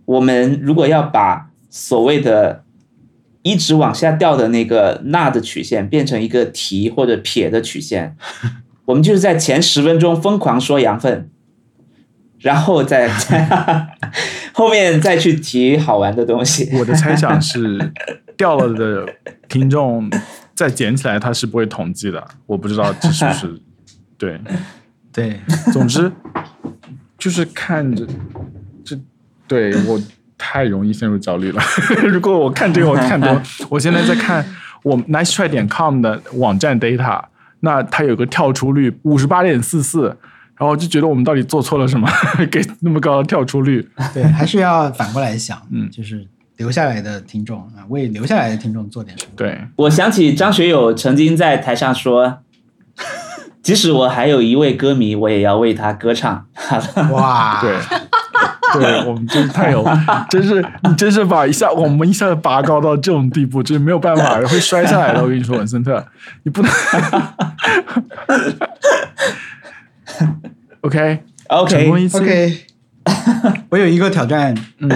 Speaker 1: 我们如果要把所谓的一直往下掉的那个钠的曲线变成一个提或者撇的曲线，我们就是在前十分钟疯狂说羊粪，然后再 再后面再去提好玩的东西。
Speaker 2: 我的猜想是，掉了的听众再捡起来，他是不会统计的。我不知道这是不是对。
Speaker 4: 对，
Speaker 2: 总之，就是看着这，对我太容易陷入焦虑了。 如果我看这个，我看多，我现在在看我 nice try 点 com 的网站 data，那它有个跳出率五十八点四四。然后我就觉得我们到底做错了什么， 给那么高的跳出率？
Speaker 4: 对，还是要反过来想，
Speaker 2: 嗯
Speaker 4: 就是留下来的听众啊，为留下来的听众做点什么。
Speaker 2: 对，
Speaker 1: 我想起张学友曾经在台上说：“即使我还有一位歌迷，我也要为他歌唱。
Speaker 4: 哇，
Speaker 2: 对，对 我们真是太有，真是你真是把一下我们一下子拔高到这种地步，就是没有办法会摔下来的。我跟你 说，文森特，你不能。OK，” 成
Speaker 1: OK，
Speaker 2: 功一次
Speaker 4: OK，我有一个挑战，
Speaker 2: 嗯，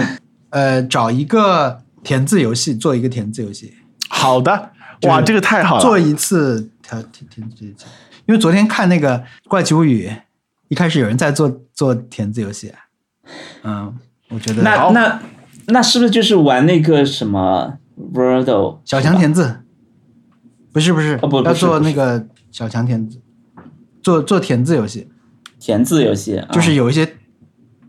Speaker 4: 呃，找一个填字游戏，做一个填字游戏，
Speaker 2: 好的，
Speaker 4: 就是
Speaker 2: 哇，这个太好了，
Speaker 4: 做一次调填填字游戏。因为昨天看那个《怪奇物语》，一开始有人在做做填字游戏，嗯，我觉得
Speaker 1: 那
Speaker 4: 好
Speaker 1: 那那是不是就是玩那个什么 Wordle？
Speaker 4: 小强填字，不是不是，
Speaker 1: 哦不不
Speaker 4: 要
Speaker 1: 是
Speaker 4: 做
Speaker 1: 不是
Speaker 4: 那个小强填字，做做填字游戏，
Speaker 1: 填字游戏，啊
Speaker 4: 就是有一些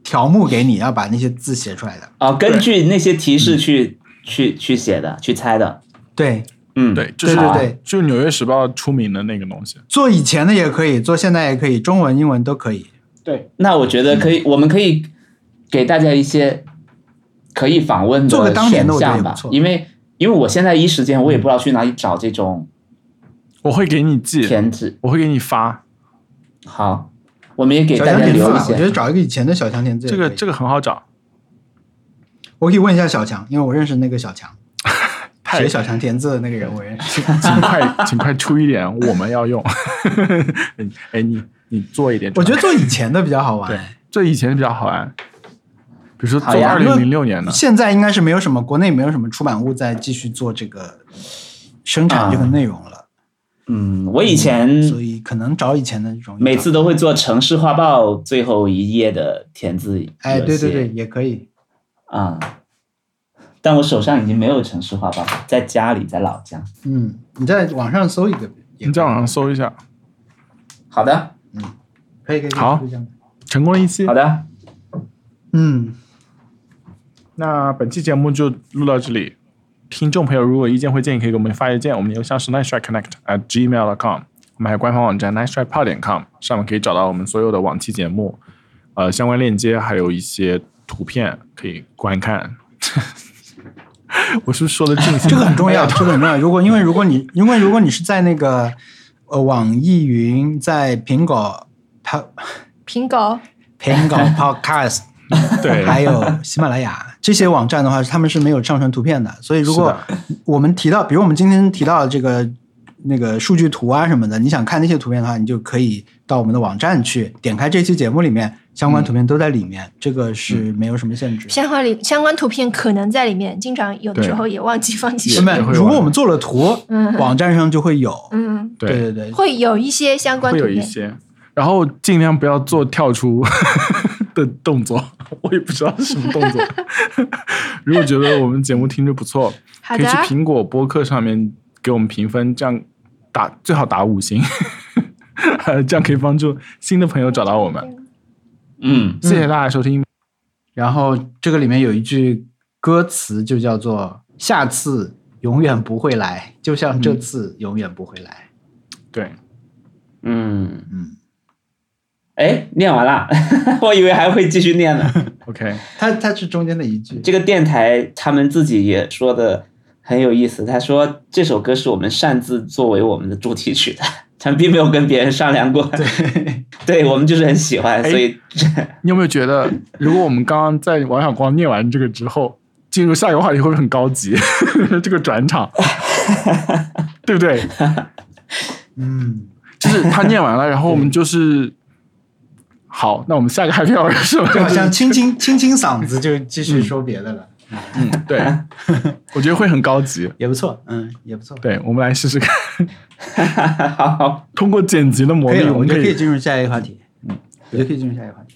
Speaker 4: 条目给你，要把那些字
Speaker 1: 啊
Speaker 4: 写出来的。
Speaker 1: 哦，根据那些提示去去去写的，去猜的。
Speaker 4: 对，
Speaker 1: 嗯，
Speaker 2: 对，就是
Speaker 4: 对对对
Speaker 2: 就是《纽约时报》出名的那个东西。
Speaker 4: 做以前的也可以，做现在也可以，中文、英文都可以。
Speaker 1: 对。那我觉得可以，我们可以给大家一些可以访问
Speaker 4: 做个
Speaker 1: 的
Speaker 4: 当年的
Speaker 1: 选
Speaker 4: 我觉得
Speaker 1: 项
Speaker 4: 也不
Speaker 1: 吧
Speaker 4: 错，
Speaker 1: 因为因为我现在一时间我也不知道去哪里找这种
Speaker 2: 我会给你寄，
Speaker 1: 片子。
Speaker 2: 我会给你发，
Speaker 1: 好，我们也给
Speaker 4: 小
Speaker 1: 大
Speaker 4: 强
Speaker 1: 家
Speaker 4: 点子
Speaker 1: 留一
Speaker 4: 吧，我觉得
Speaker 1: 些。
Speaker 4: 找一个以前的小强点子也
Speaker 2: 这
Speaker 4: 可以。
Speaker 2: 个这个很好找。
Speaker 4: 我可以问一下小强，因为我认识那个小强，
Speaker 2: 太
Speaker 4: 写小强田字的那个人，我认 识。
Speaker 2: 请快，请快出一点，我们要用。 哎，你你做一点出
Speaker 4: 我
Speaker 2: 来，
Speaker 4: 觉得做以前的比较好
Speaker 2: 对
Speaker 4: 玩，，
Speaker 2: 这以前比较好玩。比如说
Speaker 1: 好
Speaker 2: 做
Speaker 1: 呀
Speaker 2: 二零零六年的，
Speaker 4: 现在应该是没有什么国内没有什么出版物在继续做这个生
Speaker 1: 啊
Speaker 4: 产这个内容了，
Speaker 1: 嗯，我以前
Speaker 4: 所以可能找以前的这种。
Speaker 1: 每次都会做城市画报最后一页的填字游戏。
Speaker 4: 哎，对对对，也可以。
Speaker 1: 啊、但我手上已经没有城市画报，在家里，在老家。
Speaker 4: 嗯，你在网上搜一个，也
Speaker 2: 你在网上搜一下，
Speaker 1: 好的，
Speaker 4: 可以可以可以
Speaker 2: 好
Speaker 4: 就这样
Speaker 2: 成功了一期
Speaker 1: 好。的，
Speaker 4: 嗯，
Speaker 2: 那本期节目就录到这里。听众朋友如果有意见或建议，可以给我们发邮件，我们邮箱是 nice try connect at gmail com。我们还有官方网站 nice try pod 点 com，上面可以找到我们所有的往期节目，呃，相关链接，还有一些图片可以观看。 我是不是说的尽 兴？
Speaker 4: 这个很重 要，这个很重要。如果因为如果你因为如果你是在那个呃网易云，在苹果它
Speaker 3: 苹果
Speaker 4: 苹果 Podcast
Speaker 2: 对，
Speaker 4: 哦还有喜马拉雅这些网站的话，他们是没有上传图片的。所以如果我们提到，比如我们今天提到这个那个数据图啊什么的，你想看那些图片的话，你就可以到我们的网站去点开这期节目里面相关图片都在里面，这个是没有什么限制。
Speaker 3: 相关里相关图片可能在里面，经常有的时候也忘记放进
Speaker 2: 也
Speaker 3: 去
Speaker 4: 那。么
Speaker 2: 也会有
Speaker 4: 如果我们做了图，
Speaker 3: 嗯
Speaker 4: 网站上就会有。
Speaker 3: 嗯，
Speaker 2: 对
Speaker 4: 对对，
Speaker 3: 会有一些相关
Speaker 2: 会
Speaker 3: 图
Speaker 2: 有一
Speaker 3: 片，
Speaker 2: 些，然后尽量不要做跳出 的动作，我也不知道是什么动作。 如果觉得我们节目听着不错，
Speaker 3: 好
Speaker 2: 可以
Speaker 3: 的
Speaker 2: 去苹果播客上面给我们评分，这样打最好打五星， 这样可以帮助新的朋友找到我们。
Speaker 1: 嗯，
Speaker 2: 谢谢大家收听，
Speaker 4: 然后这个里面有一句歌词，就叫做“下次永远不会来，就像这次永远不会来
Speaker 2: 对，
Speaker 1: 嗯
Speaker 4: 嗯，
Speaker 1: 哎，念完了， 我以为还会继续念呢。”
Speaker 2: OK，
Speaker 4: 它它是中间的一句，
Speaker 1: 这个电台他们自己也说的很有意思，他说这首歌是我们擅自作为我们的主题曲的， 他们并没有跟别人商量过。 对，我们就是很喜欢，
Speaker 2: 哎
Speaker 1: 所以
Speaker 2: 你有没有觉得，如果我们刚刚在王小光念完这个之后，进入下一个话题会不会很高级？ 这个转场， 对不对？
Speaker 4: 嗯，
Speaker 2: 就是他念完了，然后我们就是好，那我们下个 happy hour 是吧？
Speaker 4: 就好像清清清清嗓子就继续说别的了，
Speaker 2: 对，我觉得会很高级。
Speaker 4: 也不错，嗯，也不错，
Speaker 2: 对，我们来试试看，
Speaker 1: 好好
Speaker 2: 通过剪辑的魔
Speaker 4: 可以
Speaker 2: 力，
Speaker 4: 了，
Speaker 2: 我
Speaker 4: 我
Speaker 2: 们
Speaker 4: 觉
Speaker 2: 可
Speaker 4: 得可以
Speaker 2: 以
Speaker 4: 进入下一个话题，嗯，我觉得可以进入下一个话题。